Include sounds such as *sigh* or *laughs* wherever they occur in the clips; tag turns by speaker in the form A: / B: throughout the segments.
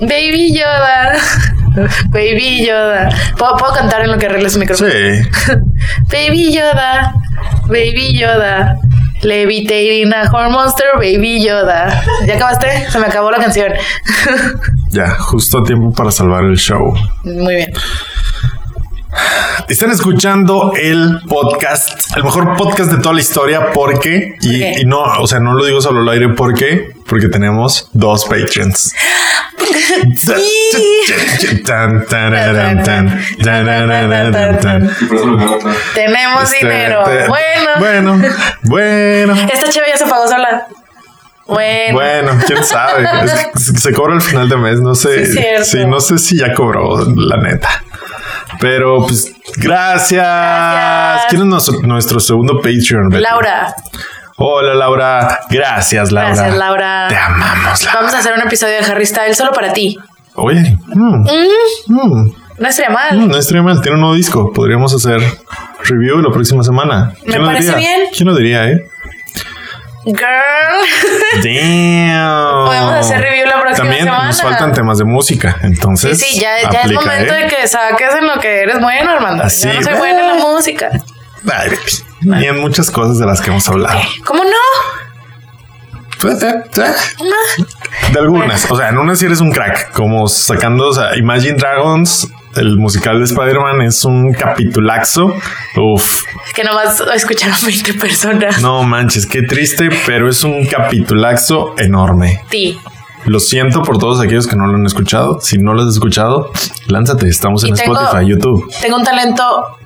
A: Baby Yoda. *laughs* Baby Yoda. ¿Puedo, puedo cantar en lo que arregles el micrófono?
B: Sí.
A: Baby Yoda. Baby Yoda. Levitating a horn monster, Baby Yoda. ¿Ya acabaste? Se me acabó la canción. *laughs*
B: Ya, justo a tiempo para salvar el show.
A: Muy bien.
B: Están escuchando el podcast, el mejor podcast de toda la historia, porque, y,
A: Ok.
B: y no, o sea, no lo digo solo al aire, porque, porque tenemos dos patrons. *laughs* Tan, tararán, tan, tararán, tan.
C: Y por eso lo voy a contar.
A: Tenemos
B: Este,
A: dinero.
B: te-
A: bueno.
B: Bueno, bueno.
A: Esta chava ya se pagó sola. Bueno.
B: Bueno,
A: *laughs*
B: quién sabe. Es que se cobra al final de mes. No sé.
A: Sí, cierto.
B: Sí, no sé si ya cobró, la neta. Pero pues, gracias.
A: Gracias.
B: ¿Quién es nuestro, nuestro segundo Patreon? Beto?
A: Laura.
B: Hola, Laura. Gracias, Laura.
A: Gracias, Laura.
B: Te amamos, Laura.
A: Vamos a hacer un episodio de Harry Styles solo para ti.
B: Oye, mm, mm,
A: No estaría mal.
B: mm, no estaría mal. Tiene un nuevo disco. Podríamos hacer review la próxima semana.
A: Me
B: lo
A: parece
B: diría?
A: bien.
B: ¿Quién lo
A: *laughs*
B: diría, eh?
A: Girl. *laughs*
B: Damn.
A: Podemos hacer review la próxima
B: También nos
A: semana.
B: faltan temas de música,
A: Sí,
B: entonces.
A: sí, ya, ya es
B: aplica,
A: momento
B: ¿eh? Ah,
A: de que saques en lo que eres bueno, Armando.
B: Así.
A: Yo no soy buena en la
B: uh.
A: música.
B: Ay, baby. Y en muchas cosas de las que hemos hablado.
A: ¿Cómo no? Ah,
B: Pues, eh, eh, De algunas. O sea, en una sí eres un crack. Como sacando, o sea, Imagine Dragons, el musical de Spider-Man es un capitulaxo. Uf,
A: Es que nomás escucharon 20 personas.
B: no manches, qué triste, pero es un capitulaxo enorme.
A: Ti.
B: Lo siento por todos aquellos que no lo han escuchado. Si no lo has escuchado, lánzate. Estamos en
A: Y tengo-
B: Spotify, YouTube.
A: Tengo un talento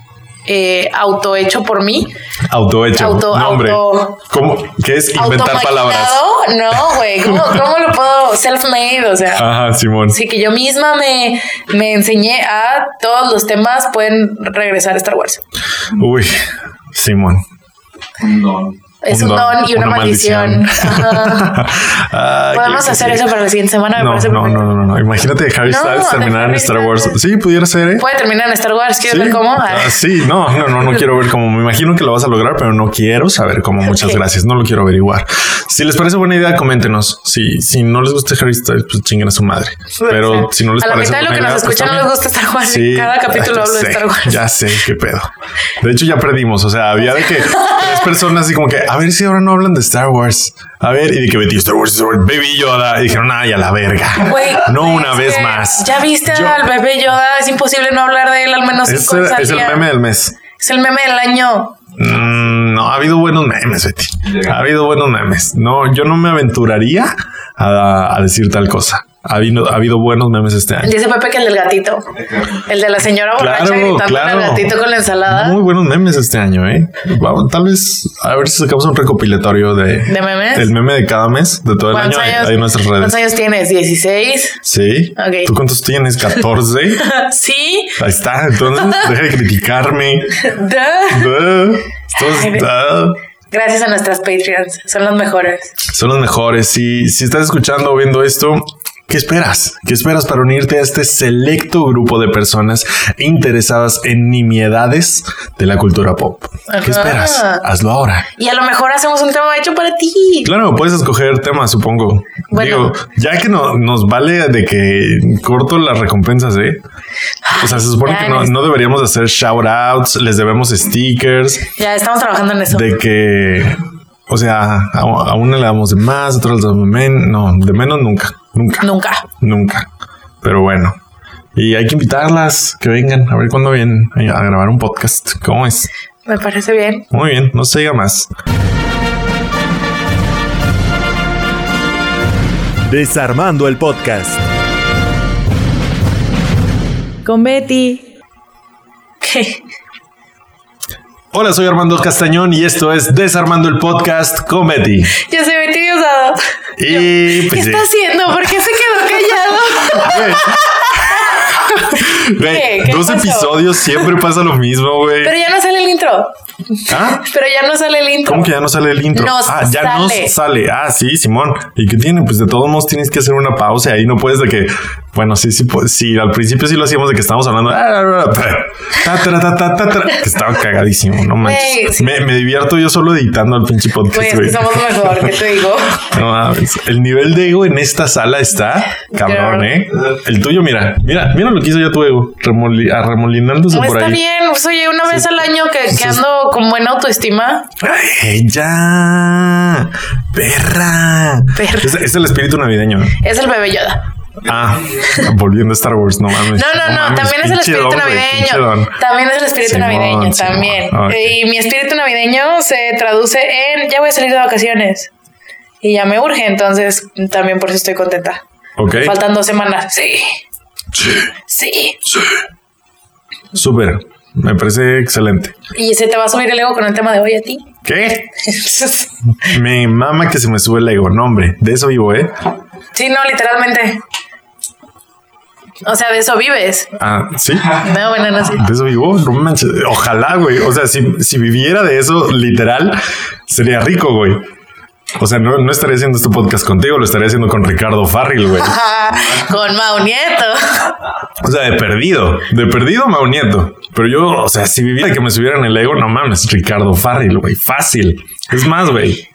A: eh, autohecho por mí.
B: Autohecho.
A: Auto-
B: nombre.
A: auto-
B: ¿Cómo? ¿Qué es inventar palabras?
A: Automaquinado. No, güey.
B: *laughs*
A: ¿Cómo, cómo lo puedo? Self-made, o sea.
B: Ajá, Simón.
A: Así que yo misma me, me enseñé a todos los temas pueden regresar a Star Wars.
B: Uy, Simón.
C: Un don.
A: Es un don, y una, maldición.
B: *laughs*
A: Ajá.
B: Ay,
A: Podemos
B: Ah, qué
A: hacer
B: sí.
A: eso para la siguiente semana. Me
B: No,
A: parece
B: no,
A: perfecto.
B: no, no, no. Imagínate Harry
A: No,
B: Styles
A: de
B: terminar en
A: Harry
B: Star Wars.
A: Styles.
B: Sí, pudiera ser, ¿eh?
A: Puede terminar en Star Wars. ¿Quieres
B: Sí.
A: ver cómo? Ah,
B: Ah, sí, no, no, no, no quiero ver cómo. Me imagino que lo vas a lograr, pero no quiero saber cómo. Muchas
A: Ok.
B: gracias. No lo quiero averiguar. Si les parece buena idea, coméntenos. Si, si no les gusta Harry Styles, pues chinguen a su madre. Pero si no les
A: a la
B: parece
A: mitad de lo
B: buena
A: que nos
B: idea, pues
A: escuchan no
B: también.
A: les gusta Star Wars.
B: Sí, Ah,
A: Cada capítulo
B: ya
A: hablo
B: sé,
A: de Star Wars.
B: Ya sé qué pedo. De hecho, ya perdimos. O sea, había de que tres personas así como que a ver si ahora no hablan de Star Wars. A ver, y de que Betty Star Wars, Star Wars, Baby Yoda. Y dijeron, ay, a la verga.
A: Güey,
B: no
A: güey,
B: una
A: es
B: vez
A: que
B: más.
A: Ya viste
B: Yo-
A: al bebé Yoda. Es imposible no hablar de él al menos
B: Es,
A: cinco
B: el-
A: veces al
B: es el
A: día.
B: meme del mes.
A: Es el meme del año.
B: Mm, no, ha habido buenos memes, Betty. Ha habido buenos memes. No, yo no me aventuraría a, a decir tal cosa. Ha habido, ha habido buenos memes este año.
A: Dice Pepe que el del gatito. El de la señora borracha
B: Claro,
A: gritando
B: claro.
A: al gatito con la ensalada.
B: Muy buenos memes este año, ¿eh? Vamos, tal vez a ver si sacamos un recopilatorio de,
A: ¿De memes?
B: El meme de cada mes, de todo el año.
A: ¿Cuántos
B: Hay,
A: años-
B: hay en nuestras
A: ¿Cuántos
B: redes.
A: años tienes? ¿16?
B: Sí.
A: Ok.
B: ¿Tú cuántos tienes?
A: *laughs*
B: ¿14?
A: sí.
B: Ahí está. Entonces,
A: *laughs*
B: deja de criticarme.
A: Duh.
B: Entonces, ah,
A: Gracias a nuestras Patreons. Son los mejores.
B: son los mejores. Si, si estás escuchando o viendo esto, ¿qué esperas? ¿Qué esperas para unirte a este selecto grupo de personas interesadas en nimiedades de la cultura pop?
A: Ajá.
B: ¿Qué esperas? Hazlo ahora.
A: Y a lo mejor hacemos un tema hecho para ti.
B: Claro, puedes escoger temas, supongo.
A: Pues, Bueno.
B: Digo, ya que no, nos vale de que corto las recompensas, ¿eh? O sea, se supone
A: Ya,
B: que no,
A: eres-
B: no deberíamos hacer shoutouts, les debemos stickers,
A: Ya estamos trabajando en eso.
B: de que, o sea, a, a una le damos de más, a otra le damos de menos, no, de menos nunca, nunca,
A: Nunca.
B: nunca. Pero bueno, y hay que invitarlas que vengan a ver cuándo vienen eh, a grabar un podcast. ¿Cómo es?
A: Me parece bien.
B: Muy bien, no se diga más.
D: Desarmando el podcast.
E: Con Betty.
A: ¿Qué?
B: Hola, soy Armando Castañón y esto es Desarmando el Podcast Comedy.
A: *laughs* Yo soy Betty Diosdado.
B: Y
A: ¿Qué
B: pues, sí.
A: está haciendo? ¿Por qué se quedó callado?
B: Güey,
A: ¿Qué? ¿Qué
B: dos
A: pasó?
B: episodios siempre pasa lo mismo, güey.
A: Pero ya no sale el intro.
B: ¿Ah?
A: Pero ya no sale el intro.
B: ¿Cómo que ya no sale el intro?
A: Nos
B: ah, ya
A: sale.
B: nos sale. Ah, sí, Simón. ¿Y qué tiene? Pues de todos modos tienes que hacer una pausa y ahí no puedes de que, bueno, sí, sí, pues, sí, al principio sí lo hacíamos de que estábamos hablando. ah, ta, ta, ta, ta, ta, ta, que estaba cagadísimo, no manches.
A: Güey, sí.
B: me, me divierto yo solo editando el pinche
A: Güey,
B: podcast,
A: es que
B: güey.
A: Pues, somos lo mejor, ¿qué te digo?
B: No mames. El nivel de ego en esta sala está cabrón,
A: Girl.
B: ¿eh? El tuyo, mira, mira, mira lo que hizo ya tu ego, remoli- arremolinándose
A: No
B: por
A: está
B: ahí.
A: bien. Pues, oye, una vez al año que, que ando con buena autoestima.
B: Ella, perra.
A: Perra.
B: Es, es el espíritu navideño.
A: Es el bebé Yoda.
B: Ah, volviendo a Star Wars, no mames.
A: No, no, no.
B: mames,
A: también es el
B: pinche
A: espíritu
B: don, güey, pinche don.
A: navideño. También es el espíritu
B: Simón,
A: navideño.
B: Simón, Ah,
A: También.
B: ok.
A: Y mi espíritu navideño se traduce en ya voy a salir de vacaciones. Y ya me urge. Entonces, también por eso estoy contenta.
B: Ok,
A: Faltan dos semanas. Sí. Sí.
B: súper. Me parece excelente.
A: Y se te va a subir el ego con el tema de hoy a ti. *laughs*
B: ¿Qué? Me mama que se me sube el ego. No, hombre, de eso vivo, ¿eh?
A: Sí, no, literalmente. O sea, de eso vives.
B: Ah, sí.
A: No, bueno, no sé.
B: De eso vivo, no manches. Ojalá, güey. O sea, si, si viviera de eso, literal, sería rico, güey. O sea, no, no estaría haciendo este podcast contigo, lo estaría haciendo con Ricardo Farril, güey.
A: *laughs* Con Mau Nieto.
B: O sea, de perdido, de perdido Mau Nieto. Pero yo, o sea, si viviera que me subieran el ego, no mames, Ricardo Farril, güey, fácil. Es más, güey,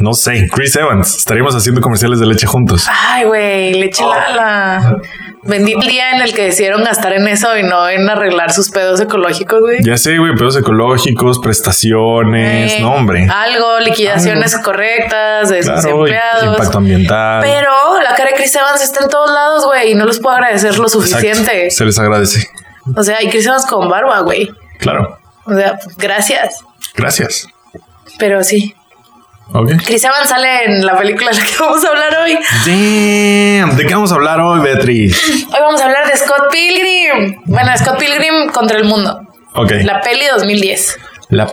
B: no sé, Chris Evans, estaríamos haciendo comerciales de leche juntos.
A: Ay, güey, leche
B: Oh.
A: lala. Bendito el día en el que decidieron gastar en eso y no en arreglar sus pedos ecológicos, güey.
B: Ya sé, güey, pedos ecológicos, prestaciones,
A: Eh,
B: no, hombre.
A: Algo, liquidaciones correctas de sus
B: Claro, y-
A: empleados.
B: impacto ambiental.
A: Pero la cara de Chris Evans está en todos lados, güey, y no los puedo agradecer lo
B: Exacto,
A: suficiente.
B: Se les agradece.
A: O sea, y Chris Evans con barba, güey.
B: Claro.
A: O sea, gracias.
B: Gracias.
A: Pero sí.
B: Ok.
A: Chris Evans sale en la película *laughs* de la que vamos a hablar hoy.
B: Damn, ¿de qué vamos a hablar hoy, Beatriz?
A: Hoy vamos a hablar de Scott Pilgrim. Bueno, Scott Pilgrim contra el mundo.
B: Ok. La,
A: La peli 2010.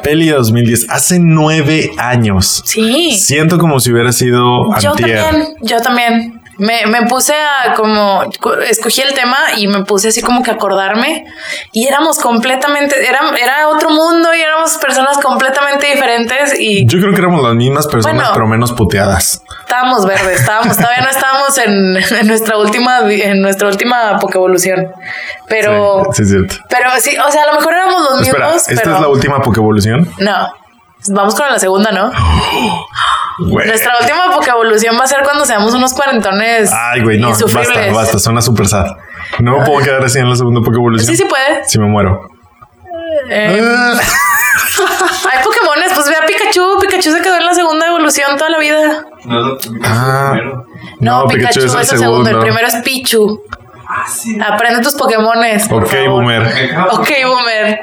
B: peli de 2010, hace nueve años.
A: Sí.
B: Siento como si hubiera sido
A: Yo
B: antier.
A: también, yo también. Me, me puse a como, cu- escogí el tema y me puse así como que a acordarme y éramos completamente, era, era otro mundo y éramos personas completamente diferentes y
B: Yo creo que éramos las mismas personas,
A: Bueno.
B: pero menos puteadas.
A: estábamos verdes, estábamos, todavía no estábamos en, *laughs* en nuestra última, vi- en nuestra última Pokevolución. Pero,
B: Sí, sí, es cierto.
A: pero sí, o sea, a lo mejor éramos los
B: Espera,
A: mismos,
B: ¿esta
A: pero
B: es la última Pokevolución?
A: no. Vamos con la segunda, ¿no?
B: Ah, Güey.
A: Nuestra última Pokevolución va a ser cuando seamos unos cuarentones.
B: Ay, güey, no, basta,
A: insufribles.
B: basta, suena súper sad. No me puedo quedar así en la segunda Pokevolución.
A: Sí, sí puede.
B: Si me muero.
A: Eh,
B: Ah,
A: Hay Pokémones, pues ve a Pikachu. Pikachu se quedó en la segunda evolución toda la vida.
C: No, es la
B: Ah.
C: primero.
A: No, Pikachu, es el segundo. El primero es Pichu. Aprende tus Pokémones. por
B: Ok,
A: favor.
B: boomer.
C: Ajá.
A: Ok, boomer.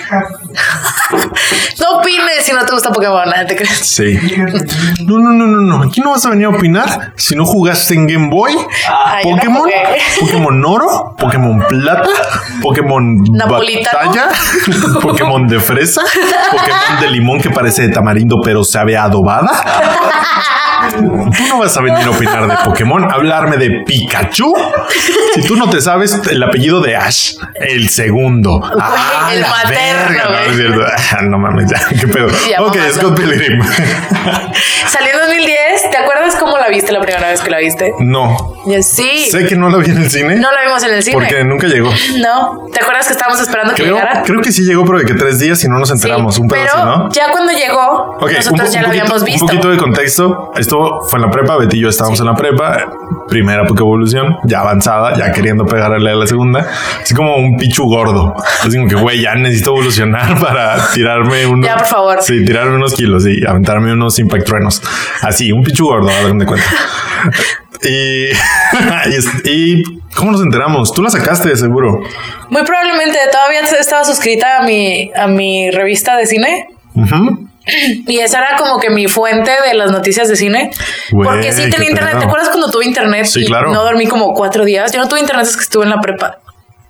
A: *laughs* no opines si no te gusta Pokémon. nada, te crees.
B: Sí. No, no, no, no, no. Aquí no vas a venir a opinar si no jugaste en Game Boy,
A: Ay, yo Ah, no
B: Pokémon,
A: jugué. *laughs*
B: Pokémon Oro, Pokémon Plata, Pokémon
A: Napolitano.
B: Batalla, Pokémon de fresa, Pokémon de limón que parece de tamarindo pero sabe a adobada. Tú no vas a venir a opinar de Pokémon, a hablarme de Pikachu. Si tú no te sabes el apellido de Ash, el segundo. Ah,
A: el
B: la
A: materno,
B: verga, no,
A: güey.
B: es cierto. Ah, no mames, ya, qué pedo.
A: Ya,
B: ok,
A: mamando.
B: Scott Pilgrim.
A: Salió en 2010. ¿Te acuerdas cómo la viste la primera vez que la viste?
B: No,
A: Yo, Sí.
B: sé que no la vi en el cine
A: No la vimos en el cine.
B: porque nunca llegó.
A: No. ¿Te acuerdas que estábamos esperando que
B: Creo,
A: llegara?
B: creo que sí llegó, pero de que tres días y no nos
A: Sí,
B: enteramos. un pedo
A: pero
B: así, ¿no?
A: ya cuando llegó,
B: Ok,
A: nosotros
B: un-
A: ya la
B: un poquito-
A: habíamos visto.
B: Un poquito de contexto. Esto fue en la prepa. Betty y yo estábamos en la prepa. Primera Pokévolución, ya avanzada, ya queriendo pegarle a la segunda. Así como un pichu gordo. Así como que, güey, ya necesito evolucionar *laughs* para tirarme unos.
A: Ya, por favor.
B: Sí, tirarme unos kilos y aventarme unos impact truenos. Así, un pichu gordo, hagan de
A: *laughs*
B: cuenta. Y, *laughs* y, es- y ¿cómo nos enteramos? Tú la sacaste de seguro.
A: Muy probablemente todavía estaba suscrita a mi, a mi revista de cine.
B: Ujú.
A: Y esa era como que mi fuente de las noticias de cine.
B: Güey,
A: porque sí
B: qué
A: tenía internet.
B: pedo.
A: ¿Te acuerdas cuando tuve internet?
B: Sí,
A: y
B: claro.
A: No dormí como cuatro días. Yo no tuve internet, es que estuve en la prepa.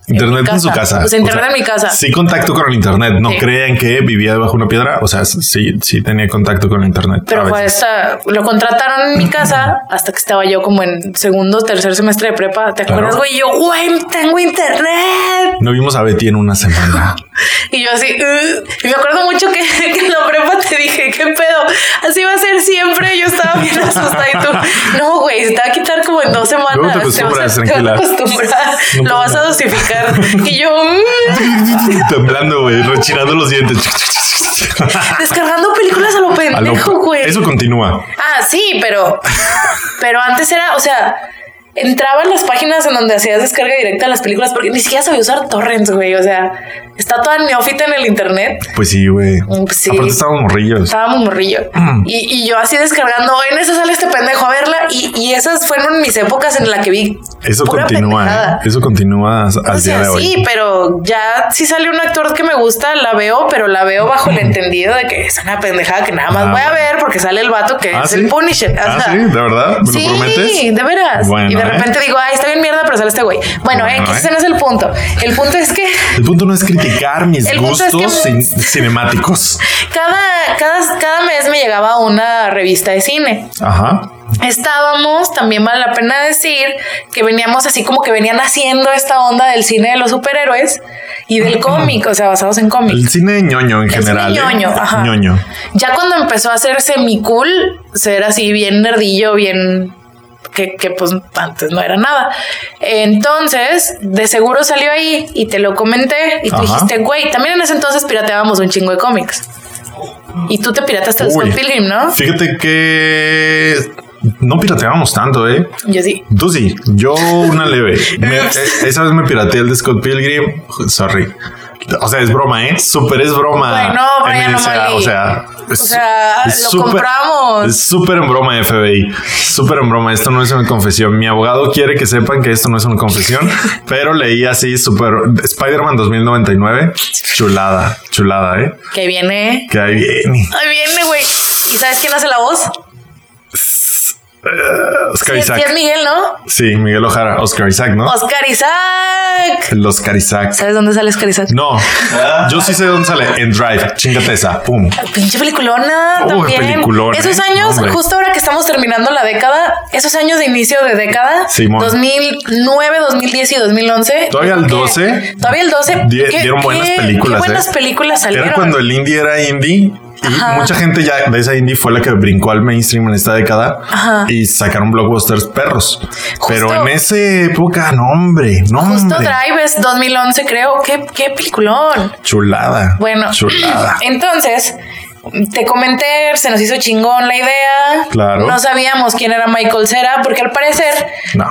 B: Internet en,
A: mi
B: su casa.
A: Pues
B: O
A: internet
B: sea,
A: en mi casa.
B: Sí, contacto con el internet. No
A: Sí.
B: crean que vivía debajo de una piedra. O sea, sí, sí tenía contacto con el internet.
A: Pero
B: a
A: fue
B: veces.
A: esta, lo contrataron en mi casa hasta que estaba yo como en segundo, tercer semestre de prepa. ¿Te
B: Claro.
A: acuerdas, güey? Y Yo, güey, tengo internet.
B: No vimos a Betty en
A: *laughs*
B: una semana. *laughs*
A: Y yo así, "Ugh". y me acuerdo mucho que, *laughs* que en la prepa te dije, ¿qué pedo? Así va a ser siempre. Yo estaba
B: *laughs*
A: bien asustada y tú, no, güey, se te va a quitar como en dos semanas.
B: Luego te
A: vas
B: acostumbras,
A: a, te vas a
B: tranquila.
A: acostumbrar,
B: No
A: lo vas
B: pasa
A: a dosificar. Y yo, "Mm".
B: Temblando, güey, rechinando los
A: *laughs*
B: dientes.
A: descargando películas a lo
B: *laughs* A lo-
A: pendejo, güey.
B: Eso continúa.
A: Ah, sí, pero, pero antes era, o sea, entraba en las páginas en donde hacías descarga directa de las películas porque ni siquiera sabía usar torrents, güey. O sea, está toda neófita en el internet.
B: Pues sí, güey.
A: Pues sí.
B: Aparte estábamos morrillos.
A: Estaba muy morrillo.
B: Mm.
A: Y, y yo así descargando, en eso sale este pendejo a verla. Y, y esas fueron mis épocas en la que vi.
B: Eso
A: pura
B: continúa,
A: pendejada.
B: ¿eh? Eso continúa as- al
A: O sea,
B: día de hoy.
A: sí, pero ya si sale un actor que me gusta, la veo, pero la veo bajo el entendido de que es una pendejada que nada más
B: Mm. Ah,
A: voy a
B: bueno.
A: ver porque sale el vato que
B: Ah,
A: es
B: ¿sí?
A: el Punisher. O
B: Ah,
A: sea,
B: sí, ¿de verdad? ¿Me lo
A: sí,
B: prometes?
A: de veras.
B: Bueno,
A: y de
B: ¿eh?
A: repente digo, ay, está bien mierda, pero sale este güey. Bueno,
B: Bueno,
A: X,
B: ¿eh?
A: ese no es el punto. El punto es que
B: El punto no es criticar mis
A: El punto
B: gustos
A: es que-
B: cin- cinemáticos.
A: cada, cada, cada mes me llegaba una revista de cine.
B: Ajá.
A: estábamos, también vale la pena decir que veníamos así como que venían haciendo esta onda del cine de los superhéroes y del cómic, o sea, basados en
B: El
A: cómics.
B: cine ñoño en
A: El cine
B: general. ¿eh?
A: ñoño, ajá.
B: ñoño.
A: Ya cuando empezó a ser semi-cool, ser así bien nerdillo, bien... Que, que pues antes no era nada. Entonces, de seguro salió ahí y te lo comenté y tú
B: Ajá.
A: dijiste, güey, también en ese entonces pirateábamos un chingo de cómics. Y tú te pirataste el
B: Uy.
A: Scott Pilgrim, ¿no?
B: Fíjate que no pirateábamos tanto, ¿eh?
A: Yo sí.
B: Tú sí, yo una leve.
A: *laughs*
B: Me- e- esa vez me pirateé el de Scott Pilgrim. Sorry. O sea, es broma, ¿eh? Súper es broma.
A: Bueno, Brian
B: En el- o sea,
A: O'Malley.
B: O sea, es-
A: O sea,
B: es
A: lo
B: súper-
A: compramos.
B: Es súper en broma, FBI. Súper en broma. Esto no es una confesión. Mi abogado quiere que sepan que esto no es una
A: *laughs*
B: confesión, pero leí así súper Spider-Man 2099. Chulada, chulada, ¿eh?
A: Que viene...
B: Que eh, ahí viene.
A: Ahí viene, güey. ¿Y sabes quién hace la voz?
B: Oscar
A: Sí,
B: Isaac.
A: sí es Miguel, ¿no?
B: Sí, Miguel Ojara. Oscar Isaac, ¿no?
A: Oscar Isaac.
B: El Oscar Isaac.
A: ¿Sabes dónde sale Oscar Isaac?
B: No, yo sí sé dónde sale. En Drive, chingate esa. Pum.
A: Pinche peliculona
B: Uy,
A: también.
B: peliculón,
A: esos
B: eh.
A: años,
B: Hombre.
A: justo ahora que estamos terminando la década, esos años de inicio de década,
B: Simón.
A: 2009, 2010 y 2011.
B: Todavía el
A: que-
B: 12.
A: Todavía el 12.
B: Di-
A: ¿qué-
B: dieron buenas
A: qué-
B: películas,
A: Qué buenas
B: eh.
A: películas salieron.
B: Era cuando el indie era indie. Y
A: Ajá.
B: mucha gente ya de esa indie fue la que brincó al mainstream en esta década
A: Ajá.
B: y sacaron blockbusters perros. Pero
A: Justo.
B: en esa época, no hombre, no
A: Justo
B: hombre.
A: Drive es 2011, creo. Qué, qué peliculón.
B: Chulada.
A: Bueno, Eh.
B: Chulada.
A: entonces te comenté, se nos hizo chingón la idea.
B: Claro.
A: No sabíamos quién era Michael Cera, porque al parecer,
B: No.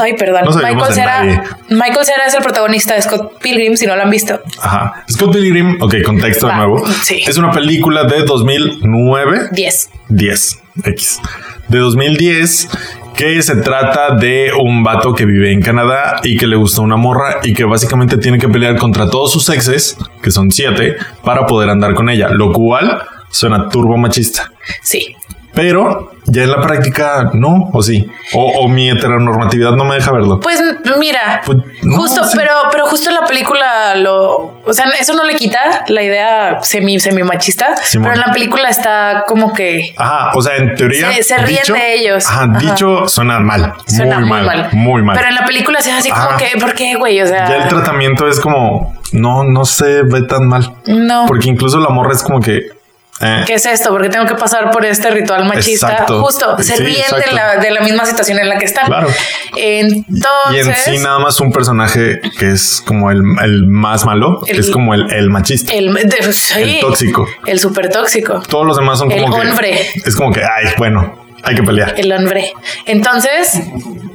A: ay, perdón,
B: No sabíamos
A: Michael
B: de nadie.
A: Cera, Michael Cera es el protagonista de Scott Pilgrim, si no lo han visto.
B: Ajá. Scott Pilgrim, ok, contexto de
A: Va,
B: nuevo.
A: sí.
B: Es una película de 2009.
A: 10.
B: 10 X de 2010 que se trata de un vato que vive en Canadá y que le gusta una morra y que básicamente tiene que pelear contra todos sus exes, que son siete, para poder andar con ella, lo cual suena turbo machista.
A: Sí.
B: Pero ya en la práctica no, o sí, o, o mi heteronormatividad no me deja verlo.
A: Pues mira,
B: Pues, no,
A: justo,
B: sí.
A: pero, pero justo la película lo, o sea, eso no le quita la idea semi, semi machista,
B: Simón.
A: pero en la película está como que
B: Ajá, o sea, en teoría.
A: Se- se ríen de ellos.
B: Ajá,
A: Ajá.
B: dicho suena mal,
A: suena
B: muy, mal, muy mal.
A: Pero en la película sí es así como
B: Ajá.
A: que, ¿por qué, güey? O sea,
B: Ya el tratamiento es como, no, no se ve tan mal.
A: no.
B: Porque incluso la morra es como que... eh,
A: ¿Qué es esto? Porque tengo que pasar por este ritual machista.
B: Exacto.
A: Justo, se
B: Sí,
A: ríen de
B: exacto.
A: la, de la misma situación en la que están.
B: Claro. y en
A: Entonces,
B: sí nada más un personaje que es como el, el más malo,
A: El-
B: es como el, el machista,
A: el, de- pues, sí,
B: el tóxico.
A: El súper tóxico.
B: Todos los demás son
A: El
B: como que...
A: hombre.
B: Es como que, ay, bueno, hay que pelear.
A: El hombre. Entonces,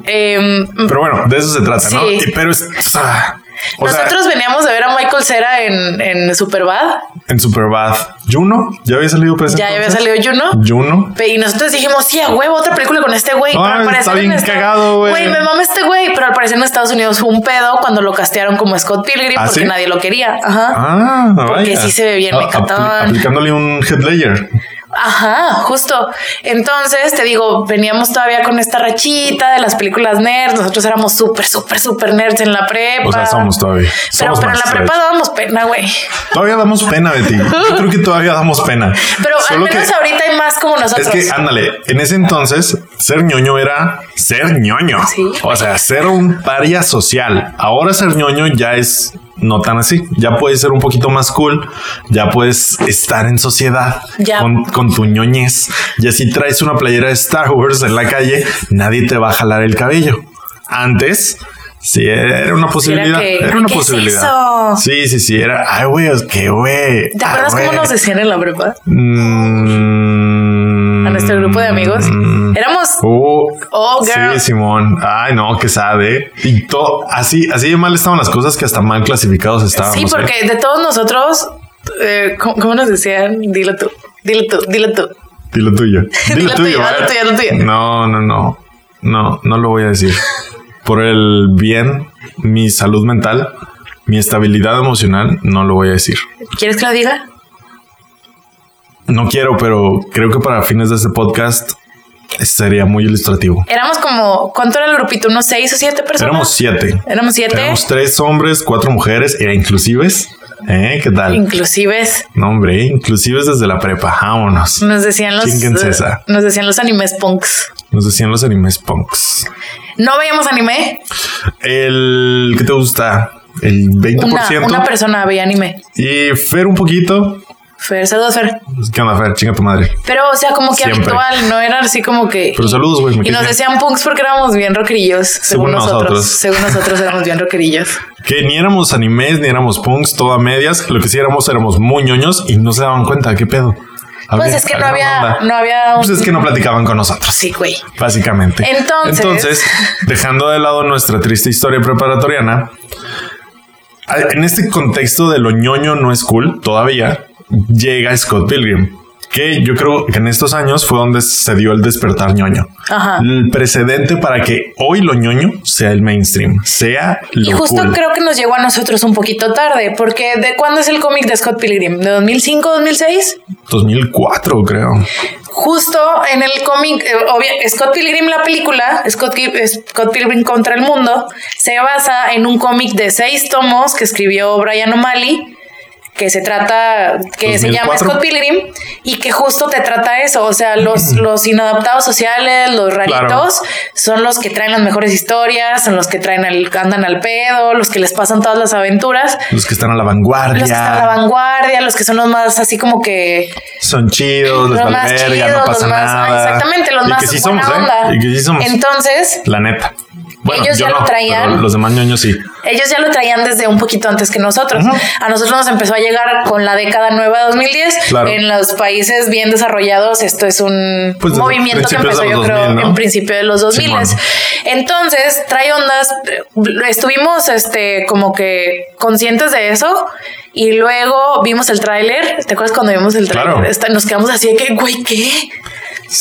A: em,
B: Pero bueno, de eso se trata, ¿no?
A: Sí.
B: Y- Pero es... o sea, o sea,
A: nosotros veníamos de ver a Michael Cera en, en Superbad.
B: en Superbad, Juno, ya había salido pues
A: Ya había
B: entonces?
A: salido Juno.
B: Juno.
A: Pe- Y nosotros dijimos, sí, a huevo, otra película con este güey.
B: Ah,
A: Pero al
B: está
A: parecer en
B: bien
A: Estados-
B: cagado, güey.
A: Güey, me mama este güey. Pero al parecer en Estados Unidos fue un pedo cuando lo castearon como Scott Pilgrim
B: ¿Ah,
A: porque
B: sí?
A: nadie lo quería. Ajá.
B: Ah,
A: Porque
B: vaya.
A: sí se ve bien, me
B: Ah, apli-
A: encantaban.
B: Aplicándole un headlayer.
A: Ajá, justo. Entonces, te digo, veníamos todavía con esta rachita de las películas nerds. Nosotros éramos súper, súper, súper nerds en la prepa.
B: O sea, somos todavía.
A: Pero,
B: Somos
A: pero en
B: más,
A: la
B: de
A: prepa
B: hecho.
A: dábamos pena, güey.
B: Todavía damos pena, Betty. Yo creo que todavía damos pena.
A: Pero
B: Solo
A: al
B: que-
A: menos ahorita hay más como nosotros.
B: Es que, ándale, en ese entonces, ser ñoño era ser ñoño.
A: ¿Ah, Sí.
B: O sea, ser un paria social. Ahora ser ñoño ya es no tan así. Ya puedes ser un poquito más cool. Ya puedes estar en sociedad
A: Ya.
B: Con, con tu ñoñez. Y así traes una playera de Star Wars en la calle, nadie te va a jalar el cabello. Antes... Sí, era una posibilidad.
A: que,
B: Era,
A: "Ay,
B: una
A: ¿qué es
B: posibilidad.
A: eso?
B: sí, sí, sí. Era, ay, güey, es que güey.
A: ¿Te acuerdas cómo nos decían en la prepa?
B: Mm.
A: A nuestro grupo de amigos.
B: Mm.
A: Éramos
B: Oh,
A: Oh, girl.
B: sí, Simón. Ay, no, que sabe. Y todo así, así de mal estaban las cosas que hasta mal clasificados ¿eh? estaban.
A: Sí, porque de todos nosotros, eh, ¿cómo, cómo nos decían? Dilo tú, dilo tú, dilo tú.
B: Dilo
A: *laughs*
B: tuyo.
A: Di
B: Dilo
A: lo
B: tuyo.
A: tuyo,
B: ¿vale?
A: di lo tuyo, di lo tuyo.
B: No, no, no. No, no lo voy a decir. Por el bien, mi salud mental, mi estabilidad emocional, no lo voy a decir.
A: ¿Quieres que lo diga?
B: No quiero, pero creo que para fines de este podcast sería muy ilustrativo.
A: Éramos como, ¿cuánto era el grupito? ¿Unos seis o siete personas?
B: Éramos siete.
A: Éramos siete,
B: Tenemos tres hombres, cuatro mujeres, e inclusives. ¿Eh? ¿Qué tal?
A: inclusives.
B: No, hombre, eh, inclusives desde la prepa. Vámonos.
A: Nos decían los eh,
B: Chínguense esa.
A: nos decían los animes punks.
B: Nos decían los animes punks.
A: No veíamos anime.
B: El que te gusta, el 20%.
A: Una, una persona veía anime.
B: y Fer un poquito.
A: Fer, saludos, Fer.
B: ¿Qué onda, Fer? Chinga tu madre.
A: Pero, o sea, como que
B: Siempre.
A: habitual, no era así como que.
B: Pero saludos, güey. me
A: Y nos
B: caes bien.
A: decían punks porque éramos bien rockerillos, según,
B: Según
A: nosotros.
B: nosotros.
A: Según nosotros éramos bien
B: *laughs*
A: rockerillos.
B: Que ni éramos animes, ni éramos punks, todo a medias. Lo que sí éramos, éramos muy ñoños y no se daban cuenta. ¿Qué pedo? A
A: Pues
B: ver,
A: es que no
B: agarra
A: había,
B: onda.
A: no había.
B: Pues
A: un-
B: es que no platicaban con nosotros.
A: Sí, güey.
B: Básicamente.
A: Entonces-
B: Entonces, dejando de lado nuestra triste historia preparatoriana, a- en este contexto de lo ñoño no es cool, todavía llega Scott Pilgrim, que yo creo que en estos años fue donde se dio el despertar ñoño.
A: Ajá.
B: El precedente para que hoy lo ñoño sea el mainstream, sea lo
A: Y justo
B: cool.
A: creo que nos llegó a nosotros un poquito tarde, porque ¿de cuándo es el cómic de Scott Pilgrim? ¿De 2005, 2006?
B: 2004, creo.
A: Justo en el cómic, eh, obvia- Scott Pilgrim, la película, Scott, Gil- eh, Scott Pilgrim contra el mundo, se basa en un cómic de seis tomos que escribió Brian O'Malley, que se trata, que se llama
B: 2004.
A: Scott Pilgrim, y que justo te trata eso, o sea, los, los inadaptados sociales, los
B: Claro.
A: raritos, son los que traen las mejores historias, son los que traen al, andan al pedo, los que les pasan todas las aventuras.
B: Los que están a la vanguardia.
A: Los que están a la vanguardia, los que son los más así como que
B: son chidos, les
A: los
B: vale
A: más
B: verga,
A: chidos,
B: no pasa
A: los más, ah,
B: nada.
A: exactamente, los
B: y
A: más
B: que sí
A: buena
B: somos, ¿eh?
A: onda.
B: Y que sí somos.
A: Entonces,
B: la neta. Bueno,
A: Ellos
B: yo
A: ya lo
B: no,
A: traían.
B: pero los demás ñoños sí.
A: ellos ya lo traían desde un poquito antes que nosotros. A nosotros nos empezó a llegar con la década nueva de 2010.
B: Claro.
A: En los países bien desarrollados, esto es un
B: Pues desde
A: movimiento que
B: principios
A: empezó,
B: de
A: yo
B: los
A: creo,
B: 2000, ¿no?
A: en principio de los 2000.
B: Simón.
A: Entonces, trae ondas. eh, Estuvimos este, como que conscientes de eso. Y luego vimos el tráiler. ¿Te acuerdas cuando vimos el tráiler?
B: Claro.
A: Esta- Nos quedamos así de que, güey, ¿qué?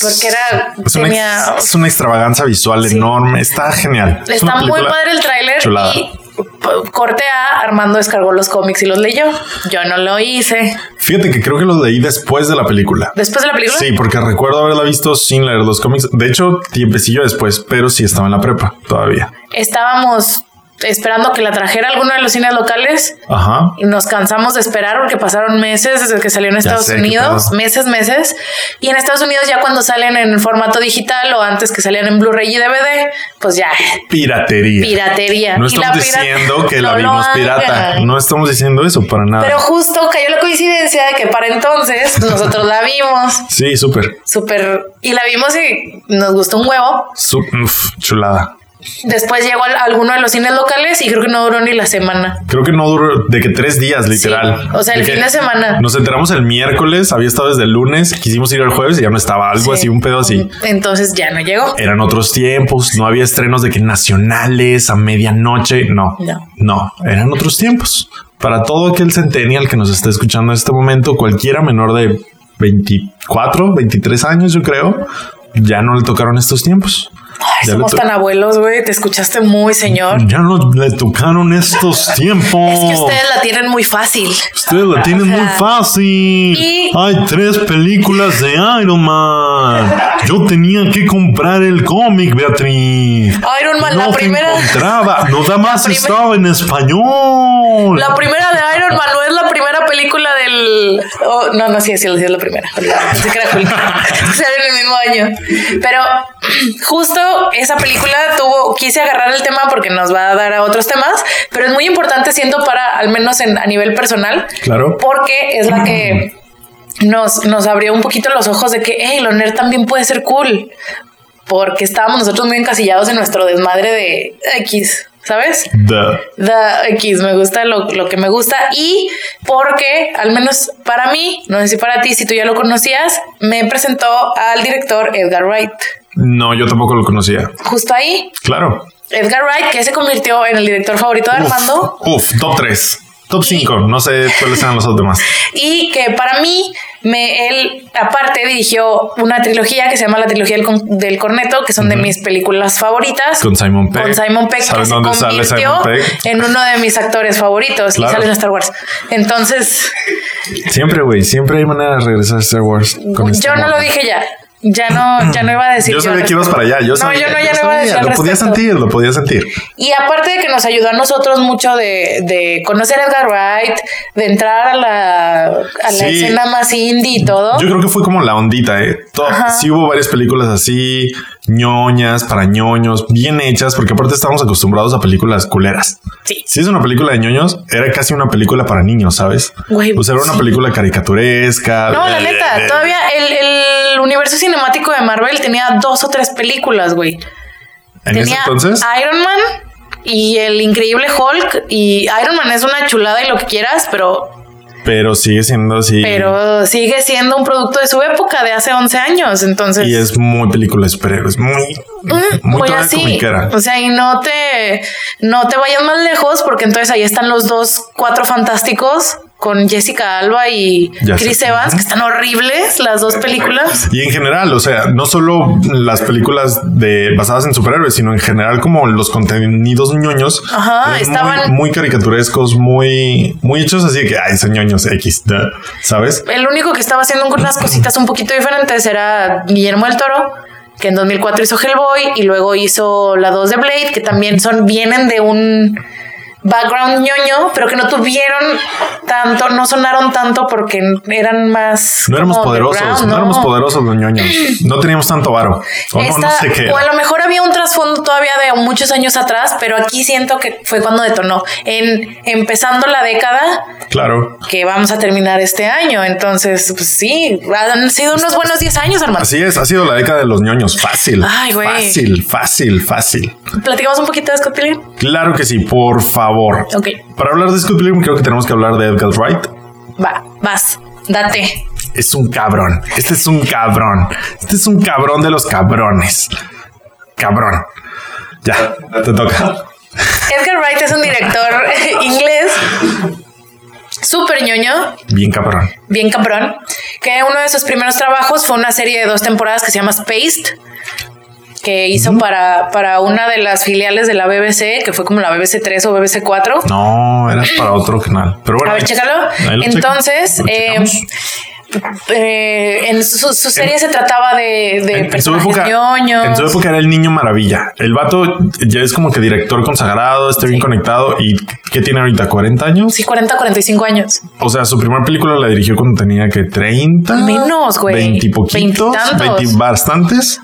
A: Porque era.
B: Es una,
A: tenía-
B: ex- es una extravaganza visual enorme. Está genial. Es
A: Está
B: una
A: muy
B: película
A: padre el tráiler
B: chulada.
A: y p- corte A, Armando descargó los cómics y los leyó. Yo no lo hice.
B: Fíjate que creo que lo leí después de la película.
A: Después de la película.
B: Sí, porque recuerdo haberla visto sin leer los cómics. De hecho, tiempecillo después, pero sí estaba en la prepa todavía.
A: Estábamos esperando que la trajera alguno de los cines locales
B: Ajá.
A: y nos cansamos de esperar porque pasaron meses desde que salió en Estados
B: sé, qué
A: Unidos,
B: pedo.
A: meses, meses. Y en Estados Unidos ya cuando salen en formato digital o antes que salían en Blu-ray y DVD, pues ya,
B: Piratería.
A: piratería.
B: No
A: Y la
B: estamos
A: pirata-
B: diciendo
A: *laughs*
B: que la
A: No lo
B: vimos pirata.
A: hagan.
B: No estamos diciendo eso para nada.
A: Pero justo cayó la coincidencia de que para entonces nosotros la vimos.
B: Sí, súper.
A: súper y la vimos y nos gustó un huevo.
B: Su- uf, chulada.
A: Después llegó a alguno de los cines locales y creo que no duró ni la semana.
B: Creo que no duró de que tres días, literal.
A: Sí, o sea, el
B: que
A: fin de semana.
B: Nos enteramos el miércoles, había estado desde el lunes, quisimos ir el jueves y ya no estaba algo
A: Sí. Mm,
B: así, un pedo así. Eh,
A: Entonces ya no llegó.
B: Eran otros tiempos, no había estrenos de que nacionales a medianoche, no,
A: No.
B: no, eran otros tiempos. Para todo aquel centennial que nos está escuchando en este momento, cualquiera menor de 24, 23 años, yo creo, ya no le tocaron estos tiempos.
A: Ay,
B: Ya
A: somos
B: le to-
A: tan abuelos, güey. Te escuchaste muy, señor.
B: Ya no le tocaron estos tiempos.
A: *laughs* Es que ustedes la tienen muy fácil.
B: Ustedes
A: *laughs*
B: la tienen
A: sea,
B: muy fácil.
A: y-
B: Hay tres películas de Iron Man. Yo tenía que comprar el cómic, Beatriz.
A: Iron Man,
B: no
A: la
B: se
A: primera.
B: encontraba. Nada más
A: primer-
B: estaba en español.
A: La primera de Iron Man no es la primera película del. oh, no, no, sí, sí, sí, es la primera. Pensé que era Hulk. *laughs* Salió en el mismo año. Pero *clears throat* justo esa película tuvo. Quise agarrar el tema porque nos va a dar a otros temas, pero es muy importante, siento, para al menos en- a nivel personal.
B: Claro.
A: Porque es la que. Nos, nos abrió un poquito los ojos de que, hey, lo nerd también puede ser cool. Porque estábamos nosotros muy encasillados en nuestro desmadre de X, ¿sabes?
B: The-
A: The X, me gusta lo, lo que me gusta y porque, al menos para mí, no sé si para ti, si tú ya lo conocías, me presentó al director Edgar Wright.
B: No, yo tampoco lo conocía.
A: Justo ahí,
B: Claro.
A: Edgar Wright, que se convirtió en el director favorito de Armando
B: Uf, uf, top 3. Top 5. No sé cuáles eran los demás.
A: y que para mí, me, él aparte dirigió una trilogía que se llama la trilogía del, Con- del corneto, que son de mis películas favoritas.
B: Con Simon Pegg.
A: Con Simon Peck, que
B: ¿Saben
A: se
B: dónde sale
A: convirtió
B: Simon Pegg?
A: en uno de mis actores favoritos
B: Claro.
A: y sale en Star Wars. Entonces,
B: Siempre, güey. Siempre hay manera de regresar a Star Wars. Con este
A: yo no
B: morro.
A: lo dije ya. Ya no, ya no iba a decir.
B: Yo
A: al
B: sabía que ibas
A: respecto.
B: para allá. Yo
A: no,
B: sabía,
A: yo no, ya
B: yo
A: no iba a decir.
B: sabía,
A: al
B: Lo podía
A: respecto.
B: sentir, lo podía sentir.
A: Y aparte de que nos ayudó a nosotros mucho de, de conocer a Edgar Wright, de entrar a la, a la
B: Sí.
A: escena más indie y todo.
B: Yo creo que fue como la ondita, eh. To- sí hubo varias películas así, ñoñas, para ñoños, bien hechas, porque aparte estábamos acostumbrados a películas culeras.
A: Sí.
B: Si es una película de ñoños, era casi una película para niños, ¿sabes?
A: Güey,
B: o sea, era una
A: sí.
B: película caricaturesca. eh,
A: No, la neta, todavía el, el universo cinemático de Marvel tenía dos o tres películas, güey.
B: En ese
A: tenía
B: entonces,
A: Iron Man y el increíble Hulk. Y Iron Man es una chulada y lo que quieras, pero
B: pero sigue siendo así.
A: Pero sigue siendo un producto de su época, de hace 11 años. Entonces,
B: Y es muy película de superhéroes, muy,
A: mm,
B: muy
A: muy
B: todavía
A: así.
B: comiquera.
A: O sea, y no te, no te vayas más lejos, porque entonces ahí están los dos cuatro fantásticos con Jessica Alba y
B: Ya sé.
A: Chris Evans, que están horribles las dos películas.
B: Y en general, o sea, no solo las películas de basadas en superhéroes, sino en general como los contenidos ñoños.
A: Ajá,
B: eran muy-
A: estaban-
B: muy, caricaturescos, muy, muy hechos así de que ay, son ñoños X, da", ¿sabes?
A: El único que estaba haciendo unas cositas un poquito diferentes era Guillermo del Toro, que en 2004 hizo Hellboy y luego hizo la 2 de Blade, que también son vienen de un background ñoño, pero que no tuvieron tanto, no sonaron tanto porque eran más
B: No éramos
A: como
B: poderosos,
A: underground,
B: no éramos poderosos los ñoños. No teníamos tanto varo. O no, no
A: Esta-
B: sé qué.
A: o a lo mejor había un trasfondo todavía de muchos años atrás, pero aquí siento que fue cuando detonó. En empezando la década,
B: Claro.
A: que vamos a terminar este año. Entonces, pues sí, han sido unos buenos 10 años, hermano.
B: Así es, ha sido la década de los ñoños. Fácil.
A: Ay, güey.
B: Fácil, fácil, fácil.
A: Platicamos un poquito de Scott Pilgrim.
B: Claro que sí, por favor.
A: Ok.
B: Para hablar de Scott Pilgrim, creo que tenemos que hablar de Edgar Wright.
A: Va, vas, date.
B: es un cabrón. Este es un cabrón. Este es un cabrón de los cabrones. Cabrón. Ya, te toca.
A: Edgar Wright es un director *laughs* inglés súper ñoño,
B: Bien cabrón.
A: bien cabrón, que uno de sus primeros trabajos fue una serie de dos temporadas que se llama Spaced, que hizo para, para una de las filiales de la BBC, que fue como la BBC 3 o BBC 4.
B: No, era para otro canal. Pero bueno.
A: A ver, chécalo.
B: ahí lo
A: Entonces,
B: checo. Lo
A: eh,
B: checamos.
A: eh, en su, su serie se trataba de, de
B: en, en su
A: personajes
B: época,
A: ñoños.
B: en su época era el niño maravilla. El vato ya es como que director consagrado, está bien conectado. ¿Y qué tiene ahorita? ¿40 años?
A: Sí, 40, 45 años.
B: O sea, su primera película la dirigió cuando tenía que 30.
A: Menos, güey.
B: 20 y poquitos.
A: Veintitantos.
B: 20 bastantes.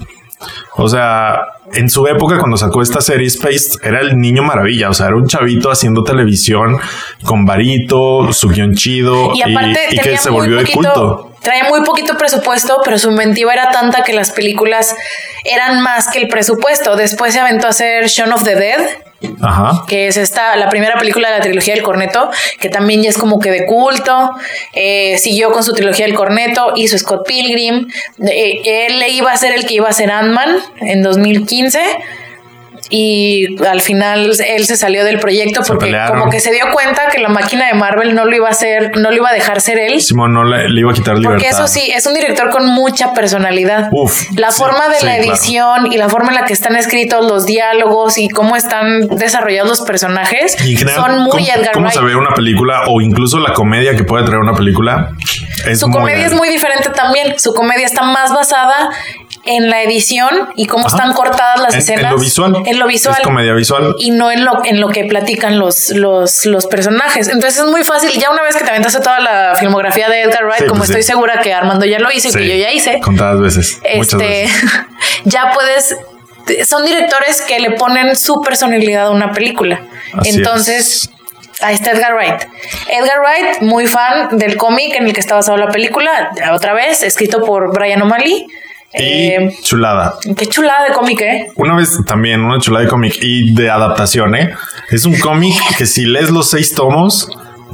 B: O sea, en su época, cuando sacó esta serie Space, era el niño maravilla. O sea, era un chavito haciendo televisión con varito, su guión chido
A: Y aparte
B: y, y
A: tenía
B: que se
A: muy
B: volvió de
A: poquito-
B: culto.
A: Traía muy poquito presupuesto, pero su inventiva era tanta que las películas eran más que el presupuesto. Después se aventó a hacer Shaun of the Dead,
B: Ajá.
A: que es esta, la primera película de la trilogía del corneto, que también ya es como que de culto. Eh, siguió con su trilogía del corneto, hizo Scott Pilgrim. Eh, él le iba a ser el que iba a ser Ant-Man en 2015. y al final él se salió del proyecto
B: Se
A: porque
B: pelearon.
A: como que se dio cuenta que la máquina de Marvel no lo iba a hacer, no lo iba a dejar ser él.
B: Simón no le, le iba a quitar libertad.
A: Porque eso sí, es un director con mucha personalidad.
B: Uf,
A: la
B: sí,
A: forma de
B: sí,
A: la
B: claro.
A: edición y la forma en la que están escritos los diálogos y cómo están desarrollados los personajes
B: Y en general,
A: son muy
B: ¿cómo,
A: Edgar
B: cómo
A: Wright.
B: se ve una película o incluso la comedia que puede traer una película? Es
A: Su
B: muy
A: comedia es
B: Edgar.
A: muy diferente también. Su comedia está más basada en la edición y cómo
B: Ajá.
A: están cortadas las
B: En-
A: escenas.
B: En lo visual.
A: En lo visual.
B: Es comedia visual.
A: y no en lo, en lo que platican los, los, los personajes. Entonces es muy fácil. Ya una vez que te aventaste toda la filmografía de Edgar Wright,
B: Sí,
A: como
B: pues sí.
A: estoy segura que Armando ya lo *laughs* hizo y que yo ya hice,
B: Contadas veces. Muchas
A: este,
B: veces.
A: *laughs* ya puedes. Son directores que le ponen su personalidad a una película.
B: Así
A: Entonces, ahí está Edgar Wright. Edgar Wright, muy fan del cómic en el que está basado la película, otra vez, escrito por Brian O'Malley.
B: Y
A: Eh,
B: chulada.
A: qué chulada de cómic, ¿eh?
B: Una vez también, una chulada de cómic y de adaptación, ¿eh? Es un cómic que si lees los seis tomos,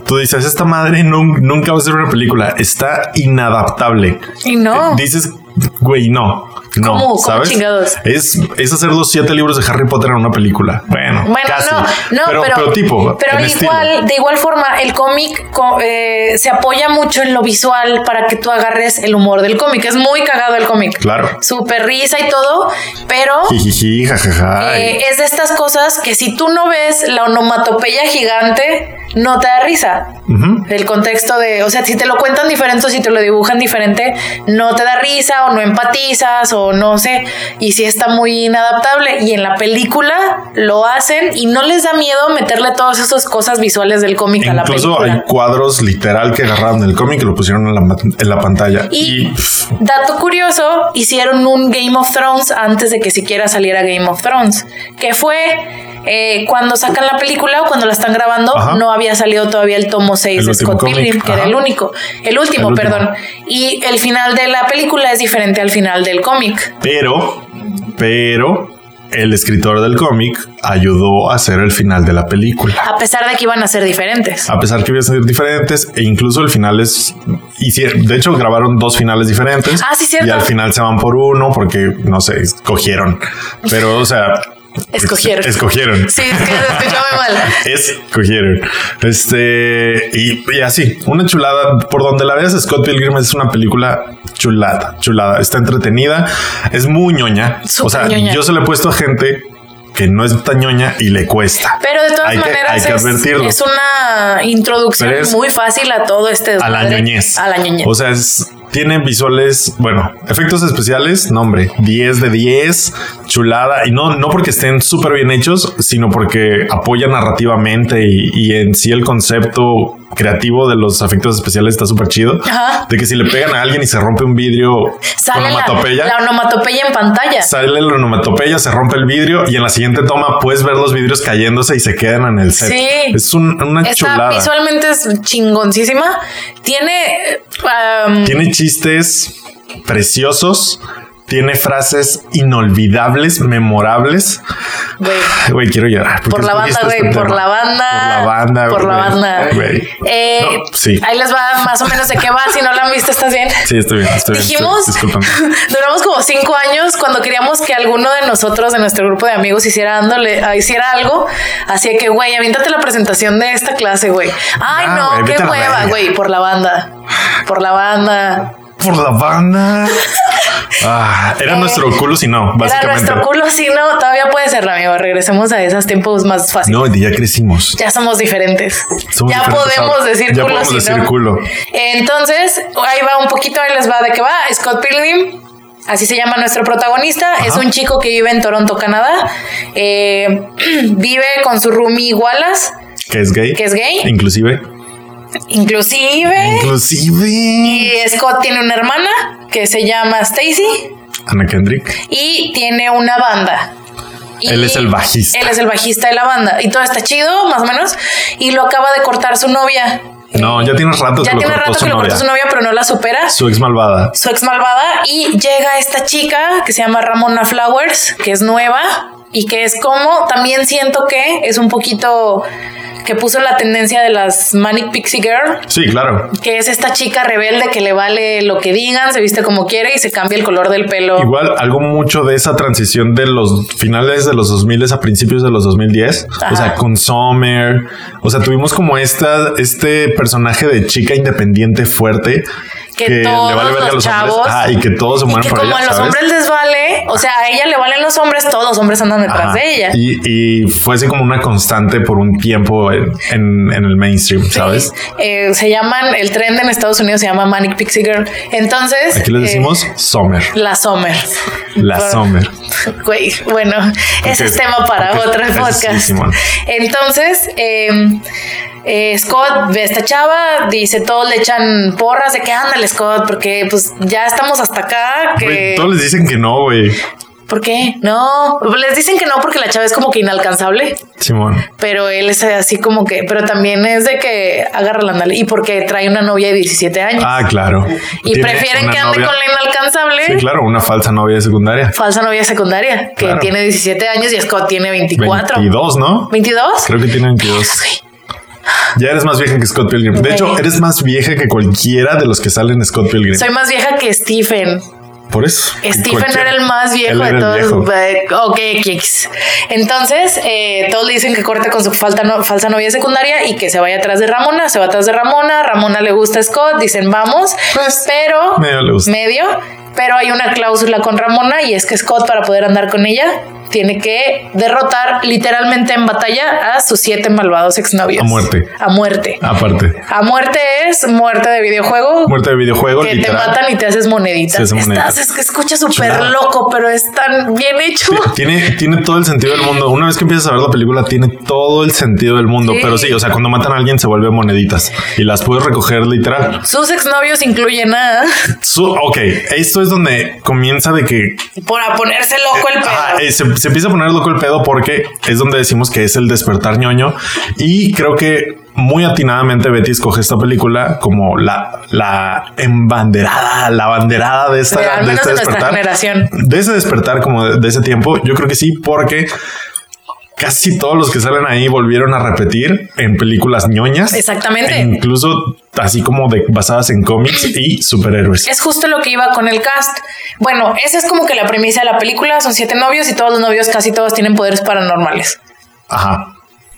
B: tú dices, esta madre nun- nunca va a ser una película, está inadaptable.
A: Y no.
B: Eh, Dices, güey, no. No,
A: ¿Cómo? ¿Cómo
B: ¿sabes?
A: chingados?
B: Es, es hacer los siete libros de Harry Potter en una película. Bueno,
A: Bueno,
B: casi.
A: no, no,
B: pero, pero tipo,
A: pero
B: en
A: de
B: estilo.
A: igual, de igual forma, el cómic co- eh, se apoya mucho en lo visual para que tú agarres el humor del cómic. Es muy cagado el cómic.
B: Claro.
A: Súper risa y todo, pero
B: Jijiji, jajaja.
A: eh, es de estas cosas que si tú no ves la onomatopeya gigante, no te da risa.
B: Ujú.
A: El contexto de, o sea, si te lo cuentan diferente o si te lo dibujan diferente, no te da risa o no empatizas o no sé, y si está muy inadaptable. Y en la película lo hacen y no les da miedo meterle todas esas cosas visuales del cómic a la
B: Incluso hay
A: película.
B: cuadros literal que agarraron del cómic y lo pusieron en la, ma- en la pantalla.
A: Y-
B: Y, pff,
A: Dato curioso, hicieron un Game of Thrones antes de que siquiera saliera Game of Thrones, que fue eh, cuando sacan la película o cuando la están grabando,
B: Ajá.
A: no había salido todavía el tomo 6
B: El
A: de
B: último
A: Scott
B: cómic,
A: Pilgrim, que era
B: ajá.
A: el único, el último,
B: El último.
A: perdón. Y el final de la película es diferente al final del cómic.
B: Pero, pero el escritor del cómic ayudó a hacer el final de la película.
A: A pesar de que iban a ser diferentes.
B: A pesar que iban a ser diferentes, e incluso el final es. hicieron- de hecho, grabaron dos finales diferentes.
A: Ah, sí, cierto.
B: Y al final se van por uno porque, no sé, escogieron. Pero, o sea.
A: Escogieron.
B: Escogieron.
A: Sí, es que se escuchó muy mal.
B: Escogieron. Este. Y, y así, una chulada. Por donde la veas, Scott Pilgrim es una película chulada, chulada. Está entretenida. Es muy ñoña.
A: Súper
B: o sea,
A: ñoña.
B: yo se le he puesto a gente que no es tan ñoña y le cuesta.
A: Pero de todas
B: Hay que-
A: maneras
B: hay que
A: es-
B: advertirlo.
A: es, una introducción
B: Pero es-
A: muy fácil a todo este
B: a la
A: desmadre.
B: ñoñez. Pues,
A: A la ñoñez.
B: O sea, es- tiene visuales, bueno, efectos especiales, nombre, 10 de 10, chulada. Y no, no porque estén súper bien hechos, sino porque apoya narrativamente y, y en sí el concepto creativo de los efectos especiales está súper chido.
A: Ajá.
B: De que si le pegan a alguien y se rompe un vidrio
A: Sale la,
B: onomatopeya,
A: la onomatopeya en pantalla.
B: Sale la onomatopeya, se rompe el vidrio y en la siguiente toma puedes ver los vidrios cayéndose y se quedan en el set.
A: Sí.
B: Es un- una
A: Está
B: chulada.
A: visualmente es chingoncísima. Tiene. um,
B: Tiene chistes preciosos, tiene frases inolvidables, memorables.
A: güey,
B: Güey, quiero llorar. porque
A: por la banda,
B: escogiste
A: güey,
B: este
A: por
B: tema.
A: la banda.
B: Por la banda,
A: Por la
B: güey,
A: banda.
B: güey.
A: Eh,
B: No, sí.
A: Ahí les va más o menos de qué va. Si no la han visto, ¿estás bien? *laughs*
B: Sí, estoy bien, estoy bien.
A: Dijimos,
B: estoy- discúlpame.
A: duramos como cinco años cuando queríamos que alguno de nosotros, de nuestro grupo de amigos, hiciera, ándole, ah, hiciera algo. Así que, güey, aviéntate la presentación de esta clase, güey. Ay,
B: Ah,
A: no,
B: güey, vete
A: qué
B: a la
A: hueva,
B: verga.
A: güey, por la banda. Por la banda.
B: Por la banda. Ah, era
A: Eh,
B: nuestro culo si no,
A: Era
B: básicamente.
A: nuestro culo, sí, no, todavía puede ser, amigo. Regresemos a esos tiempos más fáciles.
B: No, ya crecimos.
A: Ya somos diferentes.
B: Somos
A: ya
B: diferentes
A: podemos
B: ahora.
A: decir
B: Ya
A: culo.
B: podemos
A: si
B: decir
A: no.
B: culo.
A: Entonces, ahí va un poquito, ahí les va de qué va. Scott Pilgrim, así se llama nuestro protagonista. Es un chico que vive en Toronto, Canadá. Eh, *clears throat* vive con su roomie Wallace,
B: Que es gay.
A: que es gay. Eh.
B: Inclusive.
A: inclusive.
B: Inclusive.
A: Y Scott tiene una hermana que se llama Stacy.
B: Ana Kendrick.
A: y tiene una banda.
B: Él es el bajista.
A: Él es el bajista de la banda. Y todo está chido, más o menos. Y lo acaba de cortar su novia.
B: No, ya tiene rato
A: ya
B: que lo
A: tiene
B: cortó
A: rato
B: su
A: que lo cortó
B: novia.
A: su novia, pero no la supera.
B: Su ex malvada.
A: Su ex malvada. Y llega esta chica que se llama Ramona Flowers, que es nueva. Y que es como, también siento que es un poquito que puso la tendencia de las Manic Pixie Girl,
B: Sí, claro.
A: que es esta chica rebelde que le vale lo que digan, se viste como quiere y se cambia el color del pelo.
B: Igual, algo mucho de esa transición de los finales de los 2000 a principios de los 2010. O sea,
A: Ajá.
B: con Summer. O sea, tuvimos como esta, este personaje de chica independiente fuerte
A: Que todos los chavos-
B: Ajá, y que todos se
A: Y
B: mueren
A: que
B: por
A: como
B: ella.
A: a los
B: ¿sabes?
A: hombres les vale, o sea, a ella le valen los hombres, todos los hombres andan detrás
B: Ajá.
A: de ella.
B: Y, y fue así como una constante por un tiempo en, en- en el mainstream, ¿sabes?
A: Eh, se llaman, el trend en Estados Unidos se llama Manic Pixie Girl. Entonces.
B: Aquí les
A: eh,
B: decimos Summer.
A: la Summer. *laughs*
B: La
A: Por-
B: Summer.
A: Güey, bueno, ese
B: Ok,
A: es tema para
B: ok,
A: otro
B: eso sí,
A: podcast.
B: Simón.
A: Entonces, eh, eh, Scott ve a esta chava, dice, todos le echan porras de que ándale, Scott, porque pues ya estamos hasta acá.
B: Güey,
A: Que...
B: Todos les dicen que no, güey.
A: ¿Por qué? No, les dicen que no porque la chava es como que inalcanzable.
B: Simón.
A: Pero él es así como que, pero también es de que agarra la andale y porque trae una novia de 17 años
B: Ah, claro.
A: y
B: Tiene
A: prefieren
B: una
A: que ande
B: novia-
A: con la inalcanzable.
B: Sí, claro, una falsa novia de secundaria.
A: Falsa novia secundaria que
B: Claro.
A: tiene 17 años y Scott tiene 24.
B: 22, ¿no?
A: 22.
B: Creo que tiene 22.
A: Güey,
B: Ya eres más vieja que Scott Pilgrim. De
A: Güey.
B: hecho, eres más vieja que cualquiera de los que salen en Scott Pilgrim.
A: Soy más vieja que Stephen.
B: Por eso.
A: Stephen
B: Cualquiera.
A: era el más viejo
B: Él
A: de
B: era el
A: todos.
B: viejo.
A: Eh, Ok, Kix. Entonces, eh, todos le dicen que corte con su falta no- falsa novia secundaria y que se vaya atrás de Ramona. Se va atrás de Ramona. Ramona le gusta a Scott. Dicen, vamos.
B: Pues,
A: pero
B: medio le gusta.
A: medio, Pero hay una cláusula con Ramona y es que Scott, para poder andar con ella, tiene que derrotar literalmente en batalla a sus siete malvados exnovios.
B: A muerte.
A: A muerte.
B: Aparte,
A: A muerte es muerte de videojuego.
B: muerte de videojuego,
A: Que te
B: literal.
A: matan y te haces moneditas.
B: Se hace monedita.
A: Estás, es que escucha súper
B: Chulada.
A: loco, pero es tan bien hecho.
B: Tiene, tiene todo el sentido del mundo. Una vez que empiezas a ver la película, tiene todo el sentido del mundo.
A: Sí.
B: Pero sí, o sea, cuando matan a alguien se vuelven moneditas y las puedes recoger literal.
A: Sus exnovios incluyen a...
B: Su- ok, esto es donde comienza de que
A: Por a ponerse loco el
B: Ajá,
A: pedo.
B: eh, se, se empieza a poner loco el pedo porque es donde decimos que es el despertar ñoño. Y creo que muy atinadamente Betty escoge esta película como la, la embanderada, la banderada de esta,
A: De- al
B: de
A: menos
B: este
A: de nuestra
B: despertar.
A: generación.
B: De ese despertar como de, de ese tiempo, yo creo que sí, porque casi todos los que salen ahí volvieron a repetir en películas ñoñas.
A: Exactamente.
B: E incluso así como de basadas en cómics y superhéroes.
A: Es justo lo que iba con el cast. Bueno, esa es como que la premisa de la película. Son siete novios y todos los novios, casi todos tienen poderes paranormales.
B: Ajá.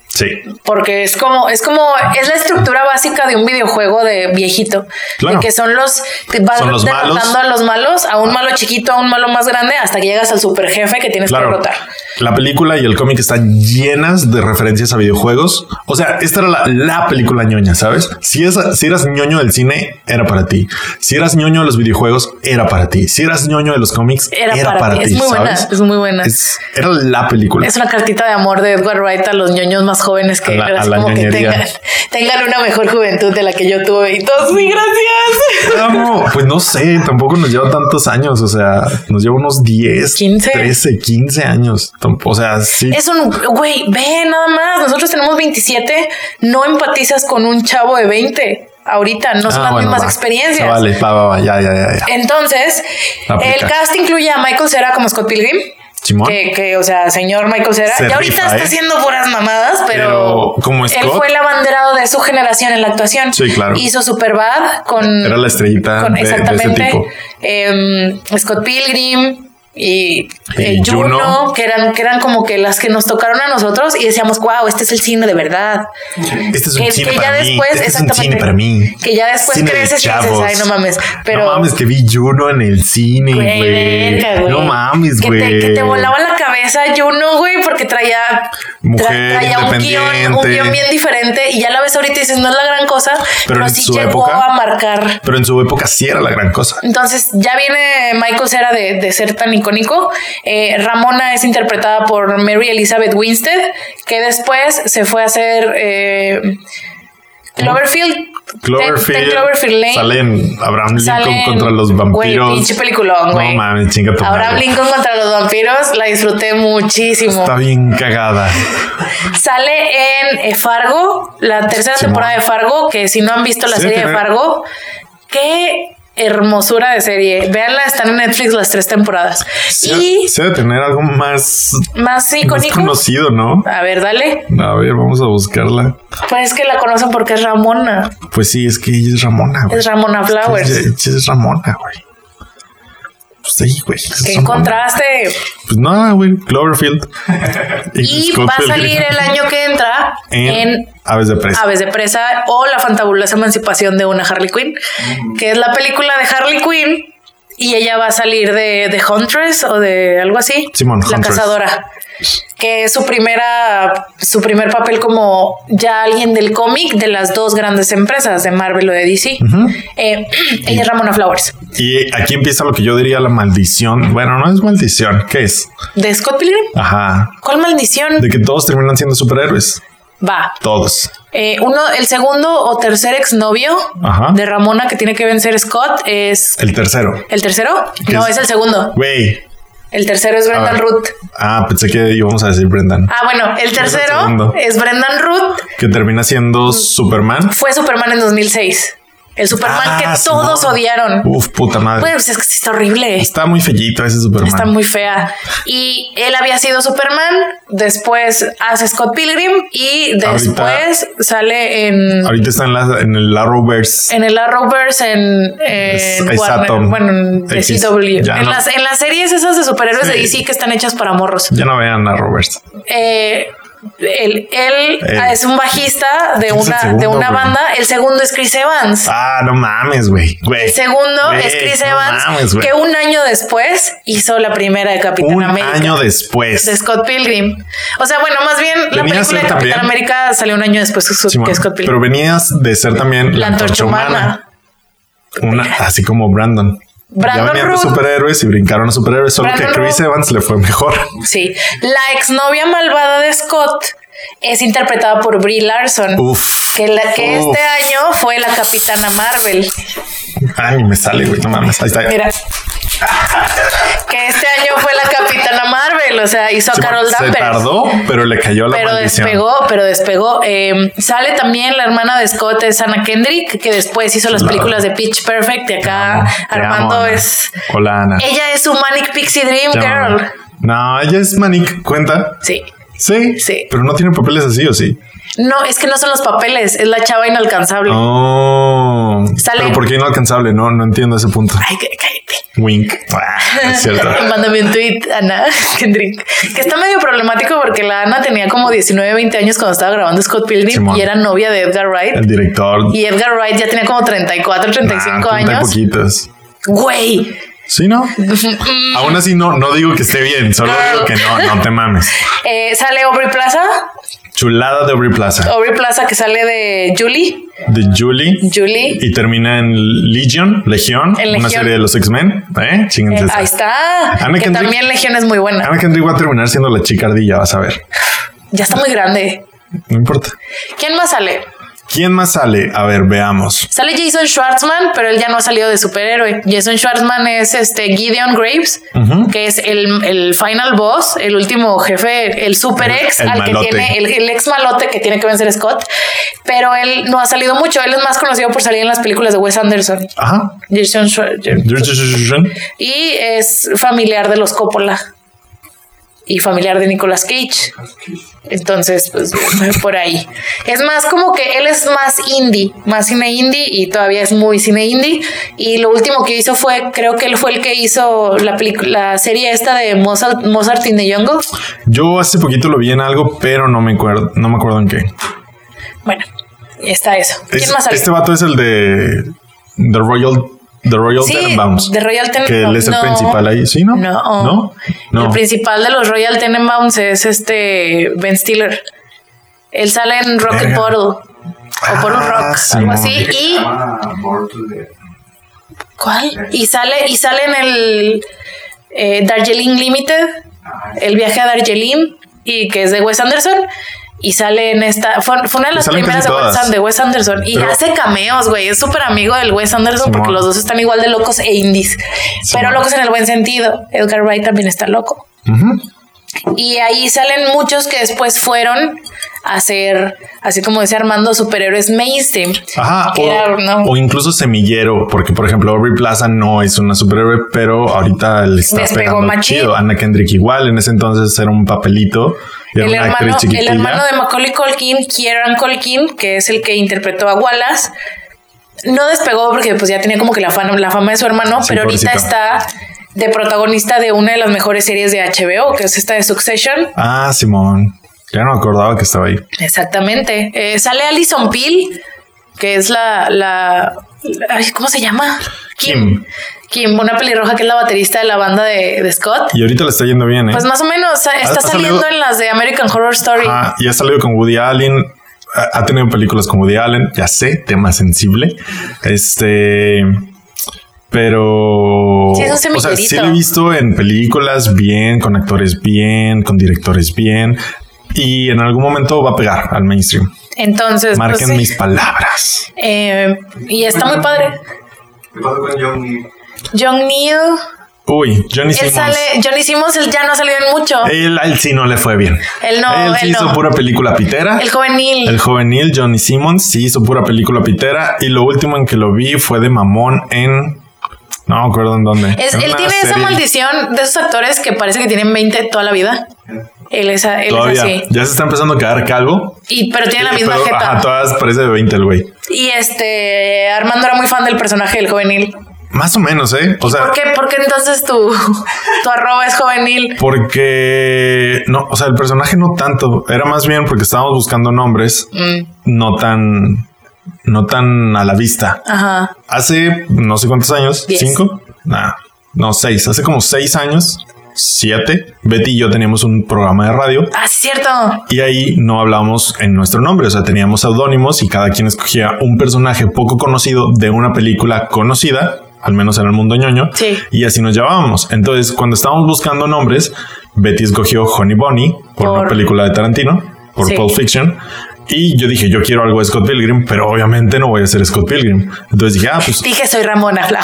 B: Sí.
A: Porque es como, es como, es la estructura básica de un videojuego de viejito.
B: Claro.
A: De que son los que vas
B: Son los
A: derrotando
B: malos. Ah.
A: a los malos, a un malo chiquito, a un malo más grande, hasta que llegas al super jefe que tienes que
B: Claro.
A: derrotar.
B: La película y el cómic están llenas de referencias a videojuegos. O sea, esta era la, la película ñoña, ¿sabes? Si, esa- si eras ñoño del cine, era para ti. Si eras ñoño de los videojuegos, era para ti. Si eras ñoño de los cómics, era, para, ti.
A: Es muy buena,
B: ¿sabes?
A: es muy buena.
B: Es- era la película.
A: Es una cartita de amor de Edward Wright a los ñoños más jóvenes que,
B: A la-
A: era así
B: a la
A: como que
B: ñoñería.
A: tengan, *laughs* tengan una mejor juventud de la que yo tuve. Y todos, sí, gracias. *laughs*
B: Amo. Pues no sé, tampoco nos lleva tantos años. O sea, nos lleva unos 10,
A: 15.
B: 13, 15 años. Tamp- O sea, sí.
A: Es un güey, ve nada más. Nosotros tenemos 27. No empatizas con un chavo de 20 ahorita. No son
B: Ah,
A: las
B: bueno,
A: mismas
B: va.
A: experiencias.
B: Ah, Vale, va, va, va, ya, ya, ya. ya.
A: Entonces,
B: Aplica.
A: el cast incluye a Michael Cera como Scott Pilgrim.
B: Simón.
A: Que, que, o sea, señor Michael Cera,
B: Se
A: que ahorita
B: rifa,
A: está
B: ¿eh?
A: haciendo puras mamadas, pero,
B: Pero como
A: él
B: Scott.
A: fue el abanderado de su generación en la actuación.
B: Sí, claro.
A: Hizo Superbad con.
B: Era la estrellita
A: con-
B: de- de ese
A: exactamente.
B: tipo.
A: em, Scott Pilgrim y,
B: Y
A: eh, Juno,
B: Juno.
A: que eran, que eran como que las que nos tocaron a nosotros y decíamos, wow, este es el cine de verdad.
B: Este es un
A: que,
B: cine
A: que
B: para
A: ya
B: mí.
A: después,
B: Este es un
A: exactamente,
B: cine para mí.
A: Que ya después
B: Cine de
A: creces y dices,
B: chavos.
A: ay, no mames. Pero.
B: No mames, que vi Juno en el cine,
A: Güey, verga,
B: güey.
A: güey.
B: No mames,
A: Que
B: güey.
A: te- Que te volaba la cabeza Juno, güey, porque traía,
B: Mujer
A: traía un guión, un
B: independiente.
A: guión bien diferente. Y ya la ves ahorita y dices, no es la gran cosa, pero,
B: Pero en
A: sí
B: su
A: llegó
B: época-
A: a marcar.
B: Pero en su época sí era la gran cosa.
A: Entonces ya viene Michael Cera de, de ser tan icónico. Eh, Ramona es interpretada por Mary Elizabeth Winstead, que después se fue a hacer eh, Cloverfield.
B: Cloverfield.
A: Ten- Ten Cloverfield Lane.
B: Sale en Abraham Lincoln
A: Salen-
B: contra los vampiros.
A: Güey, pinche peliculón, güey.
B: No mames, chinga tu
A: Ahora
B: madre.
A: Lincoln contra los vampiros la disfruté muchísimo.
B: Está bien cagada.
A: Sale en eh, Fargo, la tercera
B: Simón.
A: temporada de Fargo, que si no han visto la
B: Sí,
A: serie de
B: tiene-
A: Fargo, qué hermosura de serie. Véanla, están en Netflix las tres temporadas.
B: Sí,
A: y
B: se debe tener algo más,
A: más
B: más
A: icónico.
B: conocido, ¿no?
A: A ver, dale.
B: A ver, vamos a buscarla.
A: Pues es que la conocen porque es Ramona.
B: Pues sí, es que ella es Ramona, güey.
A: Es Ramona Flowers.
B: Ella- ella es Ramona, güey. Pues Sí, güey. es
A: Qué
B: Ramona.
A: contraste.
B: Pues nada, güey. Cloverfield.
A: Y va a
B: Scofield.
A: salir el año que entra
B: en,
A: en
B: Aves de Presa.
A: Aves de Presa o La Fantabulosa Emancipación de una Harley Quinn, que es la película de Harley Quinn y ella va a salir de, de Huntress o de algo así.
B: Simón,
A: la
B: Huntress.
A: cazadora. Que es su primera, su primer papel como ya alguien del cómic de las dos grandes empresas de Marvel o de DC.
B: Ujú.
A: Eh, *clears throat* ella es Ramona Flowers.
B: Y aquí empieza lo que yo diría la maldición. Bueno, no es maldición. ¿Qué es?
A: ¿De Scott Pilgrim?
B: Ajá.
A: ¿Cuál maldición?
B: De que todos terminan siendo superhéroes.
A: Va.
B: Todos.
A: Eh, uno, el segundo o tercer exnovio
B: Ajá.
A: de Ramona que tiene que vencer Scott es
B: El tercero.
A: el tercero.
B: ¿Qué
A: No,
B: es?
A: es el segundo.
B: Güey.
A: El tercero es Brendan
B: ver.
A: Ruth.
B: Ah, pensé que íbamos a decir Brendan.
A: Ah, bueno, el tercero
B: segundo.
A: es Brendan Ruth.
B: Que termina siendo Superman.
A: Fue Superman en 2006. El Superman
B: Ah,
A: que
B: sí,
A: todos
B: no.
A: odiaron.
B: Uf, puta madre.
A: Pues es que está horrible.
B: Está muy fellito ese Superman.
A: Está muy fea. Y él había sido Superman, después hace Scott Pilgrim y
B: Ahorita-
A: después sale en,
B: Ahorita está en, la- en el Arrowverse.
A: en el Arrowverse, en,
B: Es-
A: en
B: es
A: Warner,
B: Atom.
A: bueno, en
B: X.
A: CW.
B: Ya
A: En,
B: no.
A: las, en las series esas de superhéroes de
B: Sí.
A: DC que están hechas para morros.
B: Ya no vean Arrowverse.
A: Eh, él, él
B: Él.
A: es un bajista de
B: Eh, Es el
A: una, de
B: segundo,
A: una
B: güey.
A: banda. El segundo es Chris Evans.
B: Ah, no mames, güey. Güey.
A: El segundo
B: Güey,
A: es Chris
B: no
A: Evans,
B: mames, güey.
A: que un año después hizo la primera de Capitán
B: Un
A: América.
B: año después.
A: de Scott Pilgrim. O sea, bueno, más bien la
B: Venía a ser
A: película de Capitán
B: también-
A: América salió un año después que su-
B: Simón,
A: que Scott
B: pero
A: Pilgrim.
B: venías de ser también
A: la antorcha humana.
B: Una, así como Brandon.
A: Brandon
B: ya venían de
A: Routh.
B: superhéroes y brincaron a superhéroes, solo
A: Brandon
B: que Chris
A: Routh.
B: Evans le fue mejor.
A: Sí. La exnovia malvada de Scott es interpretada por Brie Larson.
B: Uf.
A: Que, la, que
B: Uf.
A: este año fue la capitana Marvel.
B: Ay, ni me sale, güey. No mames. Ahí está.
A: Mira. Que este año fue la capitana Marvel. O sea, hizo a
B: Simón,
A: Carol
B: se
A: Danvers.
B: tardó, pero le cayó la
A: Pero
B: maldición.
A: despegó, pero despegó. Eh, sale también la hermana de Scott, es Anna Kendrick, que después hizo las
B: Claro.
A: películas de Pitch Perfect. Y acá
B: Te amo,
A: Ah, Armando
B: Ana.
A: es.
B: Hola, Ana.
A: Ella es su Manic Pixie Dream
B: Te amo,
A: Girl.
B: Ana. No, ella es Manic. Cuenta.
A: Sí.
B: Sí.
A: Sí.
B: Pero no tiene papeles así o sí.
A: No, es que no son los papeles, es la chava inalcanzable.
B: Oh.
A: Sale-
B: Pero ¿por qué inalcanzable? No, no entiendo ese punto.
A: Ay, que- cállate.
B: Wink. Ah,
A: *laughs*
B: es cierto.
A: Mándame un tweet, Ana *laughs* Kendrick. Que está medio problemático porque la Ana tenía como 19, 20 años cuando estaba grabando Scott Pilgrim
B: Simón.
A: y era novia de Edgar Wright.
B: El director.
A: Y Edgar Wright ya tenía como 34, 35
B: Nah, pues, treinta y
A: años.
B: poquitos.
A: Güey.
B: Sí, ¿no?
A: Mm.
B: Aún así, no, no digo que esté bien, solo digo que no, no te mames.
A: Eh, sale Aubrey Plaza.
B: Chulada de Aubrey Plaza,
A: Aubrey Plaza que sale de Julie.
B: de Julie,
A: Oh. Julie.
B: y termina en Legion, Legión,
A: En Legión.
B: una serie de los X-Men. ¿Eh? Chinguense
A: Eh,
B: esa.
A: ahí está.
B: Ana
A: que
B: Kendrick.
A: también Legión es muy buena.
B: Ana Kendrick va a terminar siendo la chica ardilla, vas a ver.
A: Ya está muy grande.
B: No importa.
A: ¿Quién más sale?
B: ¿Quién más sale? A ver, veamos.
A: Sale Jason Schwartzman, pero él ya no ha salido de superhéroe. Jason Schwartzman es este Gideon Graves,
B: Ujú.
A: que es el, el final boss, el último jefe, el super ex,
B: El
A: al
B: malote.
A: que tiene el, el ex malote que tiene que vencer Scott. Pero él no ha salido mucho. Él es más conocido por salir en las películas de Wes Anderson.
B: Ajá.
A: Jason Schwartzman. Y es familiar de los Coppola y familiar de Nicolas Cage. Entonces, pues por ahí. Es más como que él es más indie, más cine indie y todavía es muy cine indie. Y lo último que hizo fue, creo que él fue el que hizo la, pelicu- la serie esta de Mozart, Mozart in the Jungle.
B: Yo hace poquito lo vi en algo, pero no me acuerdo, no me acuerdo en qué.
A: Bueno, está eso. ¿Quién
B: Es-
A: más sale?
B: este vato es el de The Royal, The Royal
A: sí,
B: Tenenbaums.
A: de Royal Tenenbaums.
B: que él es el
A: No.
B: principal ahí, ¿sí? ¿No?
A: No.
B: ¿No? No.
A: El principal de los Royal Tenenbaums es este Ben Stiller. Él sale en Rocket
B: Verga.
A: Portal o Portal
B: Ah,
A: Rock,
B: sí,
A: algo
B: no.
A: así. Y
C: Ah, Mortal de-
A: ¿cuál? Y sale y sale en el eh, Darjeeling Limited, el viaje a Darjeeling y que es de Wes Anderson. Y sale en esta. Fue, fue una de las
B: Salen
A: primeras
B: casi
A: de Wes,
B: todas.
A: de Wes Anderson. Y
B: Pero-
A: hace cameos, güey. Es súper amigo del Wes Anderson porque
B: Simón.
A: los dos están igual de locos e indies. Pero
B: Simón.
A: locos en el buen sentido. Edgar Wright también está loco.
B: Ujú.
A: Y ahí salen muchos que después fueron hacer, así como dice Armando, superhéroes mainstream.
B: Ajá,
A: Que
B: o,
A: era, ¿no?
B: o incluso semillero, porque por ejemplo Aubrey Plaza no es una superhéroe, pero ahorita le está
A: Despegó
B: pegando
A: machín.
B: chido. Ana Kendrick igual, en ese entonces era un papelito, era
A: El
B: una actriz
A: hermano, el
B: chiquitilla.
A: hermano de Macaulay Culkin, Kieran Culkin, que es el que interpretó a Wallace, no despegó porque pues ya tenía como que la fama, la fama de su hermano,
B: Sí,
A: pero ahorita
B: pobrecito.
A: está de protagonista de una de las mejores series de HBO, que es esta de Succession.
B: Ah, Simón. Ya no me acordaba que estaba ahí.
A: Exactamente. Eh, sale Alison Peel, que es la, la, ay, ¿cómo se llama?
B: Kim.
A: Kim, una pelirroja que es la baterista de la banda de, de Scott.
B: Y ahorita le está yendo bien, ¿eh?
A: Pues más o menos eh,
B: ha
A: está
B: salido-
A: saliendo en las de American Horror Story.
B: Ah, y ha salido con Woody Allen. ha- Ha tenido películas con Woody Allen. Ya sé, tema sensible. Este. Pero.
A: Sí, es un
B: o sea,
A: semillerito.
B: sí lo he visto en películas bien, con actores bien, con directores bien. Y en algún momento va a pegar al mainstream.
A: Entonces, pues,
B: Marquen
A: sí.
B: mis palabras.
A: Eh, y está muy padre.
C: ¿Qué pasa con John Lee?
A: John Neal,
B: Uy, Johnny
A: él
B: Simmons.
A: sale, Johnny Simmons, él ya no ha salido en mucho.
B: Él, a él sí no le fue bien.
A: Él no,
B: él sí
A: él
B: hizo
A: no.
B: pura película pitera.
A: El joven Neal.
B: El juvenil Johnny Simmons sí hizo pura película pitera y lo último en que lo vi fue de mamón en... No me acuerdo en dónde.
A: Es-
B: En
A: él
B: una
A: tiene esa
B: serie.
A: maldición de esos actores que parece que tienen 20 toda la vida. Él es, a- él es
B: Todavía.
A: así.
B: Ya se está empezando a quedar calvo. Eh,
A: Y, pero tiene la misma
B: pero,
A: jeta.
B: Ajá, todas parece de 20 el güey.
A: Y este Armando era muy fan del personaje del juvenil.
B: Más o menos, ¿eh? O sea...
A: ¿Por qué, por qué entonces tu, tu arroba es juvenil?
B: Porque no, o sea, el personaje no tanto, era más bien porque estábamos buscando nombres
A: Mm,
B: no tan, no tan a la vista.
A: ajá.
B: Hace no sé cuántos años,
A: Diez.
B: cinco, nah, no seis, hace como seis años, siete. Betty y yo teníamos un programa de radio
A: Ah, sí, cierto.
B: y ahí no hablábamos en nuestro nombre, o sea, teníamos seudónimos y cada quien escogía un personaje poco conocido de una película conocida, al menos en el mundo ñoño,
A: Sí.
B: y así nos llamábamos. Entonces, cuando estábamos buscando nombres, Betty escogió Honey Bonnie por,
A: Por-
B: una película de Tarantino, por
A: Sí.
B: Pulp Fiction. Y yo dije, yo quiero algo de Scott Pilgrim, pero obviamente no voy a ser Scott Pilgrim. Entonces dije, ah, pues
A: Dije, soy Ramona Fla.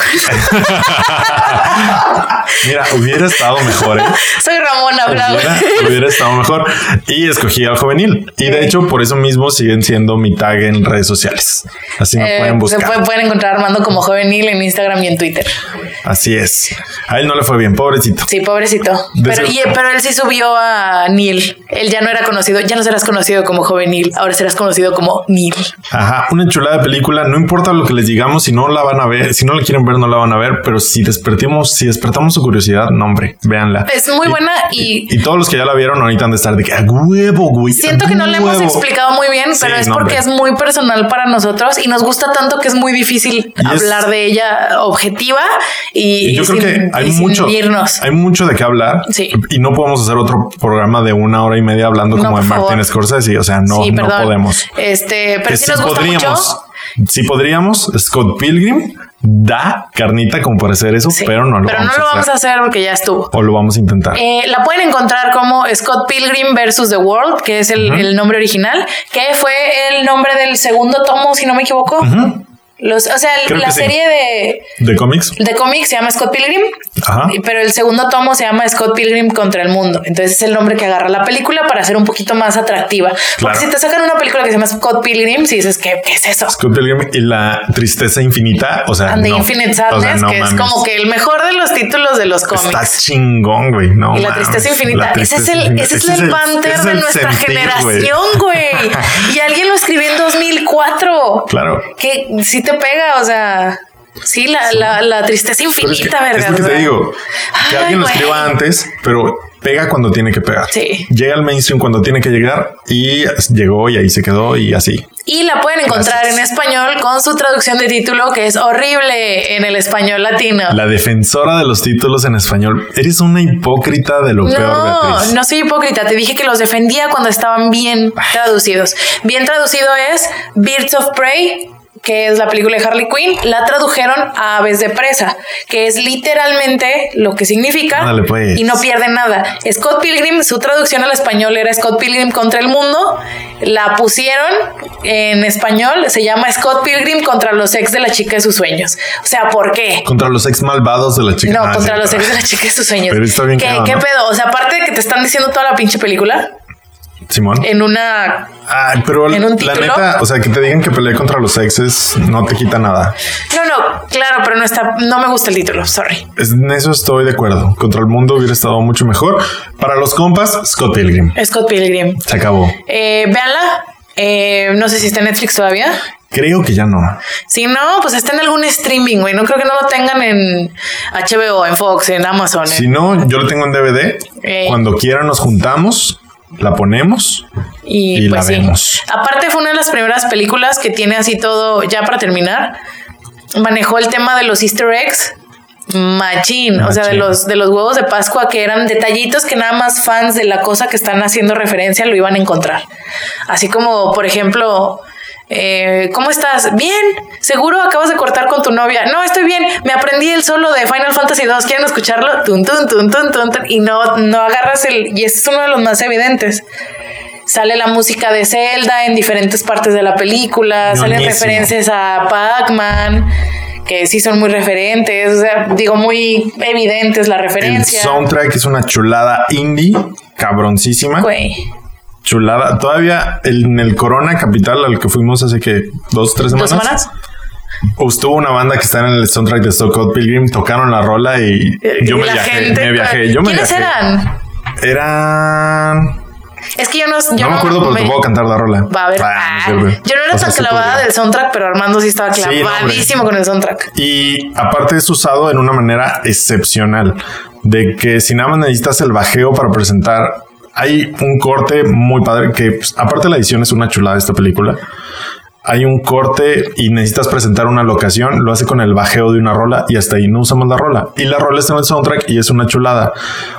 B: Mira, hubiera estado
A: *laughs*
B: mejor. ¿eh?
A: *laughs* soy Ramona Fla.
B: Hubiera, hubiera estado mejor. Y escogí al juvenil. Y de hecho, por eso mismo siguen siendo mi tag en redes sociales. Así me
A: Eh,
B: pueden
A: se
B: buscar.
A: puede- pueden encontrar a Armando como Juvenil en Instagram y en Twitter.
B: Así es. A él no le fue bien, pobrecito.
A: Sí, pobrecito.
B: De
A: Pero,
B: seguro.
A: y- pero él sí subió a Neil. Él ya no era conocido, ya no serás conocido como Juvenil, ahora serás conocido como Neil.
B: Ajá, una chulada de película. No importa lo que les digamos, si no la van a ver, si no la quieren ver, no la van a ver. Pero si despertimos, si despertamos su curiosidad, no, hombre, véanla.
A: Es muy
B: Y-
A: buena y,
B: Y todos los que ya la vieron ahorita han de estar de que a huevo, güey. a
A: siento que no la hemos
B: huevo".
A: explicado muy bien,
B: Sí,
A: pero es
B: no,
A: porque
B: hombre.
A: es muy personal para nosotros y nos gusta tanto que es muy difícil
B: Y es-
A: hablar de ella objetiva y,
B: Y yo
A: y
B: creo
A: sin-
B: que hay
A: y sin
B: mucho,
A: irnos.
B: hay mucho de qué hablar
A: Sí.
B: y no podemos hacer otro programa de una hora y media hablando
A: No,
B: como de
A: por
B: Martin
A: favor.
B: Scorsese. O sea, no,
A: Sí,
B: no
A: perdón.
B: podemos.
A: Este, pero
B: que
A: sí
B: si
A: nos gusta
B: podríamos,
A: mucho.
B: si podríamos, Scott Pilgrim da carnita como para hacer eso,
A: Sí,
B: pero no lo, vamos, a hacer.
A: porque ya estuvo.
B: O lo vamos a intentar.
A: Eh, la pueden encontrar como Scott Pilgrim versus The World, que es el, el nombre original, que fue el nombre del segundo tomo, si no me equivoco.
B: Ujú.
A: Los, o sea, el-
B: Creo
A: la
B: que sí.
A: serie de,
B: De cómics.
A: de cómics se llama Scott Pilgrim,
B: Ajá.
A: y- pero el segundo tomo se llama Scott Pilgrim contra el mundo. Entonces es el nombre que agarra la película para ser un poquito más atractiva.
B: Claro.
A: Porque si te sacan una película que se llama Scott Pilgrim, si dices, ¿qué, qué es eso?
B: Scott Pilgrim y la tristeza infinita. O sea,
A: And the
B: Ah, no.
A: Infinite
B: O sea,
A: Sadness,
B: no
A: que es
B: mames.
A: como que el mejor de los títulos de los cómics.
B: Está chingón, güey. No.
A: Y la tristeza
B: mames.
A: infinita.
B: La
A: ese es
B: tristeza
A: el,
B: infinita.
A: ese es
B: Ese
A: el banter
B: ese
A: de
B: es el
A: nuestra
B: sentir, güey.
A: generación, güey. Y alguien lo escribió en 2004.
B: Claro.
A: Que sí te pega, o sea. Sí, la, la, la tristeza
B: Pero es que-
A: infinita, verga.
B: Es lo que te
A: ¿verdad?
B: digo. Que
A: Ay,
B: alguien lo
A: güey.
B: escriba antes, pero pega cuando tiene que pegar.
A: Sí.
B: Llega al mainstream cuando tiene que llegar y llegó y ahí se quedó y así.
A: Y la pueden encontrar en español con su traducción de título, que es horrible en el español latino.
B: La defensora de los títulos en español. Eres una hipócrita de lo peor,
A: No,
B: Beatriz.
A: no soy hipócrita. Te dije que los defendía cuando estaban bien traducidos. Bien traducido es Birds of Prey, que es la película de Harley Quinn. La tradujeron a Aves de Presa, que es literalmente lo que significa.
B: Ándale, pues.
A: Y no pierde nada. Scott Pilgrim, su traducción al español era Scott Pilgrim contra el mundo. La pusieron en español. Se llama Scott Pilgrim contra los ex de la chica de sus sueños. O sea, ¿por qué?
B: Contra los ex malvados de la chica.
A: No,
B: Ah,
A: contra
B: sí,
A: los
B: pero-
A: ex de la chica de sus sueños.
B: Pero está bien
A: ¿Qué,
B: cagado,
A: qué
B: ¿no?
A: pedo? O sea, aparte de que te están diciendo toda la pinche película,
B: *laughs* Simón.
A: en una
B: Ah, pero
A: Eh, ¿En un
B: la
A: título?
B: neta, o sea, que te digan que peleé contra los exes no te quita nada.
A: No, no, claro, pero no está, no me gusta el título, sorry.
B: Es- En eso estoy de acuerdo. Contra el mundo hubiera estado mucho mejor. Para los compas, Scott Pilgrim.
A: Scott Pilgrim.
B: Se acabó.
A: Eh, véanla. Eh, no sé si está en Netflix todavía.
B: Creo que ya no.
A: Si no, pues está en algún streaming, güey. No creo que no lo tengan en HBO, en Fox, en Amazon. en-
B: Si no, yo lo tengo en DVD.
A: Ey.
B: Cuando quiera nos juntamos, la ponemos.
A: Y,
B: Y
A: pues
B: la
A: sí.
B: vemos.
A: Aparte fue una de las primeras películas que tiene así todo, ya para terminar, manejó el tema de los easter eggs. Machín, o sea, de
B: Machín.
A: los, de los huevos de Pascua que eran detallitos que nada más fans de la cosa que están haciendo referencia lo iban a encontrar. Así como, por ejemplo, eh, ¿cómo estás? Bien, seguro acabas de cortar con tu novia. No, estoy bien, me aprendí el solo de Final Fantasy II, ¿quieren escucharlo? Tun, tun, tun, tun, tun, tun. y no, no agarras el, y ese es uno de los más evidentes sale la música de Zelda en diferentes partes de la película, salen
B: Buenísimo.
A: referencias a Pac-Man, que sí son muy referentes, o sea, digo, muy evidentes la
B: El
A: referencia.
B: soundtrack es una chulada indie, cabroncísima.
A: Güey.
B: Chulada. Todavía el- en el Corona Capital, al que fuimos hace que dos, tres
A: ¿Dos
B: semanas.
A: semanas?
B: Estuvo una banda que está en el soundtrack de Stockholm Pilgrim, tocaron la rola y yo
A: eh, Y
B: me
A: la
B: viajé,
A: gente
B: me
A: con-
B: viajé, yo me
A: ¿Quiénes
B: viajé.
A: eran?
B: Eran...
A: Es que yo no... yo
B: no me acuerdo, pero te puedo cantar la rola.
A: Va a ver.
B: Ah,
A: Ah,
B: no
A: yo no
B: es cierto.
A: era
B: O sea,
A: tan
B: sí
A: clavada
B: podría.
A: del soundtrack, pero Armando sí estaba
B: Sí, no, hombre.
A: clavadísimo con el soundtrack.
B: Y aparte es usado en una manera excepcional, de que si nada más necesitas el bajeo para presentar, hay un corte muy padre que pues, aparte la edición es una chulada de esta película. Hay un corte y necesitas presentar una locación, lo hace con el bajeo de una rola y hasta ahí no usamos la rola. Y la rola está en el soundtrack y es una chulada.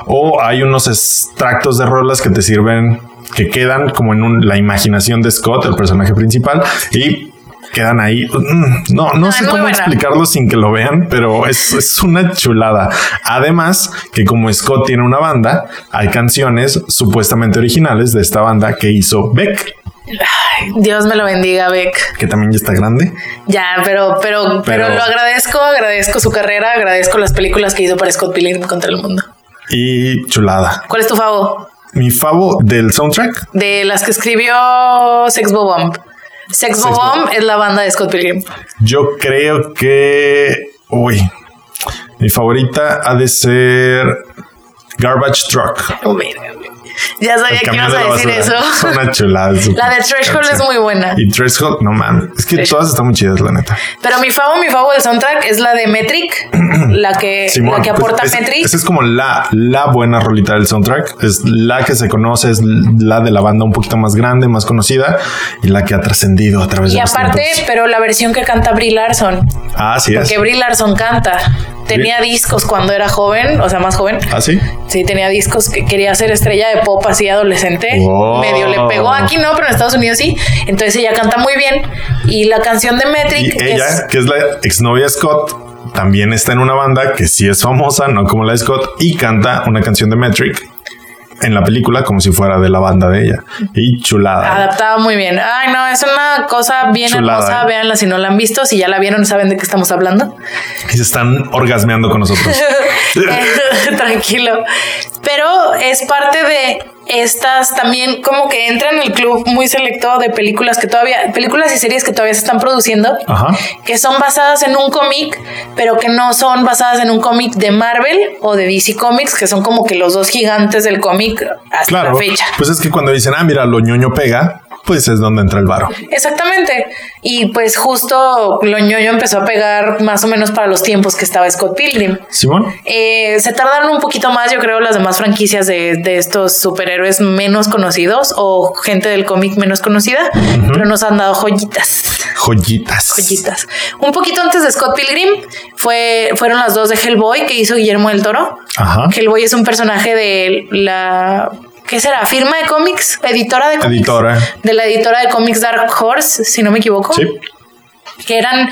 B: O hay unos extractos de rolas que te sirven, que quedan como en un- la imaginación de Scott, el personaje principal, y quedan ahí. Mm, No, no
A: Ah,
B: sé
A: muy
B: cómo
A: buena.
B: explicarlo sin que lo vean, pero es, es una chulada. Además, que como Scott tiene una banda, hay canciones supuestamente originales de esta banda que hizo Beck,
A: Dios me lo bendiga, Beck.
B: que también ya está grande.
A: Ya, pero, pero, pero,
B: Pero-
A: lo agradezco, agradezco su carrera, agradezco las películas que hizo para Scott Pilgrim contra el mundo.
B: Y chulada.
A: ¿Cuál es tu favor?
B: Mi favo del soundtrack.
A: De las que escribió Sex Bomb. Sex
B: Sex
A: Bomb es la banda de Scott Pilgrim.
B: Yo creo que. Uy. Mi favorita ha de ser Garbage Truck.
A: Oh, verga, güey. Ya sabía que ibas a decir eso.
B: *laughs* Es una
A: *laughs*
B: chulada. es
A: La de
B: una
A: Threshold es
B: canción.
A: muy buena.
B: Y Threshold, no mames. Es que
A: Threshold.
B: todas están muy chidas, la neta.
A: Pero mi favor, mi favor del soundtrack es la de
B: *clears throat*
A: Metric, la que,
B: Simón,
A: Eh, la que
B: pues,
A: aporta
B: es-
A: Metric.
B: Esa es como la, la buena rolita del soundtrack. Es la que se conoce, es la de la banda un poquito más grande, más conocida y la que ha trascendido a través
A: y
B: de los
A: aparte,
B: tiempos.
A: pero la versión que canta Brie Larson,
B: Ah, así es.
A: que Brie Larson canta. Tenía discos cuando era joven, o sea, más joven.
B: Así.
A: Sí, tenía discos que quería ser estrella de pop así adolescente.
B: Wow.
A: Medio le pegó aquí, no, pero en Estados Unidos sí. Entonces ella canta muy bien. Y la canción de
B: Y
A: Metric, que
B: ella,
A: es-
B: que es la exnovia de Scott, también está en una banda que sí es famosa, no como la de Scott, y canta una canción de Metric en la película como si fuera de la banda de ella. Y chulada.
A: adaptaba muy bien. Ay, no, es una cosa bien
B: Chulada,
A: hermosa.
B: ¿eh?
A: Véanla si no la han visto. Si ya la vieron, saben de qué estamos hablando.
B: Y se están orgasmeando con
A: *laughs*
B: nosotros.
A: Eh, *laughs* Tranquilo. Pero es parte de estas también como que entra en el club muy selecto de películas que todavía, películas y series que todavía se están produciendo.
B: Ajá.
A: que son basadas en un cómic, pero que no son basadas en un cómic de Marvel o de DC Comics, que son como que los dos gigantes del cómic hasta
B: Claro.
A: la fecha.
B: Pues es que cuando dicen, ah, mira, lo ñoño pega, pues es donde entra el varo.
A: Exactamente. Y pues justo lo ñoño empezó a pegar más o menos para los tiempos que estaba Scott Pilgrim.
B: Simón.
A: Eh, se tardaron un poquito más, yo creo, las demás franquicias de, de estos superhéroes menos conocidos o gente del cómic menos conocida, pero nos han dado joyitas.
B: Joyitas.
A: joyitas. Un poquito antes de Scott Pilgrim fue, fueron las dos de Hellboy que hizo Guillermo del Toro.
B: Ajá.
A: Hellboy es un personaje de la... ¿Qué será? ¿Firma de cómics? ¿Editora de cómics?
B: Editora.
A: De la editora de cómics Dark Horse, si no me equivoco.
B: Sí.
A: Que eran...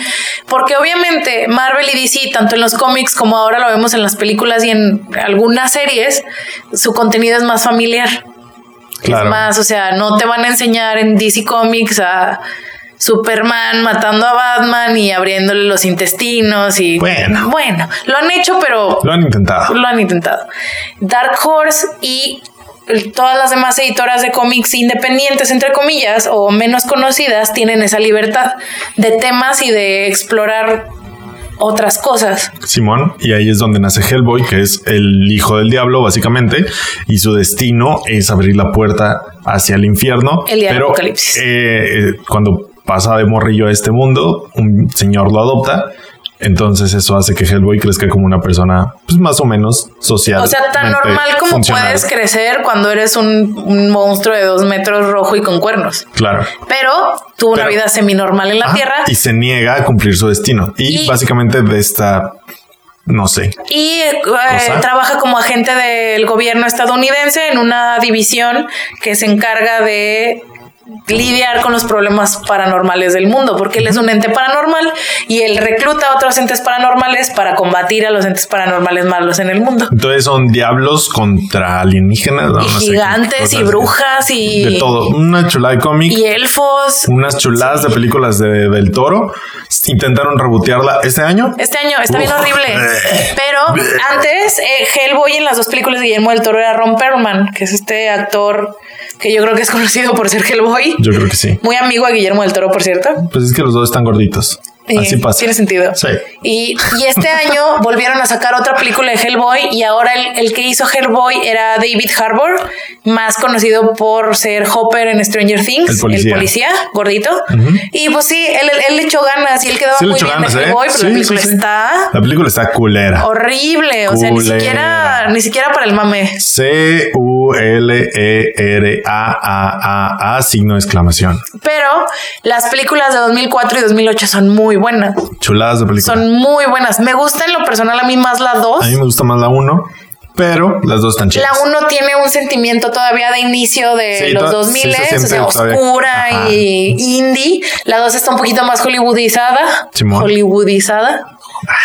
A: Porque obviamente Marvel y DC, tanto en los cómics como ahora lo vemos en las películas y en algunas series, su contenido es más familiar.
B: Claro.
A: Es más, o sea, no te van a enseñar en DC Comics a Superman matando a Batman y abriéndole los intestinos y
B: Bueno.
A: bueno, lo han hecho, pero
B: Lo han intentado.
A: lo han intentado. Dark Horse y todas las demás editoras de cómics independientes, entre comillas, o menos conocidas, tienen esa libertad de temas y de explorar otras cosas.
B: Simón, y ahí es donde nace Hellboy, que es el hijo del diablo, básicamente, y su destino es abrir la puerta hacia el infierno.
A: El día del apocalipsis.
B: eh, eh, cuando pasa de morrillo a este mundo, un señor lo adopta. Entonces eso hace que Hellboy crezca como una persona pues, más o menos social.
A: O sea, tan normal como puedes crecer cuando eres un, un monstruo de dos metros rojo y con cuernos.
B: Claro.
A: Pero tuvo una
B: Pero-
A: vida seminormal en la
B: Ajá,
A: Tierra
B: Y se niega a cumplir su destino. Y,
A: Y-
B: básicamente de esta, no sé,
A: y eh,
B: Cosa.
A: trabaja como agente del gobierno estadounidense en una división que se encarga de lidiar con los problemas paranormales del mundo, porque él es un ente paranormal y él recluta a otros entes paranormales para combatir a los entes paranormales malos en el mundo.
B: Entonces son diablos contra alienígenas. ¿no?
A: Y
B: No sé qué
A: gigantes
B: cosas,
A: y brujas y,
B: De todo. Una chulada de cómic.
A: y elfos.
B: Unas chuladas de películas de, del toro. Intentaron rebotearla este año.
A: Este año está bien
B: Uf.
A: horrible. Pero antes, eh, Hellboy en las dos películas de Guillermo del Toro era Ron Perlman, que es este actor que yo creo que es conocido por ser Hellboy.
B: Yo creo que sí.
A: Muy amigo a Guillermo del Toro, por cierto.
B: Pues es que los dos están gorditos.
A: Eh,
B: Así pasa.
A: Tiene sentido.
B: Sí.
A: Y, y este
B: *laughs*
A: año volvieron a sacar otra película de Hellboy y ahora el, el que hizo Hellboy era David Harbour, más conocido por ser Hopper en Stranger Things,
B: El policía.
A: gordito. Y pues sí, él, él- él le echó ganas y él quedaba
B: Sí le
A: muy
B: echó
A: bien
B: ganas,
A: de
B: ¿eh?
A: Hellboy, pero la
B: Sí,
A: película
B: sí, sí.
A: está
B: La película está
A: Oh.
B: culera.
A: horrible. O sea, ni
B: Culera.
A: siquiera, ni siquiera para el mame.
B: E C-U-L-E-R-A-A-A-A, signo de exclamación.
A: Pero las películas de 2004 y 2008 son muy buenas.
B: Chuladas de película.
A: Son muy buenas. Me gusta en lo personal a mí más la 2.
B: A mí me gusta más la 1, pero las dos están chidas.
A: La 1 tiene un sentimiento todavía de inicio de
B: Sí,
A: los
B: to-
A: 2000,
B: sí se
A: o
B: siente
A: sea,
B: todavía-
A: oscura
B: Ajá.
A: y indie. La 2 está un poquito más hollywoodizada.
B: Simón.
A: Hollywoodizada.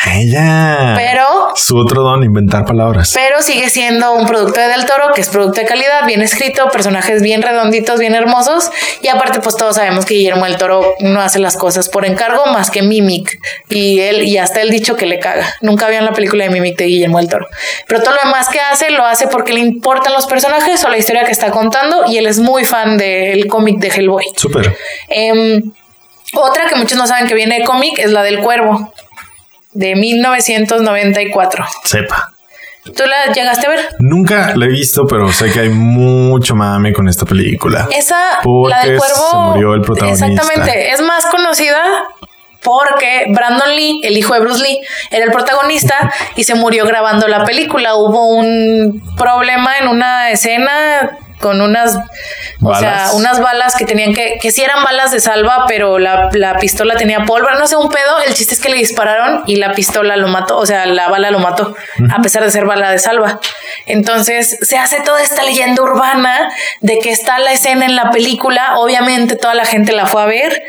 B: Ay, ya.
A: Pero,
B: Su otro don, inventar palabras.
A: pero sigue siendo un producto de Del Toro, que es producto de calidad, bien escrito, personajes bien redonditos, bien hermosos. Y aparte, pues todos sabemos que Guillermo del Toro no hace las cosas por encargo más que Mimic. Y él, y hasta el dicho que le caga. Nunca vean la película de Mimic de Guillermo del Toro. Pero todo lo demás que hace, lo hace porque le importan los personajes o la historia que está contando. Y él es muy fan del cómic de Hellboy.
B: Súper.
A: Em, otra que muchos no saben que viene de cómic es la del Cuervo. De 1994.
B: Sepa.
A: ¿Tú la llegaste a ver?
B: Nunca la he visto, pero sé que hay mucho mame con esta película.
A: Esa,
B: Porque
A: la del cuervo.
B: se murió el protagonista.
A: Exactamente. Es más conocida porque Brandon Lee, el hijo de Bruce Lee, era el protagonista y se murió grabando la película. Hubo un problema en una escena con unas. O sea,
B: Balas.
A: unas balas que tenían que, que sí eran balas de salva, pero la, la pistola tenía pólvora, no sé, un pedo. El chiste es que le dispararon y la pistola lo mató, o sea, la bala lo mató, a pesar de ser bala de salva. Entonces se hace toda esta leyenda urbana de que está la escena en la película. Obviamente toda la gente la fue a ver.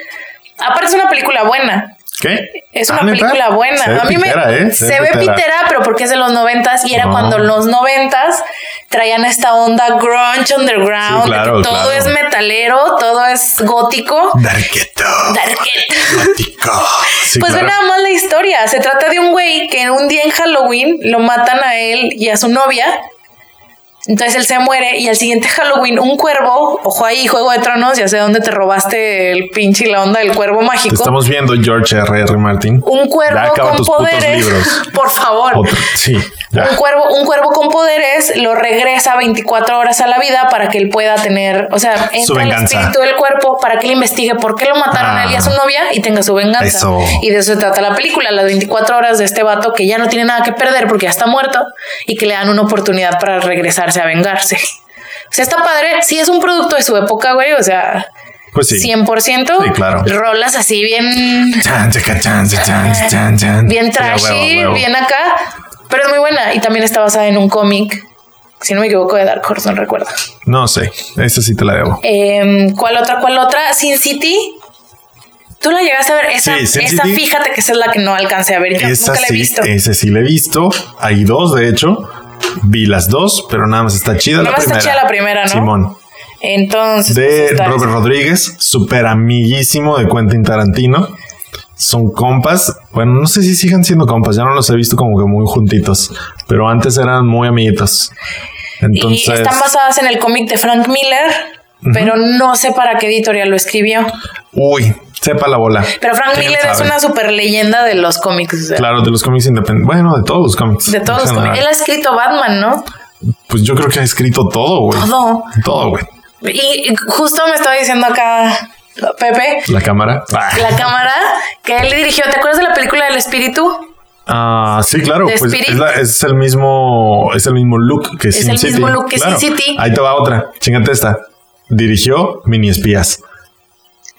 A: Aparte es una película buena.
B: ¿Qué?
A: Es una
B: Ah, ¿neta?
A: película buena.
B: Se ve
A: a mí
B: pitera,
A: me
B: ¿eh?
A: se, ve pitera. pero porque es de los noventas y era
B: Ah.
A: cuando los noventas traían esta onda grunge underground.
B: Sí,
A: de que
B: claro,
A: todo
B: claro.
A: es metalero, todo es gótico.
B: Darketo.
A: *laughs* Dark-
B: Gótico. Sí,
A: pues
B: claro.
A: ve nada más la historia. Se trata de un güey que en un día en Halloween lo matan a él y a su novia. Entonces él se muere y al siguiente Halloween un cuervo, ojo ahí, Juego de Tronos, ya sé dónde te robaste el pinche y la onda del cuervo
B: Te
A: mágico.
B: estamos viendo, George R. R. Martin.
A: Un
B: Ya
A: cuervo
B: acaba
A: con
B: tus putos
A: poderes.
B: libros.
A: *laughs* Por favor.
B: Otro- Sí, ya.
A: Un cuervo, un cuervo con poderes lo regresa 24 horas a la vida para que él pueda tener, o sea,
B: Su
A: entra el
B: venganza.
A: espíritu del cuerpo para que él investigue por qué lo mataron a él y a su
B: Ah.
A: novia y tenga su venganza.
B: Eso.
A: Y de eso se trata la película, las 24 horas de este vato que ya no tiene nada que perder porque ya está muerto y que le dan una oportunidad para regresarse a vengarse. O sea, está padre. Sí, es un producto de su época, güey. O sea,
B: Pues sí.
A: 100%.
B: Sí, claro.
A: Rolas así bien
B: Chan, chaca, chan, chan, chan, chan.
A: bien
B: Sí, a
A: trashy,
B: huevo, a huevo.
A: bien acá, pero es muy buena y también está basada en un cómic, si no me equivoco, de Dark Horse, no recuerdo.
B: No sé, esa sí te la debo.
A: Em, ¿Cuál otra? ¿Cuál otra? Sin City. Tú la llegaste a ver, esa,
B: Sí, Sin
A: esa
B: City.
A: fíjate que esa es la que no alcancé a ver, yo
B: Esa
A: nunca la he
B: sí,
A: visto.
B: esa sí la he visto. Hay dos, de hecho. Vi las dos, pero nada más está chida
A: Nada
B: la
A: más está
B: primera.
A: chida la primera, ¿no?
B: Simón.
A: Entonces,
B: De
A: pues, está-
B: Robert Rodríguez, súper amiguísimo de Quentin Tarantino. Son compas. Bueno, no sé si sigan siendo compas. Ya no los he visto como que muy juntitos. Pero antes eran muy amiguitos.
A: Y
B: Entonces,
A: están basadas en el cómic de Frank Miller, pero no sé para qué editorial lo escribió.
B: uy, sepa la bola.
A: Pero Frank
B: ¿Quién
A: Miller es
B: sabe?
A: una super leyenda de los cómics. o sea,
B: Claro, de los cómics independientes. Bueno, de todos los cómics.
A: De todos
B: en
A: los cómics.
B: general.
A: Él ha escrito Batman, ¿no?
B: Pues yo creo que ha escrito todo, güey.
A: Todo.
B: Todo, güey.
A: Y justo me estaba diciendo acá Pepe,
B: La cámara.
A: la cámara, que él dirigió. ¿Te acuerdas de la película del espíritu?
B: Ah, sí, claro.
A: The
B: Pues es,
A: Spirit.
B: la- es el mismo, es el mismo look que
A: Es
B: Sin
A: el
B: City.
A: mismo look que
B: Claro.
A: Sin City.
B: Ahí te va otra. Chingate esta. Dirigió Mini Espías.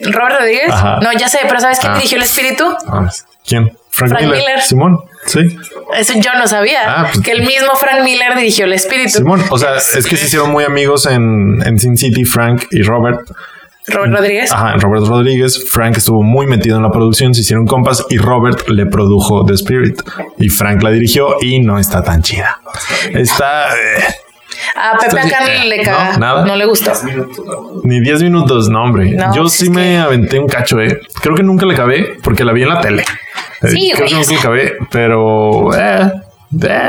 A: Robert Rodríguez.
B: Ajá.
A: No, ya sé, pero ¿sabes quién
B: Ah.
A: dirigió el espíritu?
B: No mames. ¿Quién? Frank,
A: Frank
B: Miller.
A: Miller.
B: Simón. Sí.
A: Eso yo no sabía.
B: Ah, pues-
A: que el mismo Frank Miller dirigió el espíritu.
B: Simón. O sea, es que se hicieron muy amigos en, en Sin City, Frank y Robert.
A: Robert Rodríguez.
B: Ajá, Robert Rodríguez. Frank estuvo muy metido en la producción, se hicieron compas y Robert le produjo The Spirit. Y Frank la dirigió y no está tan chida. Está eh,
A: A Pepe
B: Entonces,
A: acá
B: eh,
A: le
B: no,
A: caga.
B: nada.
A: No le gustó.
B: ni 10 minutos, no, hombre.
A: No,
B: Yo
A: pues
B: sí
A: es
B: me aventé un cacho, eh. Creo que nunca le acabé porque la vi en la tele. Eh,
A: Sí,
B: Creo
A: güey,
B: que
A: o
B: nunca le acabé, pero eh, eh,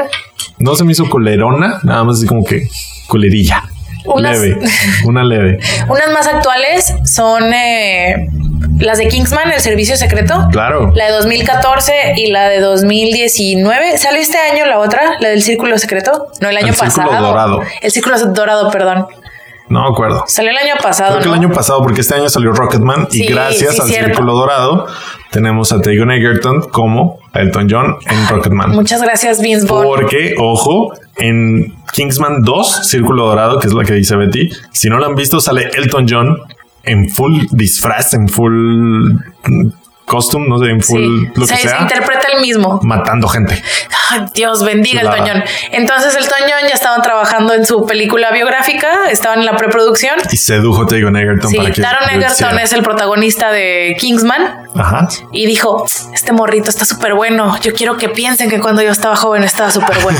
B: no se me hizo culerona, nada más así como que culerilla.
A: Unas-
B: Leve, una leve.
A: Unas más actuales son eh, las de Kingsman, El Servicio Secreto.
B: Claro.
A: La de 2014 y la de 2019. ¿Sale este año la otra? La del Círculo Secreto. No, el año
B: El
A: pasado.
B: Círculo Dorado.
A: El Círculo Dorado, perdón.
B: No me acuerdo.
A: Salió el año pasado.
B: Creo que el
A: ¿no?
B: año pasado, porque este año salió Rocketman
A: Sí,
B: y gracias
A: sí,
B: al
A: cierto.
B: Círculo Dorado tenemos a Tegan Egerton como Elton John en Rocketman.
A: Muchas gracias, Vince Vaughn.
B: Porque, ojo, en Kingsman 2, Círculo Dorado, que es la que dice Betty, si no la han visto, sale Elton John en full disfraz, en full mm, costume, no sé, en
A: Sí.
B: full pues, lo
A: se,
B: que
A: se
B: sea,
A: interpreta el mismo.
B: matando gente.
A: Ay, Dios bendiga el
B: Chulada.
A: Toñón. Entonces el Toñón ya estaban trabajando en su película biográfica, estaban en la preproducción.
B: Y sedujo Tegan Egerton
A: Sí,
B: para que.
A: Taron
B: lo
A: Egerton
B: hiciera.
A: es el protagonista de Kingsman.
B: Ajá.
A: y dijo, este morrito está súper bueno, yo quiero que piensen que cuando yo estaba joven estaba súper
B: *laughs*
A: bueno.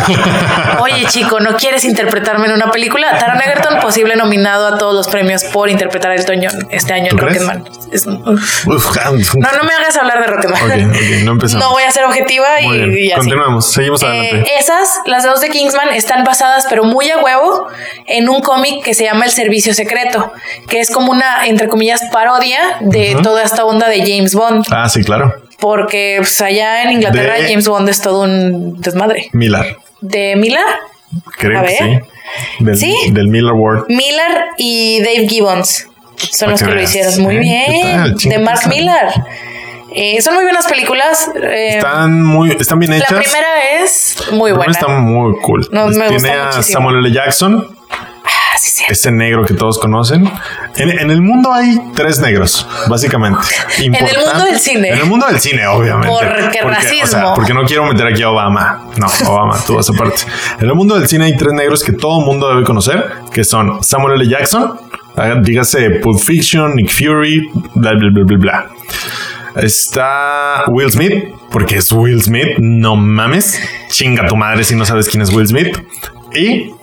A: Oye chico, ¿no quieres interpretarme en una película? Taron Egerton, posible nominado a todos los premios por interpretar el Toño este año en
B: ¿Tú crees?
A: Rocketman. Es- no,
B: Uf, ah,
A: no me hagas hablar de Rocketman.
B: Ok, ok, no empezamos.
A: No voy a ser objetiva
B: Muy
A: y,
B: bien.
A: y así.
B: Continuemos, seguimos adelante.
A: Eh, esas, las dos de Kingsman, están basadas, pero muy a huevo, en un cómic que se llama El Servicio Secreto, que es como una, entre comillas, parodia de toda esta onda de James Bond
B: Ah, sí, claro.
A: porque pues, allá en Inglaterra
B: De-
A: James Bond es todo un desmadre.
B: Miller.
A: De Miller,
B: Creo
A: A
B: que
A: ver.
B: sí. Del,
A: ¿Sí?
B: del Miller Award.
A: Miller y Dave Gibbons son
B: Para
A: los
B: que
A: que lo
B: veas,
A: hicieron muy
B: ¿eh? ¿Qué
A: bien.
B: tal? Chinga
A: De Mark
B: esa.
A: Miller. Eh, son muy buenas películas. eh,
B: Están muy, están bien
A: la
B: hechas.
A: primera es muy
B: La primera
A: buena.
B: está muy cool.
A: No, me
B: Tiene
A: gusta
B: a
A: muchísimo.
B: Samuel L. Jackson,
A: Ah, sí, sí.
B: ese negro que todos conocen. En, en el mundo hay tres negros, básicamente. Importante-
A: el mundo del cine.
B: En el mundo del cine, obviamente.
A: Porque
B: O
A: racismo.
B: sea, porque no quiero meter aquí a Obama.
A: *laughs*
B: No, Obama, tú vas aparte. En el mundo del cine hay tres negros que todo mundo debe conocer, que son Samuel L. Jackson, ah, dígase Pulp Fiction, Nick Fury, bla, bla, bla, bla, bla. Está Will Smith, porque es Will Smith, no mames. Chinga tu madre si no sabes quién es Will Smith. Y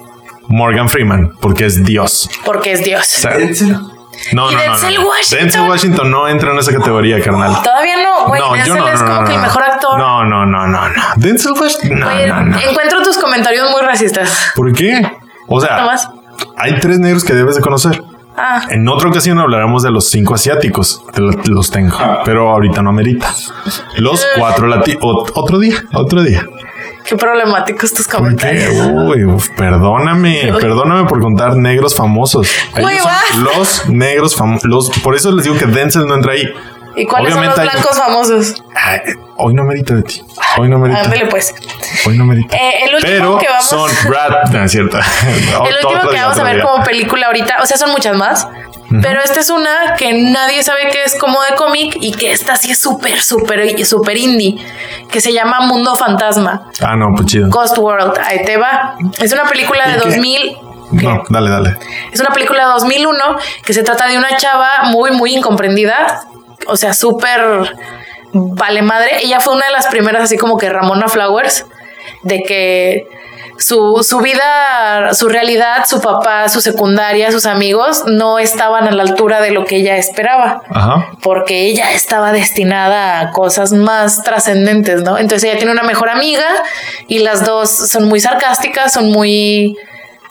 B: Morgan Freeman, porque es Dios.
A: Porque es Dios.
B: O sea,
C: Denzel.
B: no,
A: Y
B: no, no,
A: Denzel
B: no, no.
A: Washington.
B: Denzel Washington no entra en esa categoría, carnal.
A: Todavía no, güey.
B: no,
A: Denzel es como que el mejor actor.
B: No, no, no, no, no. Denzel Washington. No,
A: Güey, eh,
B: no, no.
A: Encuentro tus comentarios muy racistas.
B: ¿Por qué? O sea,
A: Nomás.
B: hay tres negros que debes de conocer.
A: Ah,
B: En otra ocasión hablaremos de los cinco asiáticos. Te lo- te Los tengo, pero ahorita no amerita. Los
A: Eh.
B: cuatro latinos. Otro día, otro día.
A: qué problemáticos tus
B: ¿Por qué?
A: comentarios.
B: Uy, uf, perdóname, perdóname por contar negros famosos. Ellos
A: Güey,
B: son
A: basta.
B: los negros famosos. Por eso les digo que Denzel no entra ahí.
A: ¿Y cuáles son los
B: Obviamente hay-
A: blancos famosos?
B: Ay, hoy no merita de ti. Hoy no merita.
A: Ándale, pues.
B: Hoy no merita.
A: Eh, el último
B: Pero
A: que vamos-
B: son
A: *laughs*
B: Brad. No, es cierto.
A: El último que vamos a ver como película ahorita, o sea, son muchas más, pero esta es una que nadie sabe que es como de cómic y que esta sí es súper, súper, súper indie, que se llama Mundo Fantasma,
B: Ah, no, pues chido.
A: Ghost World, ahí te va. Es una película
B: ¿Y
A: de
B: qué?
A: 2000.
B: No, dale, dale.
A: Es una película de 2001 que se trata de una chava muy, muy incomprendida. O sea, súper vale madre. Ella fue una de las primeras, así como que Ramona Flowers, de que su, su vida, su realidad, su papá, su secundaria, sus amigos no estaban a la altura de lo que ella esperaba
B: Ajá.
A: porque ella estaba destinada a cosas más trascendentes, ¿no? Entonces ella tiene una mejor amiga y las dos son muy sarcásticas, son muy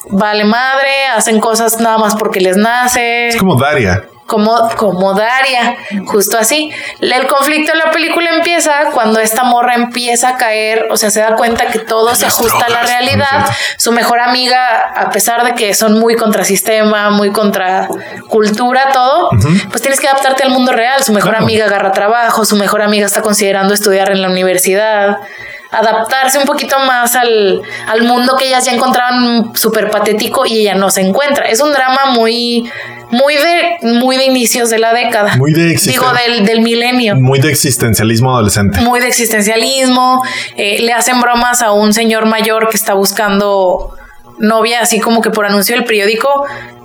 A: vale madre, hacen cosas nada más porque les nace.
B: Es como Daria.
A: Como, como Daria, justo así. El conflicto de la película empieza cuando esta morra empieza a caer, o sea, se da cuenta que todo se
B: Las
A: ajusta a la
B: drogas,
A: realidad.
B: ¿no es
A: Su mejor amiga, a pesar de que son muy contra sistema, muy contra cultura, todo, pues tienes que adaptarte al mundo real. Su mejor
B: Claro.
A: amiga agarra trabajo, su mejor amiga está considerando estudiar en la universidad. Adaptarse un poquito más al, al mundo que ellas ya encontraban súper patético y ella no se encuentra. Es un drama muy, muy de, muy de inicios de la década.
B: Muy de existen-
A: Digo, del, del milenio.
B: Muy de existencialismo adolescente.
A: Muy de existencialismo. eh, le hacen bromas a un señor mayor que está buscando novia, así como que por anuncio del periódico,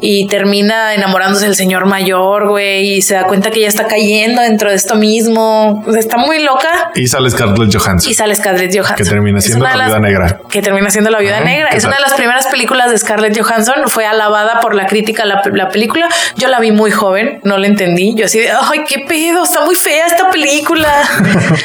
A: y termina enamorándose del señor mayor, güey, y se da cuenta que ya está cayendo dentro de esto mismo. O sea, está muy loca.
B: Y sale Scarlett Johansson.
A: Y sale Scarlett Johansson.
B: Que termina
A: Es
B: siendo
A: una de
B: La
A: las-
B: Viuda Negra.
A: Que termina siendo La Viuda
B: Ajá,
A: Negra.
B: ¿qué
A: Es una de
B: tal?
A: las primeras películas de Scarlett Johansson. Fue alabada por la crítica la, la película. Yo la vi muy joven, no la entendí. Yo así de, ay, qué pedo, está muy fea esta
B: *laughs*
A: película.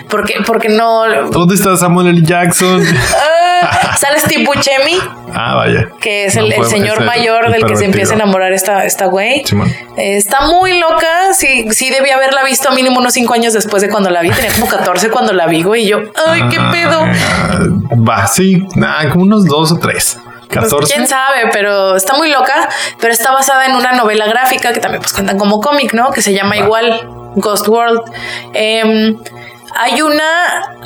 A: porque, porque no...
B: ¿Dónde está Samuel
A: *laughs*
B: L. Jackson?
A: Ah, sale Steve Buscemi,
B: ah, vaya.
A: que es
B: No
A: el, el
B: puede
A: señor
B: ser
A: mayor del que se
B: pervertido.
A: empieza a enamorar esta, esta güey.
B: Simón.
A: Eh, Está muy loca. Sí, sí debí haberla visto mínimo unos cinco años después de cuando la vi. Tenía como 14 cuando la vi, güey. Y yo, ay, qué pedo.
B: Ah, Va, sí, nah, como unos dos o tres.
A: Pues,
B: 14.
A: quién sabe, pero está muy loca, pero está basada en una novela gráfica que también pues cuentan como cómic, ¿no? Que se llama
B: Va.
A: igual Ghost World. Em, hay una,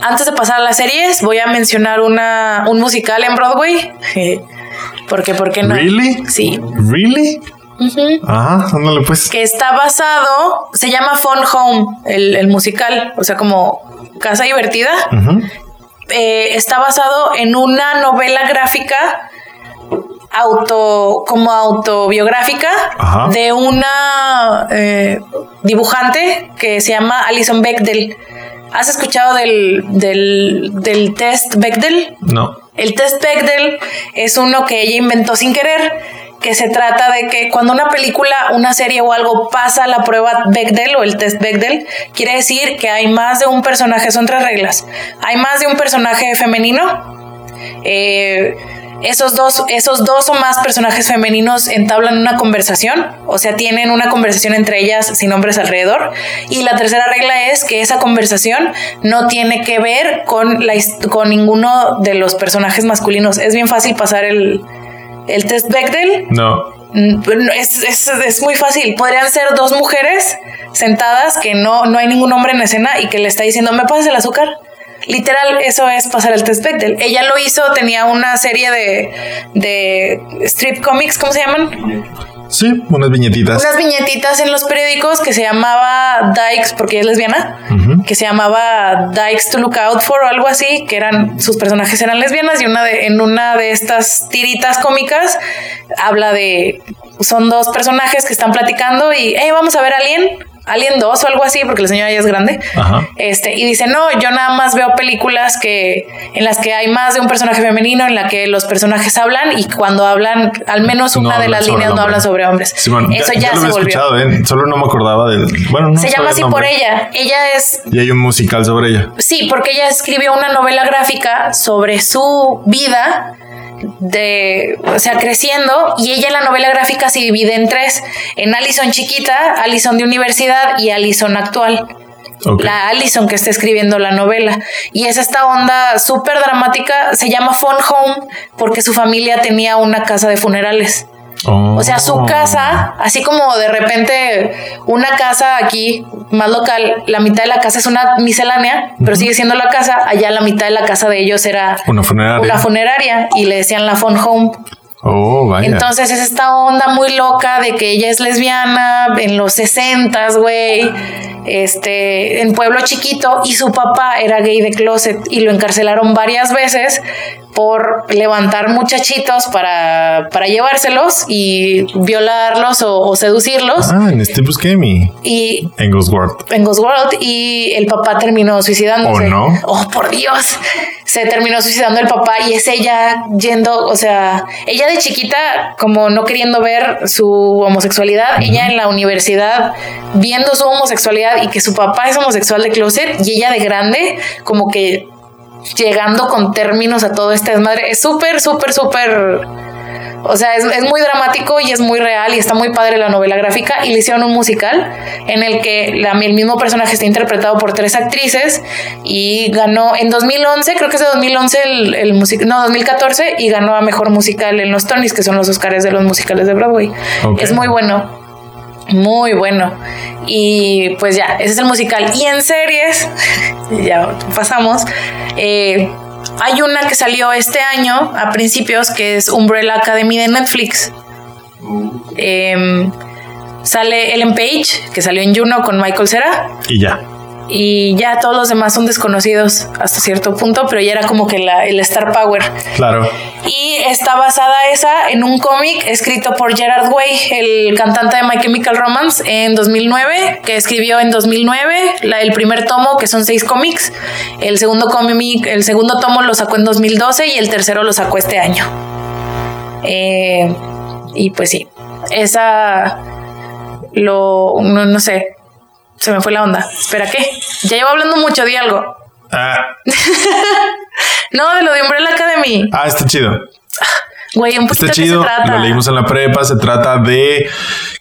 A: antes de pasar a las series, voy a mencionar una, un musical en Broadway. *laughs* eh, porque, ¿por qué no?
B: ¿Really?
A: Sí.
B: ¿Really?
A: Ujú.
B: Ajá, ándale pues.
A: Que está basado, se llama Fun Home, el, el musical, o sea, como casa divertida
B: Ujú.
A: eh, está basado en una novela gráfica auto como autobiográfica
B: Ajá.
A: de una eh, dibujante que se llama Alison Bechdel. ¿Has escuchado del, del, del test Bechdel?
B: No.
A: El test Bechdel es uno que ella inventó sin querer, que se trata de que cuando una película, una serie o algo pasa la prueba Bechdel o el test Bechdel, quiere decir que hay más de un personaje, son tres reglas, hay más de un personaje femenino, eh, esos, dos, esos dos o más personajes femeninos entablan una conversación, o sea, tienen una conversación entre ellas sin hombres alrededor. Y la tercera regla es que esa conversación no tiene que ver con, la, his- con ninguno de los personajes masculinos. Es bien fácil pasar el, el test Bechdel.
B: No.
A: Mm, no, Es, es, es muy fácil. Podrían ser dos mujeres sentadas que no, no hay ningún hombre en escena y que le está diciendo, ¿me pasas el azúcar? Literal, eso es pasar el test Bechdel. Ella lo hizo, tenía una serie de, de strip comics, ¿cómo se llaman?
B: Sí, unas viñetitas.
A: Unas viñetitas en los periódicos que se llamaba Dykes, porque ella es lesbiana,
B: Ujú.
A: que se llamaba Dykes to Look Out For o algo así, que eran sus personajes eran lesbianas y una de, en una de estas tiritas cómicas habla de son dos personajes que están platicando y hey, vamos a ver Alien, Alien 2 o algo así, porque la señora ya es grande.
B: Ajá.
A: Este, y dice, no, yo nada más veo películas que, en las que hay más de un personaje femenino, en la que los personajes hablan y cuando hablan, al menos
B: No
A: una de
B: hablan
A: las
B: sobre
A: líneas no
B: el hombre.
A: hablan sobre hombres.
B: Simón,
A: Eso ya,
B: lo
A: se
B: había
A: volvió.
B: escuchado, ¿eh? Solo no me acordaba del. Bueno, no
A: se
B: sabía
A: llama
B: el
A: así
B: nombre.
A: por ella. Ella es
B: Y hay un musical sobre ella.
A: Sí, porque ella escribió una novela gráfica sobre su vida de, o sea, creciendo y ella la novela gráfica se divide en tres, en Allison chiquita, Allison de universidad y Allison actual.
B: Ok.
A: La Allison que está escribiendo la novela. Y es esta onda súper dramática, se llama Fun Home porque su familia tenía una casa de funerales.
B: Oh.
A: O sea, su casa, así como de repente una casa aquí más local, la mitad de la casa es una miscelánea, pero sigue siendo la casa. Allá la mitad de la casa de ellos era
B: Una funeraria.
A: una funeraria y le decían la fun home.
B: Oh, vaya.
A: Entonces es esta onda muy loca de que ella es lesbiana en los 60 güey. Este, en pueblo chiquito y su papá era gay de closet y lo encarcelaron varias veces por levantar muchachitos para, para llevárselos y violarlos o, o seducirlos.
B: Ah, en Steve Buscemi.
A: Y
B: En Ghost World.
A: en Ghost World y el papá terminó suicidándose.
B: ¿O no?
A: Oh, por Dios. Se terminó suicidando el papá y es ella yendo, o sea, ella de chiquita, como no queriendo ver su homosexualidad, ella en la universidad viendo su homosexualidad y que su papá es homosexual de closet y ella de grande, como que llegando con términos a todo este desmadre. Es súper, súper, súper O sea, es, es muy dramático y es muy real y está muy padre la novela gráfica. Y le hicieron un musical en el que la- el mismo personaje está interpretado por tres actrices y ganó en 2011, creo que es de 2011 el, el music- no, 2014 y ganó a mejor musical en los Tonys, que son los Oscars de los musicales de Broadway.
B: Ok.
A: Es muy bueno. Muy bueno. Y pues ya, ese es el musical. Y en series, *laughs* ya pasamos. eh, hay una que salió este año a principios que es Umbrella Academy de Netflix. Em, sale Ellen Page, que salió en Juno con Michael Cera.
B: Y ya.
A: Y ya todos los demás son desconocidos hasta cierto punto, pero ya era como que la, el Star Power.
B: Claro.
A: Y está basada esa en un cómic escrito por Gerard Way, el cantante de My Chemical Romance, en 2009, que escribió en 2009 la- el primer tomo, que son seis cómics. El segundo cómic, el segundo tomo lo sacó en 2012 y el tercero lo sacó este año. Eh, y pues sí, esa lo no, no sé, se me fue la onda. Espera, ¿qué? Ya llevo hablando mucho de algo.
B: Ah,
A: No, de lo de Umbrella Academy.
B: ah, está chido.
A: Güey, un poquito
B: Está
A: de qué
B: chido,
A: se trata.
B: lo leímos en la prepa, se trata de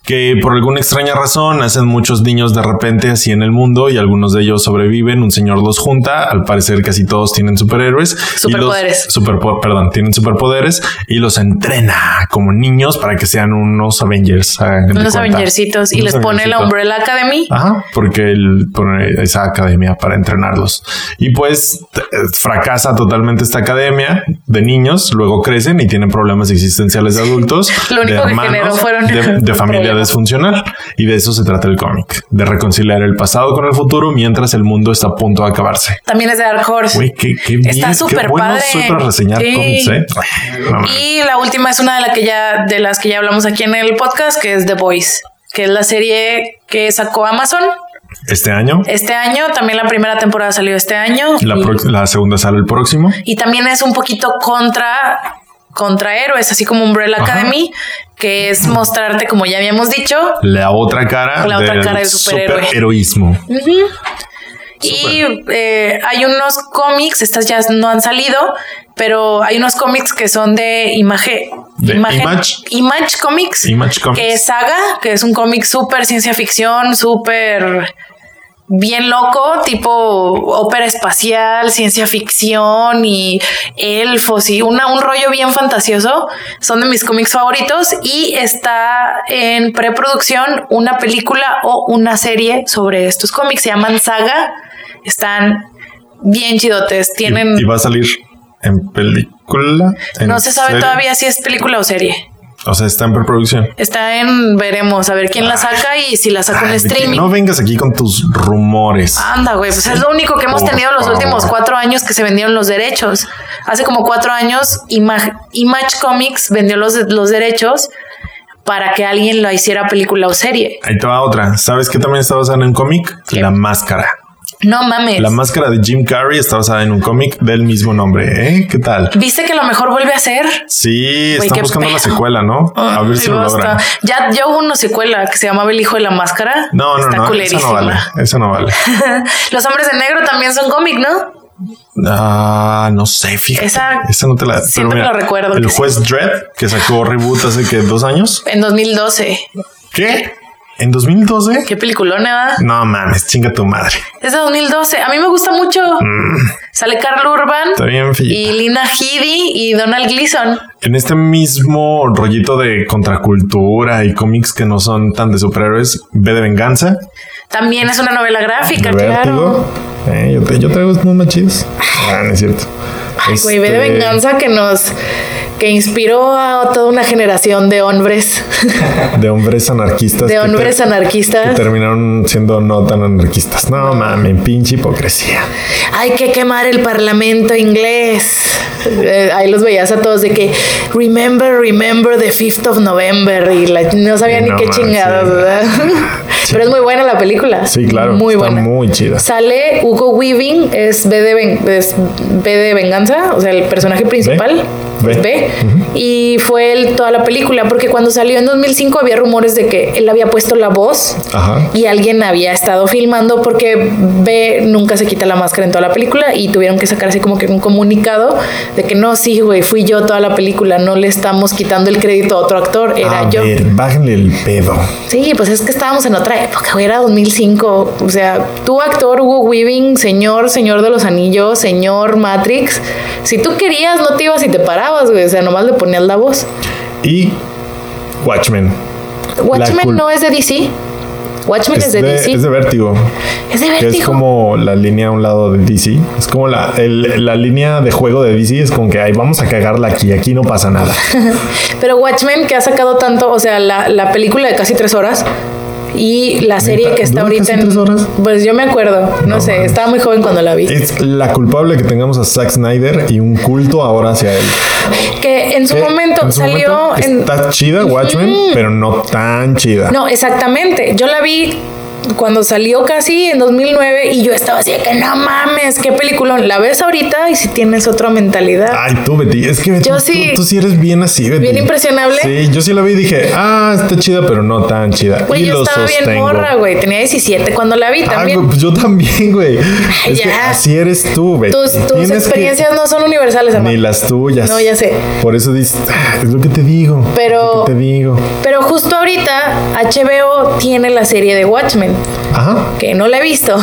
B: que por alguna extraña razón hacen muchos niños de repente así en el mundo y algunos de ellos sobreviven, un señor los junta, al parecer casi todos tienen superhéroes. y los-
A: Superpoderes.
B: superpo- perdón, tienen superpoderes y los entrena como niños para que sean unos Avengers. hagan de
A: unos
B: cuenta.
A: Avengersitos y
B: Unos Ah.
A: les pone la
B: Avengersitos.
A: Umbrella Academy.
B: Ajá, porque él pone esa academia para entrenarlos. Y pues t- eh, fracasa totalmente esta academia de niños, luego crecen y tienen problemas existenciales de adultos.
A: *laughs* Lo único
B: de
A: que generó fueron *laughs*
B: de, de familia
A: problemas.
B: disfuncional. Y de eso se trata el cómic, de reconciliar el pasado con el futuro mientras el mundo está a punto de acabarse.
A: También es de Dark Horse.
B: Güey, qué, qué
A: Está
B: bien,
A: súper
B: qué bueno
A: padre.
B: soy para reseñar
A: Sí.
B: cómics, ¿eh? No mames.
A: Y la última es una de, la que ya, de las que ya hablamos aquí en el podcast, que es The Voice, que es la serie que sacó Amazon
B: Este año,
A: este año. También la primera temporada salió este año.
B: la,
A: y,
B: prox- la segunda sale el próximo.
A: y también es un poquito contra, contra héroes, así como Umbrella
B: Ajá.
A: Academy, que es mostrarte, como ya habíamos dicho,
B: La otra cara,
A: La otra
B: del
A: cara del superhéroe.
B: superheroísmo.
A: Y eh, hay unos cómics, estas ya no han salido, pero hay unos cómics que son de imagen.
B: De
A: imagen-
B: Image.
A: Image Comics.
B: Image Comics.
A: Que es Saga, que es un cómic súper ciencia ficción, súper bien loco, tipo ópera espacial, ciencia ficción y elfos y una, un rollo bien fantasioso. Son de mis cómics favoritos y está en preproducción una película o una serie sobre estos cómics. Se llaman Saga. Están bien chidotes. Tienen...
B: Y, y va a salir en película. en
A: no se sabe
B: serie.
A: todavía si es película o serie.
B: O sea, está en preproducción.
A: Está en veremos a ver quién la saca y si la saca en
B: Ay, de que
A: streaming.
B: No vengas aquí con tus rumores.
A: Anda, güey, pues es lo único que hemos
B: Por
A: tenido los
B: favor.
A: últimos cuatro años que se vendieron los derechos. Hace como cuatro años Image, Image Comics vendió los, los derechos para que alguien lo hiciera película o serie.
B: Ahí te va otra. ¿Sabes qué también está basada en un cómic?
A: ¿Qué?
B: La máscara.
A: No mames.
B: La máscara de Jim Carrey está basada en un cómic del mismo nombre. ¿eh? ¿Qué tal?
A: ¿Viste que lo mejor vuelve a ser?
B: Sí,
A: Güey,
B: están
A: qué
B: buscando la
A: pedo.
B: secuela, ¿no? A ver
A: Ay,
B: si lo
A: basta.
B: logran.
A: Ya, ya hubo una secuela que se llamaba El Hijo de la Máscara.
B: No, no,
A: Está
B: no. Eso
A: culerísima.
B: no vale. Eso no vale.
A: *laughs* Los Hombres de Negro también son cómic, ¿no?
B: Ah, no sé, fíjate.
A: Esa-
B: Esa no te la.
A: siento que lo recuerdo
B: El
A: que sí.
B: juez Dredd, que sacó reboot hace que dos años.
A: En 2012.
B: ¿Qué? ¿En 2012?
A: Qué peliculona. ¿verdad?
B: No mames, chinga tu madre.
A: Es de 2012. A mí me gusta mucho. Sale Carl Urban.
B: Mm. Está bien,
A: y
B: Felipe.
A: Lina Headey y Donald Gleason.
B: En este mismo rollito de contracultura y cómics que no son tan de superhéroes, B de Venganza,
A: También es una novela gráfica,
B: de
A: claro.
B: Vértigo. Eh, yo, te- yo traigo unos más chidos. Ah, no es cierto.
A: Güey, ve de
B: Este,
A: venganza que nos que inspiró a toda una generación de
B: *laughs*
A: hombres,
B: De hombres anarquistas. que
A: de
B: te-
A: hombres
B: Que
A: anarquistas.
B: terminaron siendo no tan anarquistas. No mames, pinche hipocresía.
A: Hay que quemar el parlamento inglés. Eh, ahí los veías a todos de que remember, remember the 5th of November y la- no sabían
B: No
A: ni qué
B: mames,
A: chingadas,
B: sí.
A: ¿verdad?
B: *laughs* Sí.
A: Pero es muy buena la película.
B: Sí, claro.
A: Muy
B: está
A: buena.
B: Muy chida.
A: Sale Hugo Weaving, es B de, ven- es B de Venganza, o sea, el personaje principal.
B: B.
A: B. Y fue él toda la película, porque cuando salió en 2005 había rumores de que él había puesto la voz
B: Ajá.
A: y alguien había estado filmando porque B nunca se quita la máscara en toda la película y tuvieron que sacar así como que un comunicado de que no, sí, güey, fui yo toda la película, no le estamos quitando el crédito a otro actor, era
B: a
A: yo.
B: ver, bájale el pedo.
A: Sí, pues es que estábamos en otra época, güey, era 2005. O sea, tú actor Hugo Weaving, señor, señor de los anillos, señor Matrix, si tú querías no te ibas y te parabas, güey, o sea, nomás le ponías la voz.
B: Y Watchmen.
A: Watchmen
B: cul-
A: no es de DC. Watchmen es, de, DC.
B: es de Vértigo.
A: Es de
B: Que
A: Vértigo.
B: es como la línea a un lado de DC. Es como la, el- la línea de juego de DC. Es como que ay, vamos a cagarla aquí. Aquí no
A: *laughs*
B: pasa nada.
A: Pero Watchmen que ha sacado tanto, o sea, la, la película de casi tres horas y la serie que está
B: ¿dura
A: ahorita
B: casi
A: en...
B: tres horas?
A: Pues yo me acuerdo, no,
B: No
A: sé,
B: mames.
A: estaba muy joven cuando la vi.
B: Es la culpable que tengamos a Zack Snyder y un culto ahora hacia él.
A: que en su
B: Que
A: momento
B: en su
A: salió
B: momento
A: en...
B: Está chida Watchmen, pero no tan chida.
A: No, exactamente. Yo la vi cuando salió casi en 2009 y yo estaba así de que no mames, qué película. La ves ahorita y si tienes otra mentalidad.
B: Ay, tú, Betty. Es que Betty,
A: Yo
B: tú-
A: sí.
B: tú, sí eres bien así, Betty.
A: Bien impresionable.
B: Sí, yo sí la vi y dije, ah, está chida, pero no tan chida.
A: Güey,
B: y
A: yo
B: lo
A: estaba
B: sostengo.
A: bien morra, güey. Tenía 17 cuando la vi
B: Ah,
A: también.
B: güey, pues yo también, güey. Es que
A: ya.
B: así eres tú, Betty.
A: tus tus
B: Tienes que-
A: experiencias no son universales, hermano.
B: Ni las tuyas.
A: No, ya sé.
B: Por eso dices, "Ah, es lo que te digo. es
A: Pero-
B: lo que te digo.
A: Pero justo ahorita HBO tiene la serie de Watchmen,
B: Ajá.
A: que no la he visto.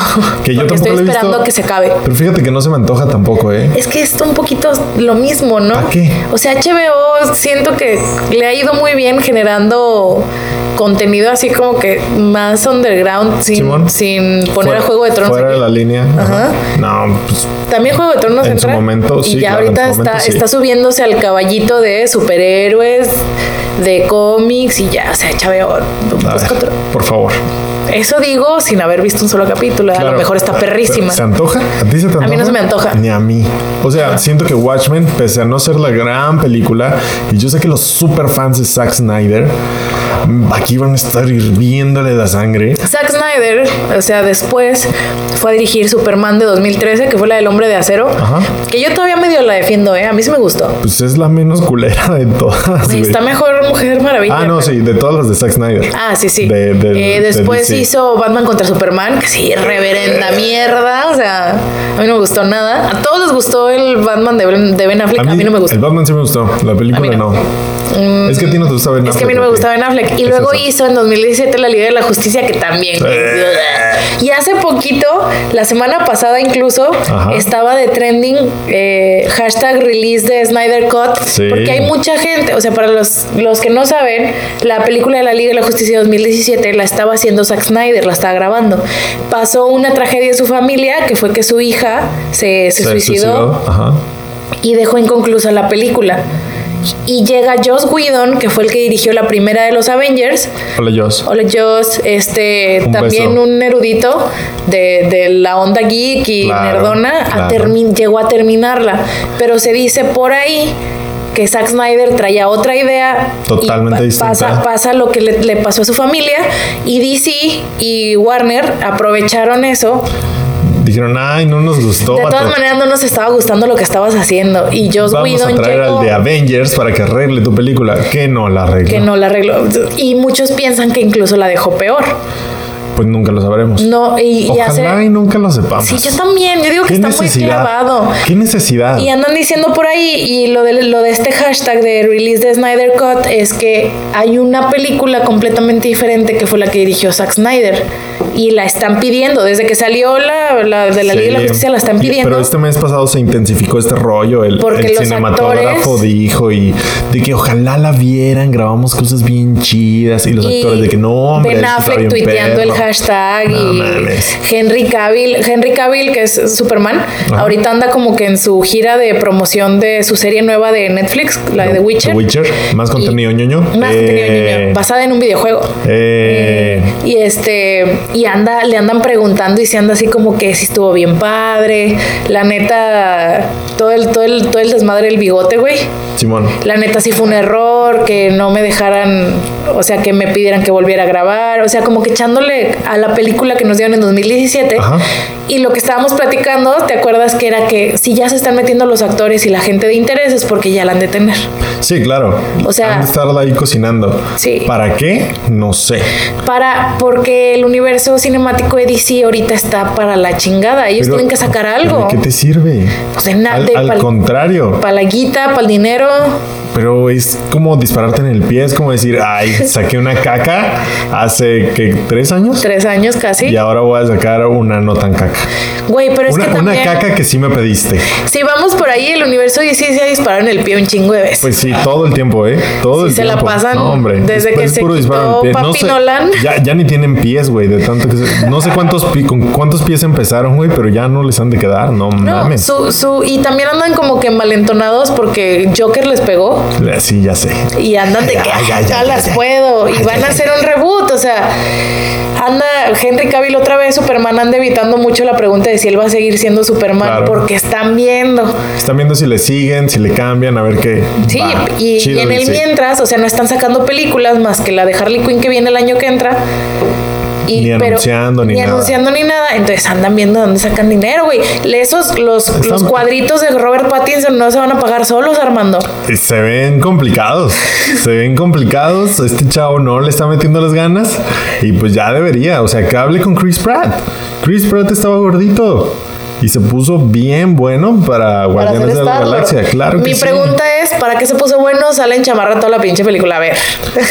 B: Que yo
A: porque
B: tampoco
A: estoy
B: la he
A: esperando
B: visto.
A: que se acabe.
B: Pero fíjate que no se me antoja tampoco, ¿eh?
A: Es que es un poquito lo mismo, ¿no?
B: ¿Pa' qué?
A: O sea, HBO siento que le ha ido muy bien generando contenido así como que más underground sin,
B: Simón.
A: sin poner
B: Fuera-
A: a Juego de Tronos.
B: Fuera
A: aquí.
B: de la línea.
A: Ajá.
B: No, pues
A: También Juego de Tronos
B: En su
A: entra
B: momento,
A: y
B: sí,
A: ya
B: claro, en
A: ahorita
B: su
A: está,
B: momento, sí.
A: está subiéndose al caballito de superhéroes, de cómics y ya, o sea, HBO
B: a
A: busca
B: ver,
A: otro.
B: por favor.
A: Eso digo sin haber visto un solo capítulo. A
B: Claro.
A: lo mejor está perrísima.
B: ¿Se antoja? ¿A ti se te antoja?
A: A mí no se me antoja.
B: Ni a mí. O sea, siento que Watchmen, pese a no ser la gran película, y yo sé que los super fans de Zack Snyder mm, aquí van a estar hirviéndole la sangre.
A: Zack Snyder, o sea, después fue a dirigir Superman de 2013, que fue la del Hombre de Acero,
B: Ajá.
A: que yo todavía medio la defiendo, ¿eh? A mí sí me gustó.
B: Pues es la menos culera de todas. güey.
A: Está mejor Mujer Maravilla.
B: Ah, no,
A: pero-
B: sí, de todas las de Zack Snyder.
A: Ah, sí, sí.
B: De- del-
A: Eh, después
B: de DC.
A: hizo Batman contra Superman, que sí, reverenda
B: Eh.
A: mierda. O sea, a mí no me gustó nada. A todos les gustó el Batman de Ben, de Ben Affleck. A mí, no me gustó.
B: El Batman sí me gustó, la película
A: no. Mm,
B: no. Es que a ti no te gusta Ben
A: Es que a mí no me
B: Affleck,
A: gustaba Ben Affleck. Y
B: Es
A: luego
B: eso.
A: hizo en 2017 la Liga de la Justicia, que también.
B: Eh.
A: Y hace poquito, la semana pasada incluso,
B: Ajá.
A: estaba de trending eh, hashtag release de Snyder Cut.
B: Sí.
A: Porque hay mucha gente, o sea, para los, los que no saben, la película de la Liga de la Justicia 2017 la estaba haciendo Zack Snyder, la estaba grabando. Pasó una tragedia en su familia, que fue que su hija se, se suicidó
B: Ajá.
A: y dejó inconclusa la película. Y llega Joss Whedon, que fue el que dirigió la primera de los Avengers.
B: Hola, Joss.
A: Hola Joss, este,
B: Un
A: también
B: beso.
A: un erudito de, de la onda geek y
B: Claro,
A: nerdona, a
B: claro.
A: termi- llegó a terminarla. Pero se dice por ahí que Zack Snyder traía otra idea. y
B: Totalmente distinta.
A: Pasa, pasa lo que le, le pasó a su familia. Y DC y Warner aprovecharon eso
B: Dijeron, ay, no nos gustó.
A: de
B: vato.
A: todas maneras, no nos estaba gustando lo que estabas haciendo. Y Joss
B: Vamos a
A: Whedon
B: traer
A: llegó
B: al de Avengers para que arregle tu película. Que no la arregle.
A: que no la arregló. Y muchos piensan que incluso la dejó peor.
B: Pues nunca lo sabremos.
A: No, y, y
B: Ojalá
A: hace.
B: y nunca lo sepamos.
A: Sí, yo también. Yo digo que
B: ¿Qué
A: está muy
B: necesidad?
A: clavado.
B: ¿Qué necesidad?
A: Y andan diciendo por ahí, y lo de, lo de este hashtag de release de Snyder Cut es que hay una película completamente diferente que fue la que dirigió Zack Snyder. Y la están pidiendo. Desde que salió la, la de la
B: Sí.
A: Liga de la Justicia, la están
B: Y-
A: pidiendo.
B: Pero este mes pasado se intensificó este rollo. El,
A: Porque
B: el
A: los
B: cinematógrafo
A: actores-
B: dijo y de que ojalá la vieran, grabamos cosas bien chidas y los
A: Y
B: actores de que no, hombre,
A: Ben
B: esto está
A: Affleck
B: bien
A: tuiteando el
B: perro".
A: hashtag
B: No
A: y
B: mames.
A: Henry Cavill, Henry Cavill que es Superman,
B: Ajá.
A: ahorita anda como que en su gira de promoción de su serie nueva de Netflix, la de The Witcher.
B: The Witcher, más contenido ñoño.
A: Más
B: Eh,
A: contenido ñoño, basada en un videojuego.
B: eh,
A: Y este, y anda, le andan preguntando y se anda así como que si estuvo bien padre. La neta, todo el, todo el, todo el desmadre del bigote, güey.
B: Simón.
A: La neta sí fue un error que no me dejaran, o sea, que me pidieran que volviera a grabar, o sea, como que echándole a la película que nos dieron en 2017
B: Ajá.
A: y lo que estábamos platicando, ¿te acuerdas que era que si ya se están metiendo los actores y la gente de interés es porque ya la han de tener?
B: Sí, claro.
A: O sea-
B: Han de estarla ahí cocinando.
A: Sí.
B: ¿Para qué? No sé.
A: Para, porque el universo cinemático de DC ahorita está para la chingada. Ellos
B: Pero-
A: tienen que sacar algo.
B: ¿pero ¿De qué te sirve?
A: Pues de nada,
B: Al,
A: de
B: al
A: pal-
B: contrario.
A: Para la guita, para el dinero.
B: Pero es como dispararte en el pie. Es como decir, ay, saqué una caca hace que tres años.
A: Tres años casi.
B: Y ahora voy a sacar una no tan caca.
A: Güey, pero es
B: Una,
A: que
B: una
A: también.
B: caca que sí me pediste.
A: Si vamos por ahí, el universo DC se ha disparado en el pie un chingo de veces.
B: Pues sí, todo el tiempo, ¿eh? Todo
A: Sí,
B: el
A: se la
B: tiempo.
A: pasan
B: No, hombre.
A: desde que se
B: disparo
A: quitó
B: al pie.
A: Papi Nolan.
B: Ya, ya ni tienen pies, güey. De tanto que se- No sé cuántos, pi- con cuántos pies empezaron, güey, pero ya no les han de quedar. No,
A: no,
B: mames.
A: su, su, y también andan como que malentonados porque Joker les pegó
B: Eh, Sí, ya sé.
A: y andan de que
B: Ay, ay,
A: "Ah, ya
B: ay,
A: las
B: ay,
A: puedo y van a hacer un reboot. O sea, anda Henry Cavill otra vez, Superman anda evitando mucho la pregunta de si él va a seguir siendo Superman
B: Claro.
A: porque están viendo.
B: Están viendo si le siguen, si le cambian, a ver qué.
A: Sí,
B: Va,
A: y,
B: chido,
A: y en el
B: dice.
A: mientras, o sea, no están sacando películas más que la de Harley Quinn que viene el año que entra. Y,
B: Ni anunciando ni nada.
A: anunciando ni nada. Entonces andan viendo dónde sacan dinero, güey. Le- Esos, los,
B: Están-
A: los cuadritos de Robert Pattinson no se van a pagar solos, Armando.
B: Y Se ven complicados, se ven complicados. Este chavo no le está metiendo las ganas y pues ya debería. O sea, que hable con Chris Pratt. Chris Pratt estaba gordito y se puso bien bueno para
A: Para
B: Guardianes
A: hacer
B: de la
A: Star-Lord.
B: Galaxia. Claro que
A: Mi
B: sí.
A: pregunta es: ¿para qué se puso bueno? Sale en chamarra toda la pinche película. A ver.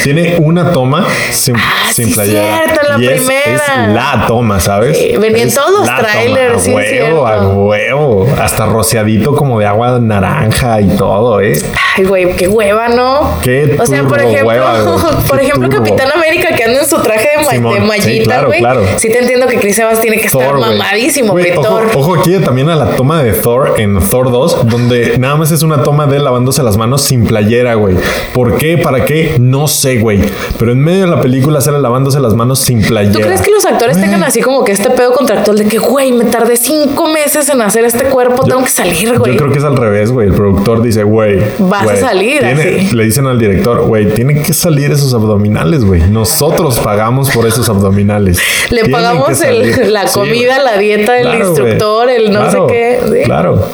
B: Tiene una toma sin,
A: Ah,
B: sin
A: sí,
B: playera.
A: cierto, la
B: y es,
A: primera.
B: es la toma, ¿sabes?
A: Sí, venía en
B: Es
A: todos los
B: la toma,
A: trailers,
B: a
A: sí, es
B: huevo, a
A: cierto.
B: huevo. Hasta rociadito como de agua naranja y todo, ¿eh?
A: Ay, güey, qué hueva, ¿no?
B: Qué
A: o sea, por
B: turbo
A: ejemplo,
B: hueva,
A: *laughs*
B: güey,
A: por
B: qué
A: ejemplo,
B: turbo.
A: Capitán América que anda en su traje de, ma-
B: Simón,
A: de
B: sí,
A: mallita,
B: claro,
A: güey.
B: claro.
A: Sí te entiendo que Chris Evans tiene que estar
B: Thor, güey.
A: mamadísimo,
B: Güey,
A: güey,
B: Ojo,
A: Thor.
B: ojo aquí también a la toma de Thor en Thor 2, donde nada más es una toma de él lavándose las manos sin playera, güey. ¿Por qué? ¿Para qué? No sé, güey. Pero en medio de la película sale lavándose las manos sin playera.
A: ¿Tú crees que los actores tengan así como que este pedo contractual de que, güey, me tardé cinco meses en hacer este cuerpo, tengo que salir, güey?
B: Yo creo que es al revés, güey. El productor dice, güey.
A: Vas a
B: güey,
A: salir
B: tiene-
A: así.
B: Le dicen al director, güey, tienen que salir esos abdominales, güey. Nosotros pagamos por esos abdominales.
A: Le
B: Tienen
A: pagamos
B: que
A: el-
B: salir".
A: la
B: Sí, güey.
A: comida, la dieta, el
B: Claro,
A: instructor,
B: güey.
A: el no
B: Claro,
A: sé qué. Sí.
B: Claro.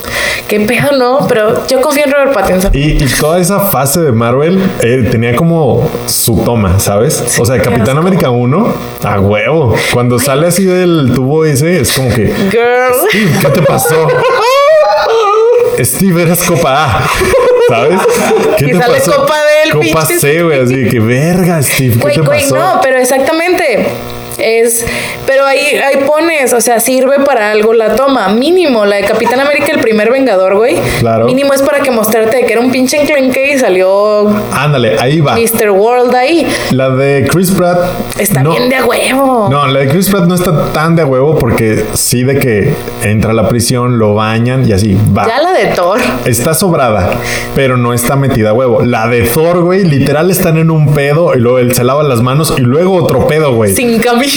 A: Qué pedo, ¿no? Pero yo confío en Robert Pattinson. *laughs*
B: Y, y toda esa fase de Marvel eh, tenía como su toma, ¿sabes? o sea,
A: qué
B: Capitán
A: asco.
B: América 1, a huevo. Cuando sale así del tubo ese, es como que,
A: Girl.
B: Steve, ¿qué
A: *laughs*
B: te pasó? Steve, eras copa A, ¿sabes? ¿Qué
A: Y sale copa del
B: Copa
A: pinche
B: C, güey, así de que verga, Steve, ¿qué
A: Güey,
B: te
A: güey,
B: pasó?
A: no, pero exactamente. Es, pero ahí, ahí pones, o sea, sirve para algo la toma. Mínimo, la de Capitán América, el primer Vengador, güey.
B: Claro.
A: Mínimo es para que mostrarte de que era un pinche enclenque y salió
B: Ándale, ahí va.
A: Mr. World ahí.
B: La de Chris Pratt.
A: Está
B: no-
A: bien de a huevo.
B: No, la de Chris Pratt no está tan de a huevo porque sí de que entra a la prisión, lo bañan y así va.
A: Ya la de Thor.
B: Está sobrada, pero no está metida a huevo. La de Thor, güey, literal están en un pedo y luego él se lava las manos y luego otro pedo, güey.
A: Sin camisa.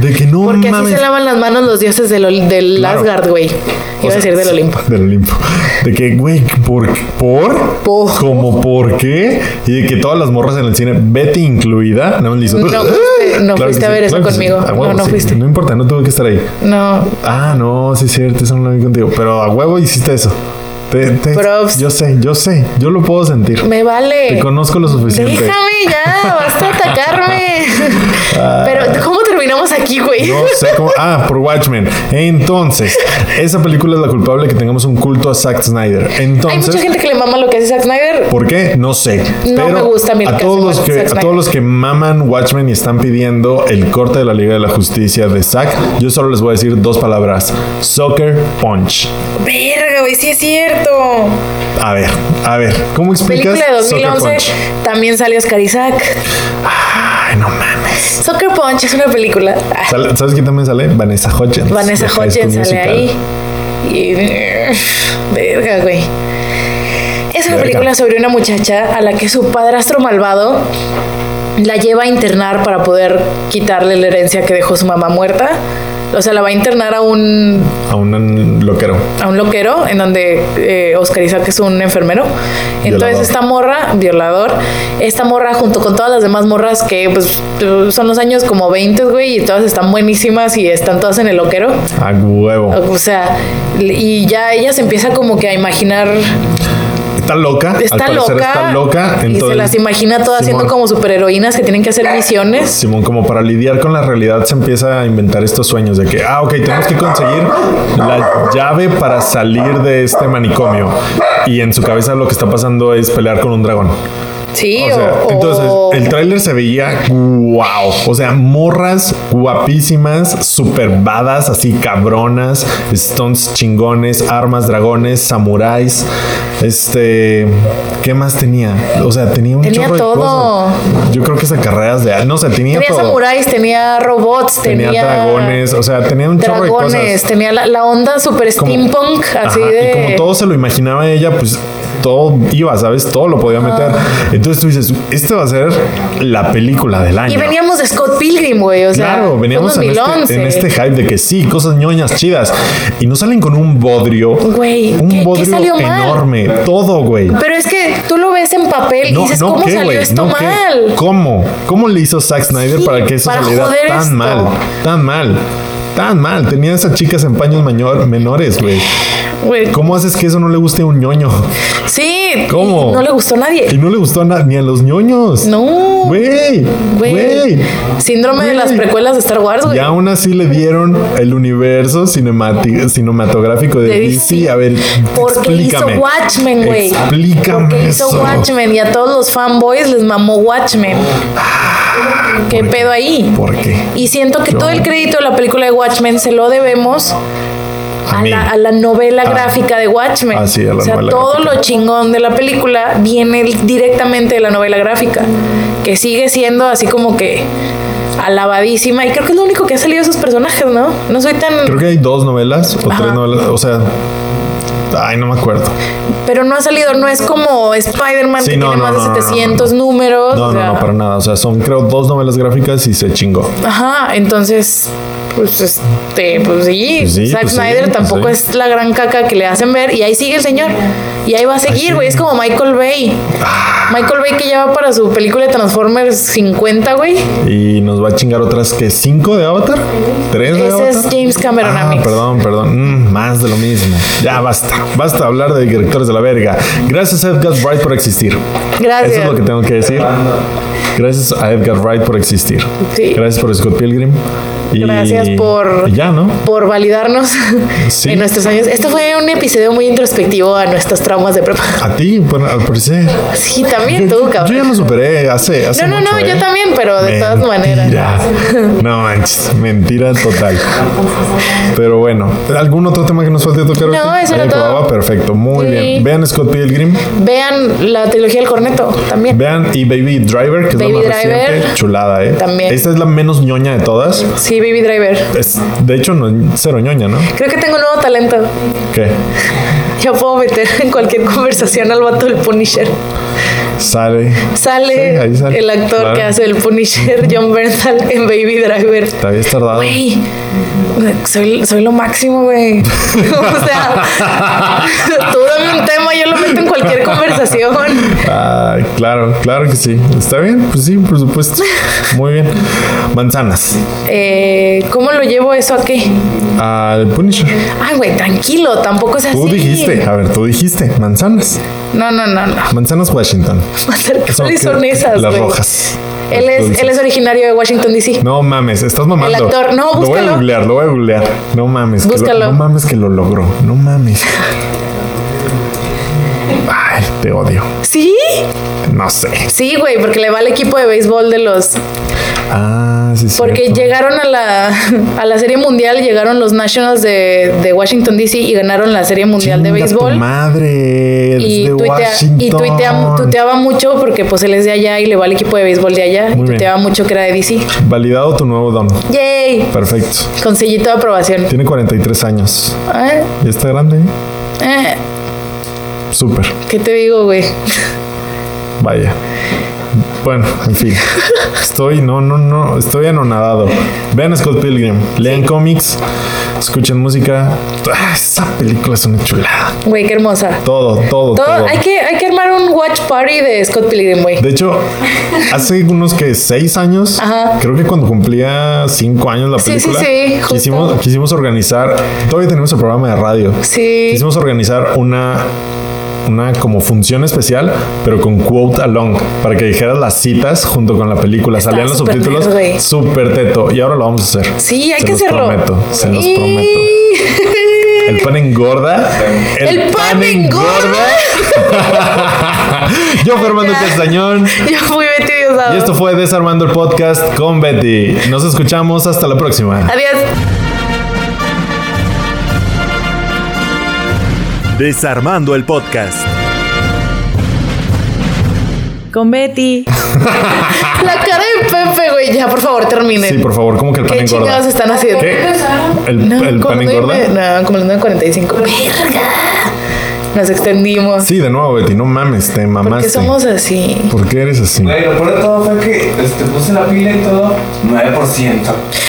B: De que no
A: Porque así
B: mames.
A: se lavan las manos los dioses del, Ol- del
B: Claro.
A: Asgard, güey. Iba
B: O sea,
A: a decir del
B: sí,
A: Olimpo.
B: Del Olimpo. De que, güey, ¿por, ¿por?
A: Po.
B: ¿Cómo por qué? Y de que todas las morras en el cine, Betty incluida, nada más le hizo- ¡Ah!
A: No fuiste- no
B: que
A: fuiste a ver eso
B: que
A: conmigo.
B: A huevo,
A: No, no
B: sí.
A: fuiste.
B: No importa, no tuve que estar ahí.
A: No,
B: Ah, no, sí es cierto, eso no lo vi contigo. Pero a huevo hiciste eso. Te- te-
A: Props.
B: yo sé, yo sé, yo lo puedo sentir.
A: me vale.
B: Te conozco lo suficiente.
A: Déjame ya, basta de atacarme. Pero, ¿cómo terminamos aquí, güey?
B: Ah. No sé cómo. Ah, por Watchmen. Entonces, esa película es la culpable que tengamos un culto a Zack Snyder.
A: Hay mucha
B: Entonces,
A: gente que le mama lo que hace Zack Snyder.
B: ¿por qué? No sé.
A: No
B: Pero
A: me gusta a mí el
B: a
A: que
B: todos
A: hace
B: los
A: Zack
B: que A
A: Snyder.
B: todos los que maman Watchmen y están pidiendo el corte de la Liga de la Justicia de Zack, yo solo les voy a decir dos palabras: Soccer Punch.
A: Verga, güey, sí es cierto.
B: A ver, a ver, ¿cómo explicas?
A: Película de
B: Sucker
A: 2011.
B: Punch?
A: También salió Oscar Isaac.
B: Ay, no mames.
A: Soccer Punch es una película. Ah,
B: Sale- ¿Sabes quién también sale? Vanessa Hudgens.
A: Vanessa
B: de High
A: Hodgins
B: School
A: sale
B: Musical.
A: ahí. Y. Verga, güey. Es una
B: Verga.
A: película sobre una muchacha a la que su padrastro malvado la lleva a internar para poder quitarle la herencia que dejó su mamá muerta. o sea, la va a internar a un
B: a un loquero.
A: a un loquero en donde eh, Oscar Isaac es un enfermero. Entonces
B: Violador.
A: esta morra, violador, esta morra junto con todas las demás morras que pues son los años como 20, güey, y todas están buenísimas y están todas en el loquero.
B: A huevo.
A: O sea, y ya ella se empieza como que a imaginar
B: Está loca. al
A: está
B: parecer
A: loca,
B: está loca.
A: y se
B: entonces-
A: las imagina todas siendo
B: Simón.
A: como superheroínas que tienen que hacer
B: *laughs*
A: misiones.
B: Simón, como para lidiar con la realidad, se empieza a inventar estos sueños de que, ah, ok, tenemos que conseguir la llave para salir de este manicomio. Y en su cabeza lo que está pasando es pelear con un dragón.
A: Sí,
B: O sea,
A: o-
B: entonces,
A: o-
B: el tráiler se veía wow. O sea, morras guapísimas, super badas, así cabronas, stunts chingones, armas, dragones, samuráis. Este, ¿qué más tenía? O sea, tenía un
A: Tenía
B: chorro de
A: todo.
B: cosas. Yo creo que esas carreras de, no sé, tenía,
A: tenía
B: todo.
A: samuráis, tenía robots, tenía,
B: tenía, dragones, o sea, tenía un chorro de
A: dragones,
B: cosas.
A: tenía la, la onda super
B: Como-
A: steampunk, así
B: Ajá,
A: de.
B: Y como todo se lo imaginaba ella, pues todo iba, ¿sabes? Todo lo podía meter. Entonces tú dices, esta va a ser la película del año.
A: Ah. Y veníamos de Scott Pilgrim, güey. O sea,
B: Claro,
A: fue
B: veníamos en este,
A: 2011.
B: en este hype de que sí, cosas ñoñas chidas. Y no salen con un bodrio.
A: Güey,
B: un
A: ¿qué- qué
B: bodrio
A: salió mal?
B: enorme. Todo, güey.
A: Pero es que tú lo ves en papel y dices, ¿cómo
B: ¿qué,
A: salió
B: güey?
A: esto
B: No, ¿qué?
A: mal?
B: ¿Cómo? ¿Cómo le hizo Zack Snyder
A: Sí,
B: para que eso
A: para
B: saliera
A: joder
B: tan
A: esto.
B: mal? Tan mal. Tan mal. Tenía esas chicas en paños mañor- menores, güey.
A: Güey,
B: ¿Cómo haces que eso no le guste a un ñoño?
A: Sí,
B: ¿Cómo?
A: y no le gustó a nadie.
B: Y no le gustó a na- ni a los ñoños.
A: No,
B: Güey.
A: güey.
B: Güey.
A: Síndrome de las
B: Güey.
A: precuelas de Star Wars,
B: Y
A: güey.
B: aún así le dieron el universo cinemati- cinematográfico de,
A: De
B: DC.
A: DC.
B: A ver,
A: Porque
B: explícame.
A: hizo Watchmen, güey.
B: Explícame
A: Porque hizo
B: eso.
A: Watchmen y a todos los fanboys les mamó Watchmen. ¿Qué
B: ¿por
A: pedo ahí?
B: ¿Por qué?
A: Y siento que
B: Ah, Yo-
A: todo el crédito de la película de Watchmen se lo debemos
B: A
A: a,
B: mí.
A: la, a la novela
B: Ah.
A: gráfica de Watchmen.
B: Ah, sí, a la
A: o sea,
B: novela
A: todo
B: gráfica.
A: lo chingón de la película viene directamente de la novela gráfica, que sigue siendo así como que alabadísima. Y creo que es lo único que ha salido de esos personajes, ¿no? No soy tan...
B: Creo que hay dos novelas o
A: Ajá.
B: tres novelas. O sea, ay, no me acuerdo.
A: Pero no ha salido, no es como Spider-Man
B: Sí,
A: que
B: no,
A: tiene
B: no,
A: más
B: no, no, no,
A: de 700 números.
B: No,
A: o sea.
B: no, no, para nada. O sea, son creo dos novelas gráficas y se chingó.
A: Ajá, entonces, pues este, pues sí,
B: Pues sí,
A: Zack
B: pues sí,
A: Snyder
B: pues
A: tampoco
B: sí.
A: es la gran caca que le hacen ver y ahí sigue el señor. Y ahí va a seguir, güey, es como Michael Bay.
B: Ah.
A: Michael Bay que ya va para su película de Transformers 50, güey.
B: Y nos va a chingar otras que cinco de Avatar, tres de
A: Ese
B: Avatar.
A: es James Cameron,
B: Ah,
A: amigos.
B: perdón, perdón. Mm, más de lo mismo. Ya basta. Basta hablar de directores de la verga. Gracias a Edgar Wright por existir.
A: Gracias.
B: Eso es lo que tengo que decir. Gracias a Edgar Wright por existir.
A: Sí.
B: Gracias por Scott Pilgrim. Y-
A: Gracias por-
B: y ya, ¿no?
A: Por validarnos
B: Sí.
A: en nuestros años. Este fue un episodio muy introspectivo a nuestras traumas de prepa. *laughs*
B: A ti, por, por ser.
A: Sí,
B: Yo,
A: también tú,
B: yo- yo ya
A: cabrón.
B: lo superé hace, hace
A: No, no,
B: mucho,
A: no,
B: ¿eh?
A: yo también, pero de todas maneras. *laughs*
B: Mentira. No manches, mentira total. Pero bueno, ¿algún otro tema que nos falte tocar?
A: No,
B: ahorita?
A: eso era
B: Ahí
A: todo.
B: acababa, Perfecto, muy
A: Sí.
B: bien. Vean Scott Pilgrim,
A: Vean la trilogía del corneto también.
B: vean y Baby Driver, que es
A: Baby
B: la más
A: Driver.
B: reciente. Chulada, ¿eh?
A: También.
B: Esta es la menos ñoña de todas.
A: Sí, Baby Driver.
B: Es, de hecho, no, cero ñoña, ¿no?
A: Creo que tengo un nuevo talento.
B: ¿Qué?
A: Yo puedo meter en cualquier conversación al vato del Punisher.
B: Sale. Sí,
A: Sale
B: ahí sale,
A: el actor
B: claro.
A: que hace el Punisher, John Bernthal, en Baby Driver.
B: Te habías tardado.
A: Güey, soy, soy lo máximo, güey. *laughs* o sea, tú dame un tema, yo lo meto en cualquier conversación.
B: Ah, claro, claro que sí. ¿Está bien? Pues sí, por supuesto. Muy bien. Manzanas.
A: Eh, ¿Cómo lo llevo eso aquí?
B: Al Punisher.
A: Ay, güey, tranquilo, tampoco es así.
B: Tú dijiste, a ver, tú dijiste, manzanas.
A: No, no, no, no.
B: Manzanas Washington.
A: *laughs* Más cerca
B: Son-
A: son esas,
B: Las
A: güey.
B: rojas.
A: Él
B: Tú
A: es,
B: dices.
A: él es originario de Washington, D.C.
B: No mames, estás mamando.
A: El actor, no,
B: Lo voy a
A: búscalo.
B: googlear, lo voy a googlear. No mames. que lo-
A: Búscalo.
B: no mames que lo logró. No mames. Ay, te odio.
A: ¿Sí?
B: No sé.
A: Sí, güey, porque le va al equipo de béisbol de los.
B: Ah, sí, sí.
A: Porque llegaron a la, a la Serie Mundial, llegaron los Nationals de, de Washington DC y ganaron la Serie Mundial de béisbol.
B: Madre.
A: Y,
B: desde
A: tuitea-
B: Washington.
A: y tuitea- tuiteaba mucho porque pues él es de allá y le va al equipo de béisbol de allá.
B: Muy
A: y
B: bien.
A: tuiteaba mucho que era de DC.
B: Validado tu nuevo don.
A: ¡Yay!
B: Perfecto.
A: Con sellito de aprobación.
B: Tiene 43 años.
A: Ah,
B: Ya está grande.
A: eh,
B: Súper.
A: ¿Qué te digo, güey?
B: Vaya. Bueno, en fin. Estoy, no, no, no, estoy anonadado. Vean Scott Pilgrim, lean cómics, escuchen música. Ah, esa película es una chulada.
A: *laughs* Güey, qué hermosa.
B: Todo, todo, todo.
A: Todo- hay, que, hay que armar un watch party de Scott Pilgrim, güey.
B: De hecho, hace unos que seis años,
A: Ajá.
B: creo que cuando cumplía cinco años la
A: Sí,
B: película,
A: sí, sí, justo.
B: quisimos, quisimos organizar, todavía tenemos el programa de radio,
A: Sí.
B: quisimos organizar una una como función especial, pero con quote along, para que dijeras las citas junto con la película.
A: Está
B: Salían los
A: súper
B: subtítulos
A: nerd, güey.
B: súper teto. Y ahora lo vamos a hacer.
A: Sí, hay
B: Se
A: que
B: los
A: hacerlo.
B: prometo, se los
A: Y-
B: prometo.
A: *laughs*
B: El pan engorda.
A: El pan *laughs*
B: Yo, Fernando Castañón.
A: Yo fui Betty
B: Y
A: Diosdado.
B: esto fue Desarmando el Podcast con Betty. Nos escuchamos hasta la próxima.
A: Adiós.
D: Desarmando el podcast.
E: con Betty,
A: La cara de Pepe, güey. Ya, por favor, terminen.
B: Sí, por favor, como que el pan
A: ¿Qué
B: engorda.
A: chingados están haciendo?
B: ¿Qué? ¿El,
A: No,
B: el pan
A: como nueve-
B: engorda?
A: No, como las 9.45. Verga. Nos extendimos.
B: Sí, de nuevo, Betty. No mames, te
A: ¿Por qué
B: mamaste.
A: somos así?
B: ¿Por qué eres así?
C: Güey, lo peor de todo fue que este, puse la pila y todo 9%.